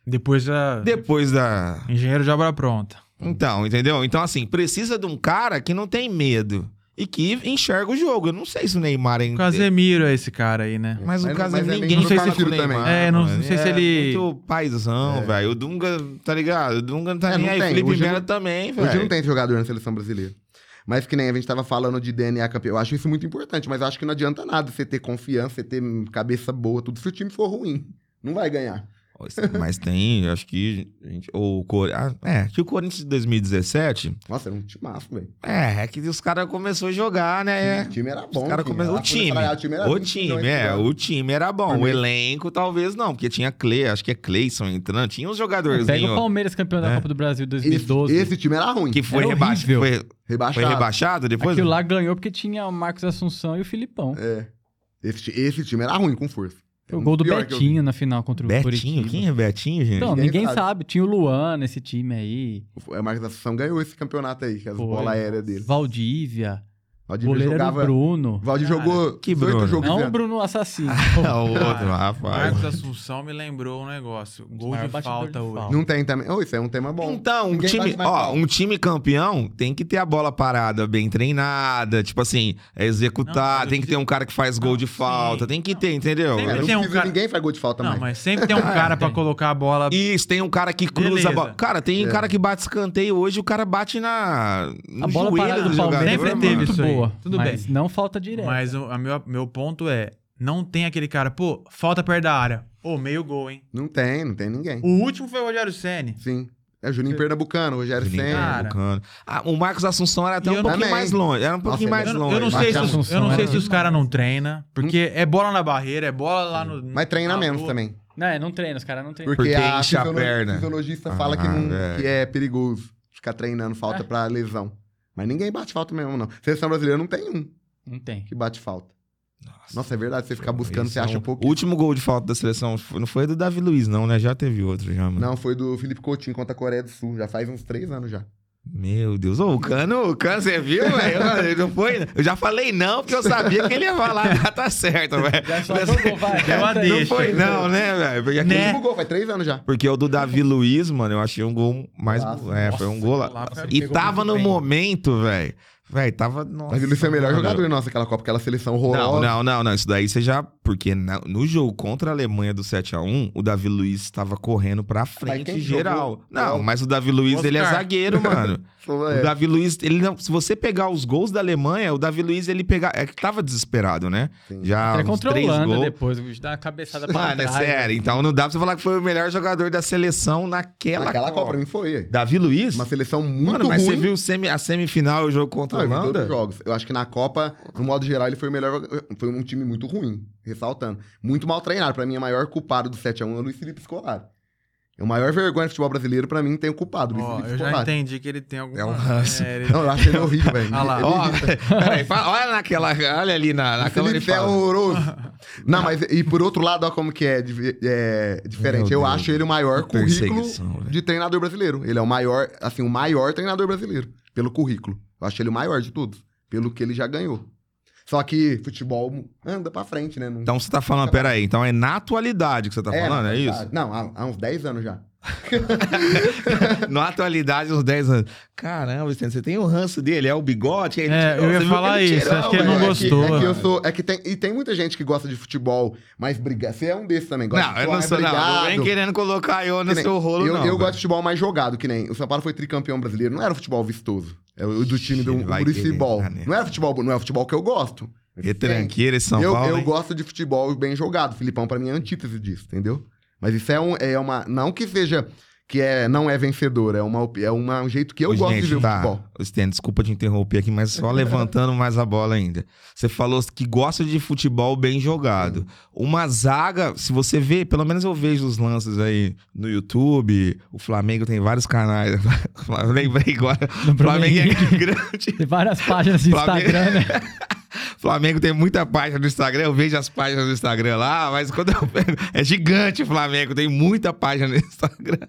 S3: Depois já.
S1: Depois da.
S3: Engenheiro de obra pronta.
S1: Então, entendeu? Então, assim, precisa de um cara que não tem medo e que enxerga o jogo. Eu não sei se o Neymar é.
S3: O Casemiro é esse cara aí, né?
S1: Mas o
S4: Mas-
S1: Casemiro,
S4: mas é
S1: ninguém
S4: meio
S1: fala com o
S4: parecido
S1: Neymar.
S4: também.
S3: É, não- não sei se ele-
S1: Muito paizão, velho. O Dunga, tá ligado? O Dunga não tá
S4: É,
S1: nem
S4: não
S1: aí. O
S4: tem.
S1: Felipe
S4: Hoje
S1: Melo
S4: não-
S1: também,
S4: Hoje não
S1: velho.
S4: tem esse jogador na seleção brasileira. Mas que nem a gente tava falando de DNA campeão. Eu acho isso muito importante, mas acho que não adianta nada você ter confiança, você ter cabeça boa, tudo. Se o time for ruim, não vai ganhar.
S1: Mas tem, eu acho que. gente, ou o Cori- ah, É, que o Corinthians de 2017.
S4: Nossa, era um time massa, velho.
S1: É, é que os caras começaram a jogar, né? É.
S4: O time era
S1: Os
S4: bom.
S1: cara
S4: time.
S1: come-
S4: Lá
S1: O
S4: quando
S1: time.
S4: eu trabalhava, o time era
S1: O
S4: 20 milhões
S1: time,
S4: de
S1: é.
S4: jogadores.
S1: O time era bom. O
S4: Também.
S1: elenco, talvez não, porque tinha Clay, acho que é Clayson entrando. Tinha uns jogadores
S2: Pega o Palmeiras campeão da
S1: É.
S2: Copa do Brasil
S4: Esse,
S2: 2012.
S4: esse time era ruim.
S1: que foi,
S2: Era
S1: reba-
S2: horrível.
S1: foi-
S4: Rebaixado.
S1: foi rebaixado depois.
S2: Aquilo lá ganhou porque tinha o Marcos Assunção e o Filipão.
S4: É. Esse, ti- esse time era ruim, com força. Então,
S2: o um gol do
S4: Pior que eu vi.
S2: Betinho na final contra o
S1: Betinho?
S2: Curitiba.
S1: Quem é Betinho, gente?
S2: Então,
S4: Ninguém
S2: ninguém
S4: sabe.
S2: sabe. Tinha o Luan nesse time aí.
S4: A Marcos Assunção ganhou esse campeonato aí, que as
S2: Foi.
S4: bolas aéreas dele.
S2: Valdívia.
S4: Valdir
S2: O goleiro era o Bruno.
S4: Valdir
S3: Cara,
S4: jogou
S1: que
S4: 18
S1: Bruno.
S4: jogos.
S2: Não
S4: né?
S2: o Bruno assassino.
S1: (laughs) É o outro, rapaz.
S3: Marcos Assunção me lembrou um negócio. Gol
S2: maior
S3: de
S2: batedor
S3: falta
S2: de
S3: hoje.
S2: falta.
S4: Não tem também. Oh, isso é um tema bom.
S1: Então, um
S4: Ninguém
S1: time,
S4: bate mais
S1: ó,
S4: falta.
S1: um time campeão tem que ter a bola parada bem treinada, tipo assim, é
S3: Não,
S1: executar,
S3: mas eu
S1: tem que ter um cara que faz gol
S3: Não,
S1: de falta,
S3: sim.
S1: tem que ter, entendeu?
S3: Sempre
S4: Cara,
S3: tem um
S4: não precisa-
S3: cara-
S4: Ninguém faz gol de falta
S3: Não,
S4: mais.
S3: mas sempre
S4: (laughs)
S3: tem um
S4: Ah,
S3: cara pra
S2: tem.
S3: colocar a bola.
S1: Isso, tem um cara que cruza
S3: Beleza.
S1: a bola. Cara, tem
S4: É.
S1: cara que bate escanteio hoje, o cara bate na no
S2: a bola
S1: joelho
S2: parada
S1: do
S2: do
S1: jogador.
S2: Palmeiras
S3: Sempre
S2: é
S1: mano.
S3: teve
S2: muito
S3: isso aí.
S2: boa.
S3: Tudo
S2: mas não falta direto.
S3: Mas o a meu, meu ponto é: não tem aquele cara, pô, falta perto da área. Ô, meio gol, hein?
S4: Não tem, não tem ninguém.
S3: O último foi o Rogério Ceni.
S4: Sim. É Juninho Pernambucano, Rogério
S1: Juninho
S4: Senna.
S3: Pernambucano.
S1: Pernambucano. Ah, o Marcos Assunção era até
S3: E
S1: um
S3: eu
S1: pouquinho
S4: também.
S1: mais longe. Era um pouquinho
S4: Nossa,
S1: mais
S4: ele
S3: Eu,
S4: era-
S3: não-
S1: longe.
S3: eu não sei,
S1: mas-
S4: Baixar
S3: se, os- eu
S2: Assunção
S3: não sei
S2: era
S3: se os caras não treinam, porque é bola na barreira, é bola lá no.
S4: Hum? Mas treina
S3: na
S4: menos
S3: rua.
S4: também.
S2: Não, é, não treina, os caras não treinam.
S4: Porque, a
S1: enche a
S4: fisiolo-
S1: perna.
S4: fisiologista
S1: Ah,
S4: fala que, não-
S1: velho.
S4: que é perigoso ficar treinando falta
S2: É.
S4: pra lesão. Mas ninguém bate falta mesmo, não. Seleção brasileira não tem um
S2: Não tem.
S4: que bate falta. Nossa, é verdade. Você ficar buscando, você
S1: Esse
S4: acha
S1: é um-
S4: pouco.
S1: O último gol de falta da seleção foi- não foi do Davi Luiz, não, né? Já teve outro, já, mano.
S4: Não, foi do Felipe Coutinho contra a Coreia do Sul. Já faz uns três anos já.
S1: Meu Deus. Ô, o Cano, o Cano, você
S4: (laughs)
S1: viu, velho? Ele Não foi? né? Eu já falei não, porque eu sabia que ele ia falar.
S4: (laughs)
S1: Já tá certo, velho.
S2: Já só jogou, vai.
S3: Deu
S2: (laughs)
S3: uma
S2: Não tem.
S1: Não
S3: Deixa.
S1: foi não, né, velho? Porque aquele-
S4: O
S3: Né?
S4: último gol faz três anos já.
S1: Porque o do Davi Luiz, mano, eu achei um gol mais.
S4: Golaço.
S1: é, foi um
S3: Nossa,
S1: gol lá.
S3: golaço, cara,
S1: E
S3: pegou
S1: tava
S3: muito
S1: no
S3: bem.
S1: momento, velho. Velho, tava. Nossa,
S4: Mas ele foi o melhor
S1: mano.
S4: jogador nossa aquela Copa, aquela seleção
S1: Não,
S4: horrorosa.
S1: não, não, não. Isso daí você já. Porque na- no jogo contra a Alemanha do 7x1, o Davi Luiz estava correndo pra frente
S4: quem
S1: geral.
S4: jogou?
S1: Não, mas o Davi Luiz, ele é
S3: Oscar.
S1: zagueiro, mano.
S4: Só
S1: O
S4: (laughs) é.
S1: Davi Luiz, ele não, se você pegar os gols da Alemanha, o Davi Luiz ele pegar, é que tava desesperado, né?
S4: Sim.
S1: Já
S2: Era
S1: uns
S2: contra a
S1: três
S2: Holanda
S1: gols.
S2: depois. o bicho Dá uma cabeçada pra
S1: Mano, é
S2: trás. né?
S1: sério. Então não dá pra você falar que foi o melhor jogador da seleção naquela,
S4: é, Aquela Copa, pra
S1: Copa.
S4: mim foi. é.
S1: Davi Luiz?
S4: Uma seleção muito
S1: Mano, mas
S4: ruim.
S1: você viu o semi- a semifinal e o jogo contra a
S4: Não, eu vi todos os
S1: Holanda?
S4: jogos. Eu acho que na Copa, no modo geral, ele foi o melhor. Foi um time muito ruim, ressaltando. Muito mal treinado. Pra mim, o maior culpado do 7x1 é o Luiz Felipe Scolari. É o maior vergonha do futebol brasileiro, pra mim, tem o culpado, o Luiz
S3: Ó,
S4: Felipe
S3: eu já
S4: Scolari.
S3: entendi que ele tem algum.
S1: É um ranço.
S4: (laughs)
S3: ele-
S4: Não, eu acho ele horrível, velho.
S3: Ah lá,
S4: Ele- é
S1: Ó,
S4: ele-
S1: (laughs) peraí, fala- olha naquela, olha ali na,
S4: o
S1: naquela
S4: Felipe é horroroso. Não, mas e por outro lado, ó, como que é, div- é diferente.
S1: Meu
S4: eu
S1: Deus.
S4: acho ele o maior
S1: Que
S4: currículo
S1: perseguição, velho.
S4: de treinador brasileiro. Ele é o maior, assim, o maior treinador brasileiro, pelo currículo. Eu acho ele o maior de todos, pelo que ele já ganhou. Só que futebol anda pra frente, né? Não-
S1: Então você tá falando, peraí, então é na atualidade que você tá falando, é isso?
S4: Não, há, há uns 10 anos já.
S1: (laughs) Na atualidade, uns 10 anos. Caramba, Vicente, você tem o ranço dele, é o bigode? É,
S3: É, eu ia falar isso, acho que ele não
S4: Não, é
S3: gostou.
S4: É que, eu sou, é que tem, e tem muita gente que gosta de futebol, mas briga. Você é um desses também, gosta de
S1: Não, eu não
S4: futebol, mas
S1: sou, não. Não
S4: brigado.
S1: vem querendo colocar eu no
S4: Que nem-
S1: seu rolo,
S4: eu,
S1: não.
S4: eu
S1: velho.
S4: gosto de futebol mais jogado, que nem. O São Paulo foi tricampeão brasileiro. Não era futebol vistoso. É o do time do
S1: Ele vai
S4: Muricy
S1: querer,
S4: Ball.
S1: tá, né?
S4: Não era futebol, bom, não é futebol que eu gosto. É.
S1: Retranqueira em São
S4: eu
S1: Paulo.
S4: eu
S1: hein?
S4: gosto de futebol bem jogado. Filipão, pra mim, é antítese disso, entendeu? Mas isso é, um, é uma. Não que seja. Que é, não é vencedor. É, uma, op- é uma, um jeito que eu
S1: Ô,
S4: gosto
S1: gente,
S4: de ver o
S1: tá.
S4: futebol.
S1: Ô, Sten, desculpa te interromper aqui, mas
S4: (laughs)
S1: só levantando mais a bola ainda. Você falou que gosta de futebol bem jogado. Uma zaga, se você vê, pelo menos eu vejo os lances aí no YouTube. O Flamengo tem vários canais. (laughs) Eu Lembrei agora. O
S2: No
S1: Flamengo
S2: Flamengo.
S1: é grande.
S2: Tem várias páginas de
S1: Flamengo.
S2: Instagram, né?
S1: Flamengo tem muita página no Instagram, eu vejo as páginas no Instagram lá, mas quando eu pego. É gigante o Flamengo, tem muita página no Instagram.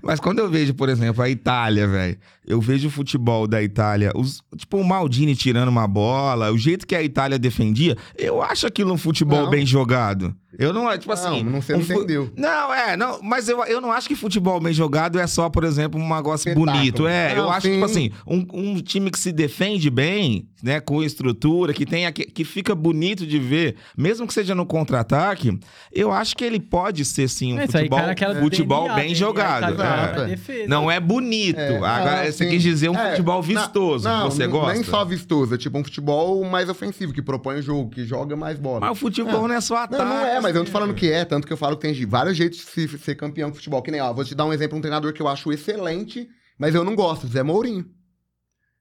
S1: Mas quando eu vejo, por exemplo, a Itália, velho, eu vejo o futebol da Itália, os- tipo o Maldini tirando uma bola, o jeito que a Itália defendia, eu acho aquilo um futebol
S4: Não.
S1: bem jogado. Eu não, tipo assim.
S4: não, não, você
S1: um
S4: não
S1: fu-
S4: entendeu.
S1: Não, é, não, mas eu, eu não acho que futebol bem jogado é só, por exemplo, um negócio
S4: Espetáculo.
S1: bonito. É, eu
S4: Não,
S1: acho, que,
S4: sim.
S1: tipo assim, um, um time que se defende bem, né, com estrutura, que tem aque- que fica bonito de ver, mesmo que seja no contra-ataque, eu acho que ele pode ser sim um
S2: É isso aí,
S1: futebol,
S2: cara, aquela
S1: futebol
S2: DNA,
S1: bem
S2: tá
S1: jogado.
S2: ligado?
S1: é.
S4: Exato.
S2: Defesa.
S1: Não é bonito.
S4: É,
S1: Agora,
S4: ah,
S1: você
S4: sim.
S1: quis dizer um
S4: É,
S1: futebol
S4: na-
S1: vistoso.
S4: Não,
S1: você
S4: n-
S1: gosta?
S4: Nem só vistoso, é tipo um futebol mais ofensivo, que propõe o jogo, que joga mais bola.
S1: Mas o futebol não é só ataque.
S4: Não, não é, mas eu não tô falando que é, tanto que eu falo que tem de vários jeitos de se- ser campeão de futebol. Que nem, ó, vou te dar um exemplo, um treinador que eu acho excelente, mas eu não gosto, Zé Mourinho.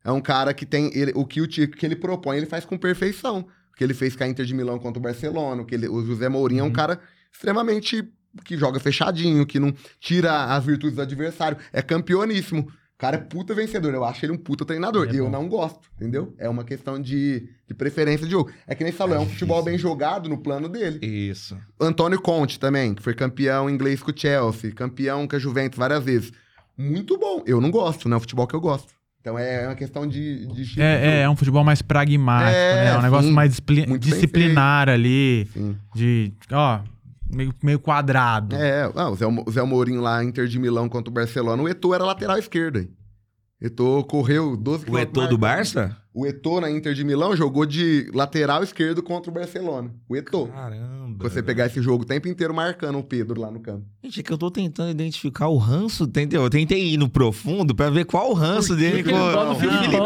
S4: É um cara que tem, ele- o que o Tico que ele propõe, ele faz com perfeição. O que ele fez com a Inter de Milão contra o Barcelona, o que ele, o José Mourinho é
S2: Uhum.
S4: um cara extremamente que joga fechadinho, que não tira as virtudes do adversário, é campeoníssimo. O cara é puta vencedor, eu acho ele um puta treinador.
S2: Ele é
S4: eu
S2: bom.
S4: não gosto, entendeu? É uma questão de, de preferência de jogo. É que nem você falou, é um futebol bem jogado no plano dele.
S1: Isso.
S4: Antônio Conte também, que foi campeão inglês com o Chelsea, campeão com a Juventus várias vezes. Muito bom. Eu não gosto, não é o futebol que eu gosto. Então é uma questão de... de estilo tipo de
S3: É, é, é um futebol mais pragmático,
S4: É,
S3: né? É um negócio
S4: sim.
S3: mais displi-
S4: Muito bem
S3: disciplinar ali,
S4: Sim.
S3: de, ó, meio, meio quadrado.
S4: É, ah, o Zé, Mo- o Zé Mourinho lá, Inter de Milão contra o Barcelona, o Eto'o era lateral esquerdo. hein? Eto'o correu 12
S1: O Etô do Barça?
S4: O Eto'o na Inter de Milão jogou de lateral esquerdo contra o Barcelona. O Eto'o.
S1: Caramba.
S4: Você pegar esse jogo o tempo inteiro marcando o Pedro lá no campo.
S1: Gente, é que eu tô tentando identificar o ranço, entendeu? Eu tentei ir no profundo pra ver qual o ranço
S4: Por
S1: dele
S4: que
S1: com
S4: que ele bota o
S1: Não,
S2: Filipão,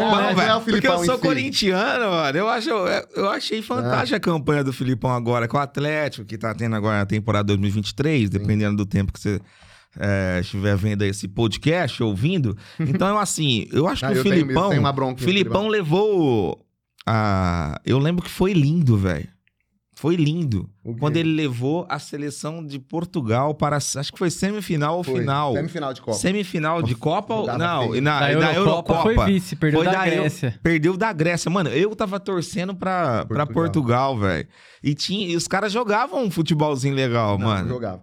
S1: não,
S4: né?
S1: velho.
S4: Não é o
S1: Porque eu
S4: Filipão em
S1: sou
S4: si. É.
S1: corintiano, mano. Eu, acho, eu achei fantástica a campanha do Filipão agora com o Atlético, que tá tendo agora a temporada 2023, dependendo do tempo que você é, estiver vendo esse podcast,
S4: (laughs)
S1: ouvindo. Então, assim, eu acho
S4: Ah,
S1: que o
S4: eu tenho- eu
S1: Filipão.
S4: tenho uma bronca no
S1: Filipão levou. A... Eu lembro que foi lindo, velho. Foi lindo.
S4: O quê?
S1: Quando ele levou a seleção de Portugal para. Acho que foi semifinal ou
S4: Foi,
S1: final.
S4: Semifinal de Copa.
S1: Semifinal de Copa ou.
S4: jogava
S1: Não,
S4: feio.
S1: e na,
S2: Da
S1: e na
S2: Eurocopa,
S1: Eurocopa.
S2: foi vice, perdeu
S1: Foi
S2: da,
S1: da Eu-
S2: Grécia.
S1: Perdeu da Grécia. Mano, eu tava torcendo pra Portugal, pra
S4: Portugal.
S1: Portugal velho. E, tinha... e os caras jogavam um futebolzinho legal,
S4: Não,
S1: mano.
S4: jogava.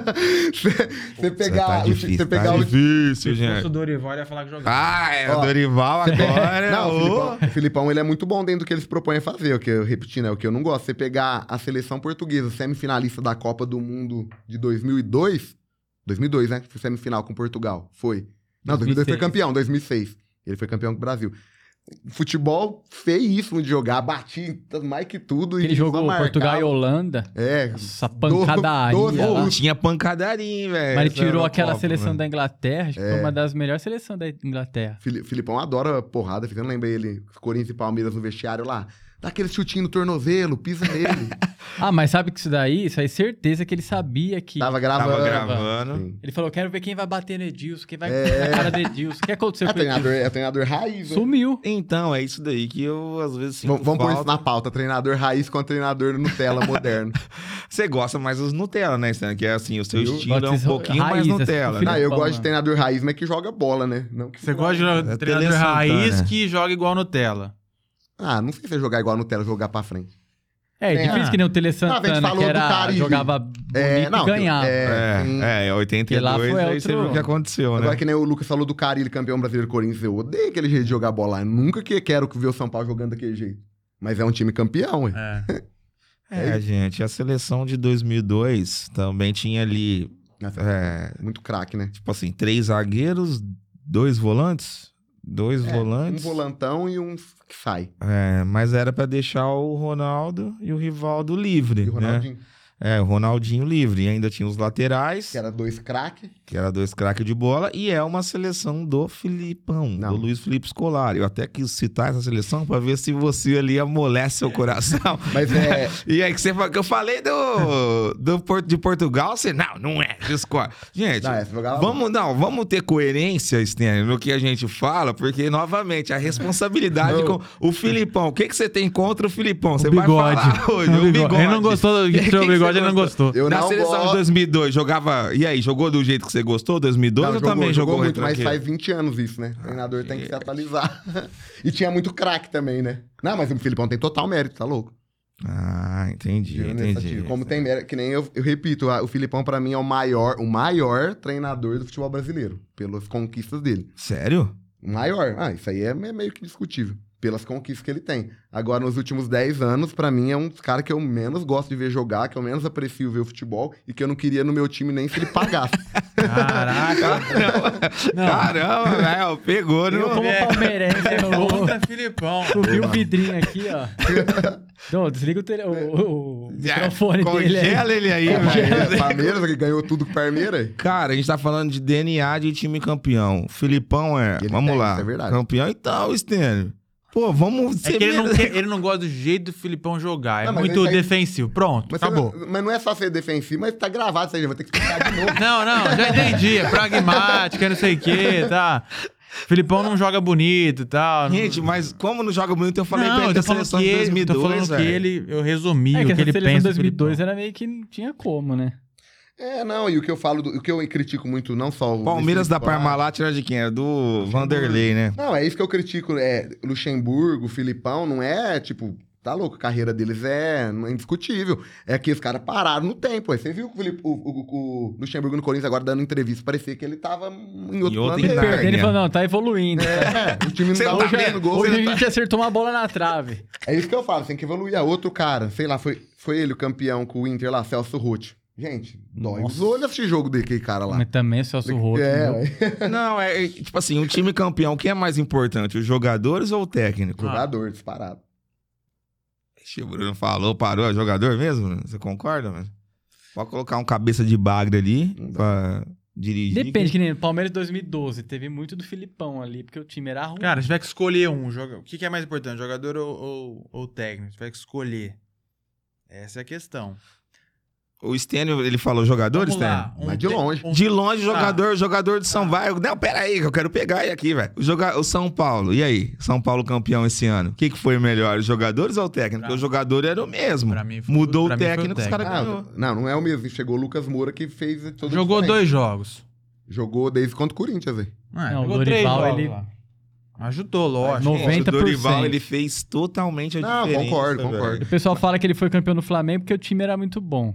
S4: (laughs) Você pegar,
S1: tá
S4: o-
S1: difícil,
S4: você pegar
S1: tá
S4: o
S1: difícil,
S3: Se fosse
S2: é
S1: gente.
S3: o Dorival, ele ia falar que jogava.
S1: Ah, é, o
S4: Ó. (laughs)
S1: Dorival agora.
S4: Não, o
S1: ô.
S4: Filipão, o Filipão, ele é muito bom dentro do que ele se propõe a fazer, o que eu repetindo, é o que eu não gosto. Você pegar a seleção portuguesa, semifinalista da Copa do Mundo de 2002, 2002, né? Que Foi semifinal com Portugal, foi. Não, 2002 foi
S2: 2006.
S4: campeão, 2006. Ele foi campeão com o Brasil. Futebol feíssimo de jogar, batia mais que tudo.
S2: Ele
S4: e só
S2: jogou
S4: marcava.
S2: Portugal e Holanda.
S4: É,
S2: Essa
S4: Do-
S2: pancadaria.
S4: doze
S2: lá.
S1: Pô, tinha pancadaria, velho.
S2: Mas ele
S1: essa
S2: tirou
S1: Eurocopa, né?
S2: aquela seleção
S1: mano.
S2: da Inglaterra, acho que foi uma das melhores seleções da Inglaterra.
S4: Fili- Filipão adora porrada, fica, eu não lembro ele, Corinthians e Palmeiras no vestiário lá. Dá aquele chutinho no tornozelo, pisa nele.
S2: Ah, mas sabe que isso daí, isso aí certeza que ele sabia que.
S4: Tava gravando.
S1: Tava gravando.
S4: Sim.
S2: Ele falou: quero ver quem vai bater no Edilson, quem vai é... a cara do Edilson. O que
S4: (laughs)
S2: aconteceu
S4: É
S2: com o Edilson?
S4: treinador, é treinador raiz. né?
S2: Sumiu.
S1: Então, é isso daí que eu às vezes sinto
S4: Vamos vamos pôr isso
S1: falta.
S4: na pauta. Treinador raiz com treinador Nutella moderno.
S1: Você gosta mais dos Nutella, né, Stan? Que é assim, o seu
S4: Eu
S1: estilo é um
S2: gosto de-
S1: pouquinho mais
S2: raiz, assim,
S1: Nutella.
S2: filho-
S1: Né?
S4: Não, eu
S2: Filipão,
S4: gosto
S2: né?
S4: de treinador raiz, mas que joga bola, né? Não que-
S3: Você gosta de
S1: É
S3: jogar treinador
S1: Tele Santana.
S3: raiz que joga igual Nutella.
S4: Ah, não sei se é jogar igual a Nutella, jogar pra frente.
S2: É,
S4: É.
S2: difícil que nem o Tele Santana,
S4: falou
S2: que
S4: do
S2: era,
S4: Caribe.
S2: jogava bonito
S4: É, não,
S2: e ganhava.
S4: É,
S1: É,
S4: sim.
S1: é,
S2: Porque lá
S1: 82,
S2: foi
S1: aí você
S2: outro-
S1: viu o que aconteceu,
S4: Agora
S1: né?
S4: que nem o Lucas falou do Carilho, campeão brasileiro do Corinthians, eu odeio aquele jeito de jogar bola. Eu nunca que quero ver o São Paulo jogando daquele jeito. Mas é um time campeão, ué.
S3: É.
S1: É, gente, a seleção de 2002 também tinha ali,
S4: Nossa,
S1: é,
S4: Muito craque, né?
S1: tipo assim, três zagueiros, dois volantes, dois
S4: É,
S1: volantes.
S4: Um volantão e um que sai.
S1: É, mas era pra deixar o Ronaldo e o Rivaldo livre,
S4: E o
S1: né?
S4: Ronaldinho,
S1: É, o Ronaldinho livre. E ainda tinha os laterais.
S4: que era dois craques.
S1: que era dois craques de bola, e é uma seleção do Filipão,
S4: Não.
S1: do Luiz Felipe Scolari. Eu até quis citar essa seleção pra ver se você ali amolece seu coração.
S4: Mas
S1: (laughs)
S4: é.
S1: e aí que você fala, que eu falei do, do Porto de Portugal, você não, não é, discorda. Gente,
S4: não, é, essa jogava
S1: Vamos, não, vamos ter coerência, Sten, no que a gente fala, porque, novamente, a responsabilidade com o Filipão. O que, que você tem contra o Filipão? Você
S3: bigode.
S1: vai falar hoje,
S3: (laughs) O
S1: o
S3: bigode.
S1: bigode.
S3: Ele não
S1: (laughs)
S3: gostou (laughs) do
S1: E aí,
S3: que
S1: que
S3: tirou o
S1: que
S3: bigode,
S1: você
S3: ele não gostou.
S4: Eu
S1: na
S4: não
S1: seleção de
S4: gosto.
S1: 2002, jogava. E aí, jogou do jeito que você gostou, 2002
S4: Não,
S1: ou também jogou, Ah,
S4: muito, mas
S1: retranqueiro?
S4: faz 20 anos isso, né? O treinador tem que se atualizar. (laughs) e tinha muito craque também, né? Não, mas o Filipão tem total mérito, tá louco?
S1: Ah, entendi,
S4: Tirando essa
S1: entendi. é.
S4: tira. Como tem mérito, que nem eu, eu repito, a- o Filipão pra mim é o maior, o maior treinador do futebol brasileiro, pelas conquistas dele.
S1: Sério?
S4: O maior. Ah, isso aí é me- meio que discutível. pelas conquistas que ele tem. Agora, nos últimos 10 anos, pra mim, é um dos caras que eu menos gosto de ver jogar, que eu menos aprecio ver o futebol e que eu não queria no meu time nem se ele pagasse.
S3: Caraca.
S2: (laughs)
S1: (laughs)
S3: Não.
S1: Caramba, velho, pegou, né? É,
S2: Eu,
S1: não?
S2: como palmeirense, eu vou
S3: Puta Filipão.
S2: subir o vidrinho aqui, ó. Não, desliga o, tele... o- o-
S4: É.
S2: o microfone dele
S3: é.
S2: aí.
S1: Congela ele aí, velho.
S4: Palmeiras, Palmeiras, que ganhou tudo com o Palmeiras.
S1: Cara, a gente tá falando de DNA de time campeão. Filipão é,
S4: Ele
S1: vamos
S4: tem,
S1: lá,
S4: isso é verdade.
S1: campeão e tal, Stênio. Pô, vamos
S3: É
S1: ser
S3: que ele não,
S1: menos-
S3: quer- ele não gosta do jeito do Filipão jogar. É
S4: Não, mas
S3: muito
S4: isso aí-
S3: defensivo. Pronto,
S4: Mas,
S3: acabou.
S4: você- mas não é só ser defensivo, mas tá gravado isso aí, eu vou ter que explicar de novo.
S3: Não, não, já entendi. É pragmático, é não sei o quê, tá? Filipão não joga bonito e
S1: (laughs)
S3: tal.
S1: Gente, mas como não joga bonito, eu falei
S3: não,
S1: pra ele
S3: eu
S1: da
S3: tô falando
S1: seleção
S3: que
S1: de
S3: ele,
S1: 2002,
S3: tô falando que
S1: velho.
S3: ele, eu resumi
S2: É que
S3: o que
S2: essa
S3: ele
S2: seleção
S3: pensa.
S2: de
S3: do
S2: 2002
S3: Filipão.
S2: era meio que não tinha como, né?
S4: É, não, e o que eu falo, do- o que eu critico muito, não só o.
S1: Palmeiras da
S4: Luxemburgo,
S1: Parmalat era de quem? Era do Vanderlei, né?
S4: Não, é isso que eu critico. É, Luxemburgo, Filipão, não é tipo. Tá louco, a carreira deles é, não é indiscutível. É que os caras pararam no tempo. Aí você viu que o, Fili- o- o- o Luxemburgo no Corinthians agora dando entrevista, parecia que ele tava em outro
S1: Em outra
S4: planeta.
S1: idade.
S2: Perdendo, ele
S1: né?
S2: falou, não, tá evoluindo.
S4: Ah, É, o time não
S1: Você
S4: tava
S1: tá
S4: jogando
S1: vendo?
S4: gol.
S2: Hoje
S4: você
S2: a
S4: não tá-
S2: gente acertou uma bola na trave.
S4: É isso que eu falo, você tem que evoluir. Ah, Outro cara, sei lá, foi, foi ele o campeão com o Inter lá, Celso Ruth. Gente,
S2: Nossa.
S4: dói
S2: é
S4: os olhos esse jogo daquele cara lá.
S2: Mas também o Celso Roto.
S4: é,
S2: meu.
S4: ué,
S1: Não, é, é, tipo assim, um time campeão, quem é mais importante, os jogadores ou o técnico?
S4: jogador disparado.
S1: Ixi, o Bruno falou, parou, é jogador mesmo? né? Você concorda, mano? Pode colocar um cabeça de bagre ali pra dirigir.
S2: Depende, que nem Palmeiras 2012. Teve muito do Filipão ali, porque o time era ruim.
S3: Cara, se tiver que escolher um, joga... o que, que é mais importante, jogador ou, ou, ou técnico? Se tiver que escolher. Essa é a questão.
S1: O Stênio, ele falou jogador,
S3: Vamos
S1: Stênio?
S3: lá,
S4: Mas de
S3: te-
S4: longe.
S3: um-
S1: De longe,
S3: Tá.
S1: jogador, jogador de São Paulo. Não, pera aí, que eu quero pegar ele aqui, velho. O, joga- o São Paulo, e aí? São Paulo campeão esse ano. O que, que foi melhor, os jogadores ou o técnico?
S3: Pra-
S1: Porque o jogador era o mesmo.
S3: pra mim foi-
S1: Mudou
S3: pra
S1: o
S3: mim foi o
S1: técnico, os
S3: técnico.
S1: caras
S4: Ah,
S1: ganhou.
S4: não, não é o mesmo. Chegou o Lucas Moura que fez todo
S3: Jogou dois jogos.
S4: Jogou desde contra o Corinthians, velho.
S3: Ah,
S2: Não, o
S3: jogou
S2: Dorival,
S3: três jogos
S2: ele-
S3: lá. Ajudou,
S1: É
S3: lógico.
S2: Não,
S1: Gente,
S2: 90%.
S1: O Dorival, ele fez totalmente a
S4: Não,
S1: É diferença.
S4: concordo,
S1: velho.
S4: concordo.
S2: O pessoal fala que ele foi campeão do Flamengo porque o time era muito bom.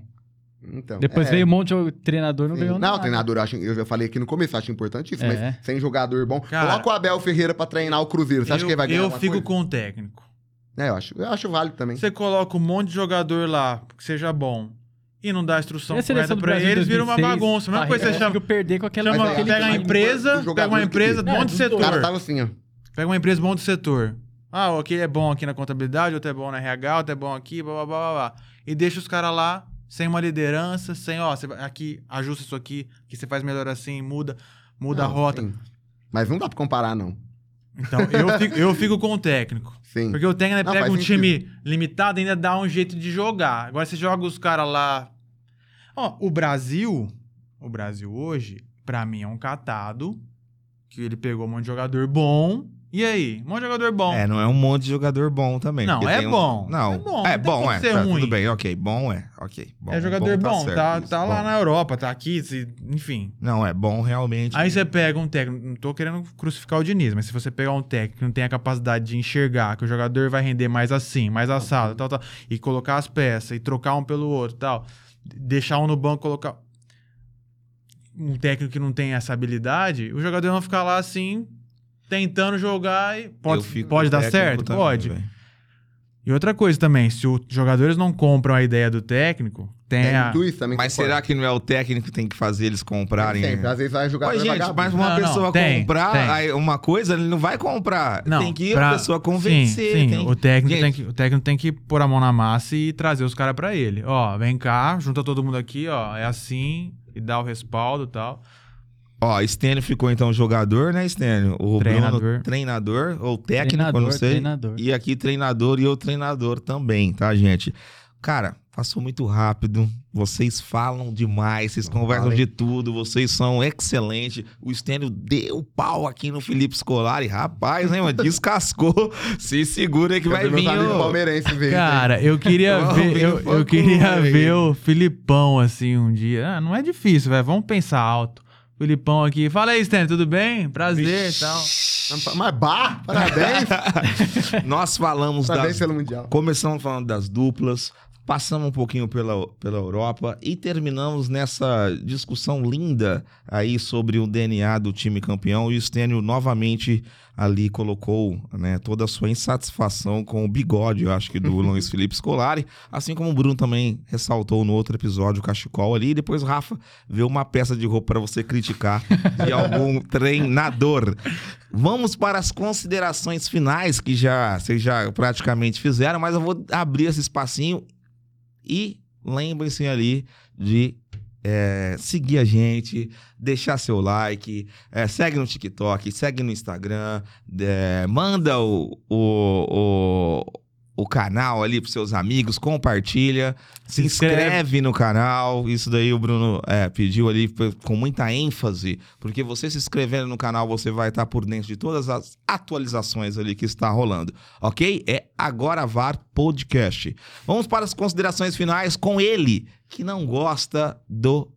S4: Então,
S2: Depois
S4: é,
S2: veio um monte de treinador, não
S4: sim.
S2: ganhou
S4: Não,
S2: nada.
S4: treinador, eu, acho, eu já falei aqui no começo, eu acho importantíssimo,
S2: né? É.
S4: mas sem jogador bom.
S3: Cara,
S4: Coloca o Abel Ferreira pra treinar o Cruzeiro. Você acha
S3: eu,
S4: que ele vai ganhar
S3: eu
S4: alguma
S3: fico
S4: coisa?
S3: com o técnico.
S4: É, eu acho, eu acho válido também.
S3: Você coloca um monte de jogador lá que seja bom e não dá a instrução
S2: E a
S3: correta
S2: seleção do
S3: pra
S2: Brasil 2006,
S3: eles, vira uma bagunça. A mesma coisa que
S2: Parreira
S3: você chama.
S2: conseguiu perder com aquela...
S3: chama-
S2: com
S4: mas
S2: aquele
S4: aí-
S3: pega uma
S2: time.
S3: empresa,
S4: do
S3: pega uma
S4: jogador que
S3: empresa,
S2: tem. É,
S3: bom de
S2: dos
S4: O
S3: setor.
S2: dois.
S4: cara tava assim, ó.
S3: Pega uma empresa bom do setor. Ah, o aquele é bom aqui na contabilidade, outro é bom na RH, outro é bom aqui, blá blá blá blá. blá. E deixa os caras lá sem uma liderança, sem, ó, você vai- aqui ajusta isso aqui, que você faz melhor assim, muda, muda a
S4: Não,
S3: rota.
S4: sim. Mas não dá pra comparar, não.
S3: Então, eu fico, eu fico com o técnico.
S4: Sim.
S3: Porque o técnico
S4: Não,
S3: ele pega
S4: faz
S3: um time limitado e ainda dá um jeito de jogar. Agora você joga os caras lá. Ó, o Brasil, o Brasil hoje, pra mim é um catado. Que ele pegou um monte de jogador bom. E aí? Um monte de jogador bom.
S1: É, não é um monte de jogador bom também.
S3: Não,
S1: porque
S3: é
S1: tem um-
S3: bom.
S1: Não,
S3: É bom,
S1: é
S3: não tem
S1: bom,
S3: como
S1: é.
S3: ser
S1: Tá,
S3: ruim.
S1: Tudo bem, ok. Bom é, ok. Bom,
S3: é jogador bom,
S1: certo,
S3: tá,
S1: isso,
S3: tá lá
S1: bom.
S3: na Europa, tá aqui, se- enfim.
S1: Não, é bom realmente.
S3: Aí você pega um técnico, não tô querendo crucificar o Diniz, mas se você pegar um técnico que não tem a capacidade de enxergar que o jogador vai render mais assim, mais
S1: Tá
S3: assado, tal, tal, e colocar as peças e trocar um pelo outro, tal, deixar um no banco, colocar um técnico que não tem essa habilidade, o jogador vai ficar lá assim tentando jogar e
S1: Eu
S3: pode,
S1: fico
S3: pode dar
S1: técnico
S3: certo,
S1: também,
S3: pode.
S1: velho.
S3: E outra coisa também, se os jogadores não compram a ideia do técnico, tem,
S4: Tem
S3: a...
S4: muito É, isso também.
S1: Mas será que né? não é o técnico que tem que fazer eles comprarem?
S4: Sempre, às vezes vai jogar
S1: Mas, gente, mas uma
S3: Não, não,
S1: pessoa
S3: tem,
S1: comprar
S3: tem.
S1: aí uma coisa, ele não vai comprar. tem que
S3: pra-
S1: a pessoa convencer.
S3: Sim, sim.
S1: tem-
S3: O, técnico
S1: Gente.
S3: tem que, o técnico tem que pôr a mão na massa e trazer os caras pra ele. Ó, vem cá, junta todo mundo aqui, ó. É assim, e dá o respaldo e tal.
S1: Ó, Stênio ficou então jogador, né, Stênio? O
S3: Treinador.
S1: Bruno, treinador ou técnico,
S2: Treinador,
S1: eu não sei.
S2: treinador.
S1: E aqui treinador e eu treinador também, tá, gente? Cara, passou muito rápido. Vocês falam demais, vocês conversam
S4: falem.
S1: de tudo, vocês são excelentes. O Stênio deu pau aqui no Felipe Scolari. Rapaz, hein, mano? Descascou. Se segura aí que vai vir.
S4: o
S1: ô.
S4: palmeirense ver.
S3: Cara,
S1: (laughs)
S3: eu queria
S1: Ó,
S3: ver,
S1: vem
S3: eu,
S1: o
S3: eu
S1: fã-clube
S3: queria
S1: um aí.
S3: ver o Filipão assim um dia. Ah, não é difícil, velho. Vamos pensar alto. Filipão aqui. Fala aí, Stan, tudo bem? Prazer e tal.
S4: Mas bah, parabéns.
S1: Nós falamos
S4: parabéns
S1: das (laughs)
S4: pelo Mundial.
S1: Começamos falando das duplas, Passamos um pouquinho pela, pela Europa e terminamos nessa discussão linda aí sobre o DNA do time campeão. E o Stênio novamente ali colocou né, toda a sua insatisfação com o bigode, eu acho que, do Luiz Felipe Scolari. Assim como o Bruno também ressaltou no outro episódio o cachecol ali. E depois o Rafa vê uma peça de roupa para você criticar de algum treinador. Vamos para as considerações finais que já vocês já praticamente fizeram, mas eu vou abrir esse espacinho e lembrem-se ali de é, seguir a gente, deixar seu like, é, segue no TikTok, segue no Instagram, é, manda o, o, o, o canal ali pros seus amigos, compartilha, se,
S3: Se
S1: inscreve.
S3: inscreve.
S1: no canal. Isso daí o Bruno é, pediu ali p- com muita ênfase, porque você se inscrevendo no canal, você vai estar por dentro de todas as atualizações ali que está rolando, ok? É Agora VAR Podcast. Vamos para as considerações finais com ele, que não gosta do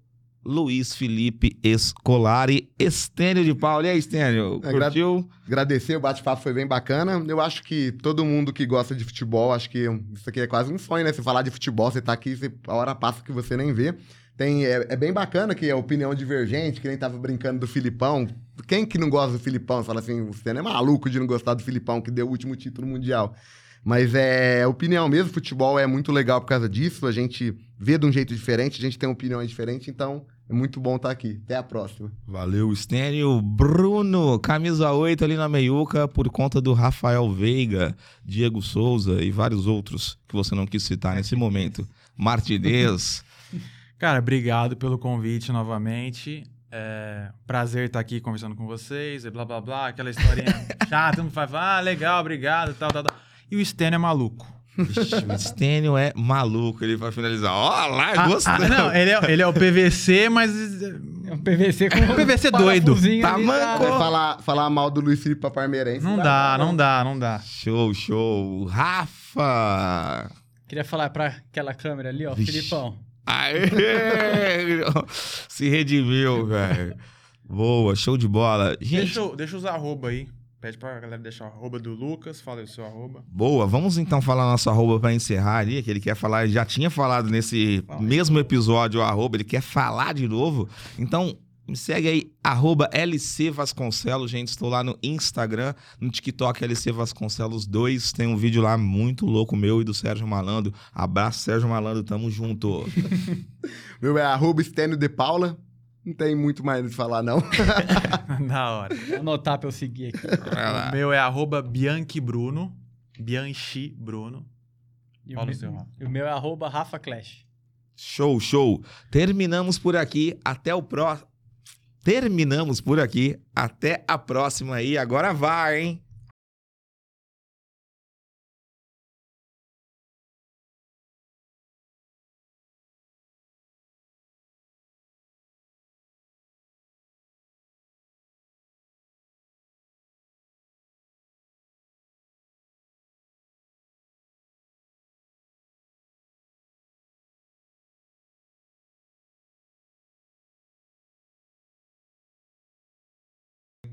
S1: Luiz Felipe Escolari, Estênio de Paula. E aí, Estênio,
S4: É, gra-
S1: curtiu?
S4: Agradecer, o bate-papo foi bem bacana. Eu acho que todo mundo que gosta de futebol, acho que isso aqui é quase um sonho, né? Você falar de futebol, você tá aqui, você- a hora passa que você nem vê. Tem, é, é bem bacana que é opinião divergente, que nem tava brincando do Filipão. Quem que não gosta do Filipão? Você Fala assim, você não é maluco de não gostar do Filipão, que deu o último título mundial. Mas é opinião mesmo, futebol é muito legal por causa disso. A gente vê de um jeito diferente, a gente tem opiniões diferentes, então é muito bom estar aqui. Até a próxima.
S1: Valeu, Estênio. Bruno, camisa 8 ali na meiuca, por conta do Rafael Veiga, Diego Souza e vários outros que você não quis citar nesse momento. Martinez.
S3: Cara, obrigado pelo convite novamente. É, prazer estar aqui conversando com vocês, e blá blá blá, aquela (laughs) historinha chata, todo mundo fala, ah, legal, obrigado, tal, tal, tal. E o Stênio é maluco.
S1: Ixi, o Estênio é maluco. Ele vai finalizar. Ó, lá,
S3: Ah,
S1: gostei.
S3: ah, não, ele é, ele é o PVC, mas.
S2: É um PVC com
S3: (laughs) Um PVC doido.
S2: parafusinho
S1: Tá
S2: ali,
S1: manco.
S4: É falar, falar mal do Luiz Felipe pra Palmeirense.
S3: Não dá, não dá, não dá.
S1: Show, show. Rafa.
S2: Queria falar pra aquela câmera ali, ó,
S1: Vixe.
S2: Filipão.
S1: Aê! Se redimiu, velho. Boa, show de bola. Gente,
S3: Deixa, eu- deixa os arroba aí. Pede pra galera deixar o arroba do Lucas, fala aí o seu arroba.
S1: Boa, vamos então falar nosso arroba para encerrar ali, que ele quer falar, ele já tinha falado nesse mesmo episódio o arroba, ele quer falar de novo. Então, me segue aí, arroba LC Vasconcelos, gente, estou lá no Instagram, no TikTok LC Vasconcelos 2, tem um vídeo lá muito louco meu e do Sérgio Malandro. Abraço, Sérgio Malandro, tamo junto.
S4: Meu é arroba Stênio de Paula. Não tem muito mais o que falar, não.
S3: da hora.
S2: Vou anotar pra eu seguir aqui.
S1: Vai
S3: O
S1: lá.
S3: meu é arroba Bianchi Bruno. Bianchi Bruno.
S2: E
S3: Fala o
S2: meu-
S3: seu, Rafa.
S2: e o meu é arroba Rafa Clash.
S1: Show, show. Terminamos por aqui. Até o próximo. Terminamos por aqui. Até a próxima aí. Agora vai, hein?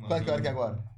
S4: Qual que é a hora que é agora?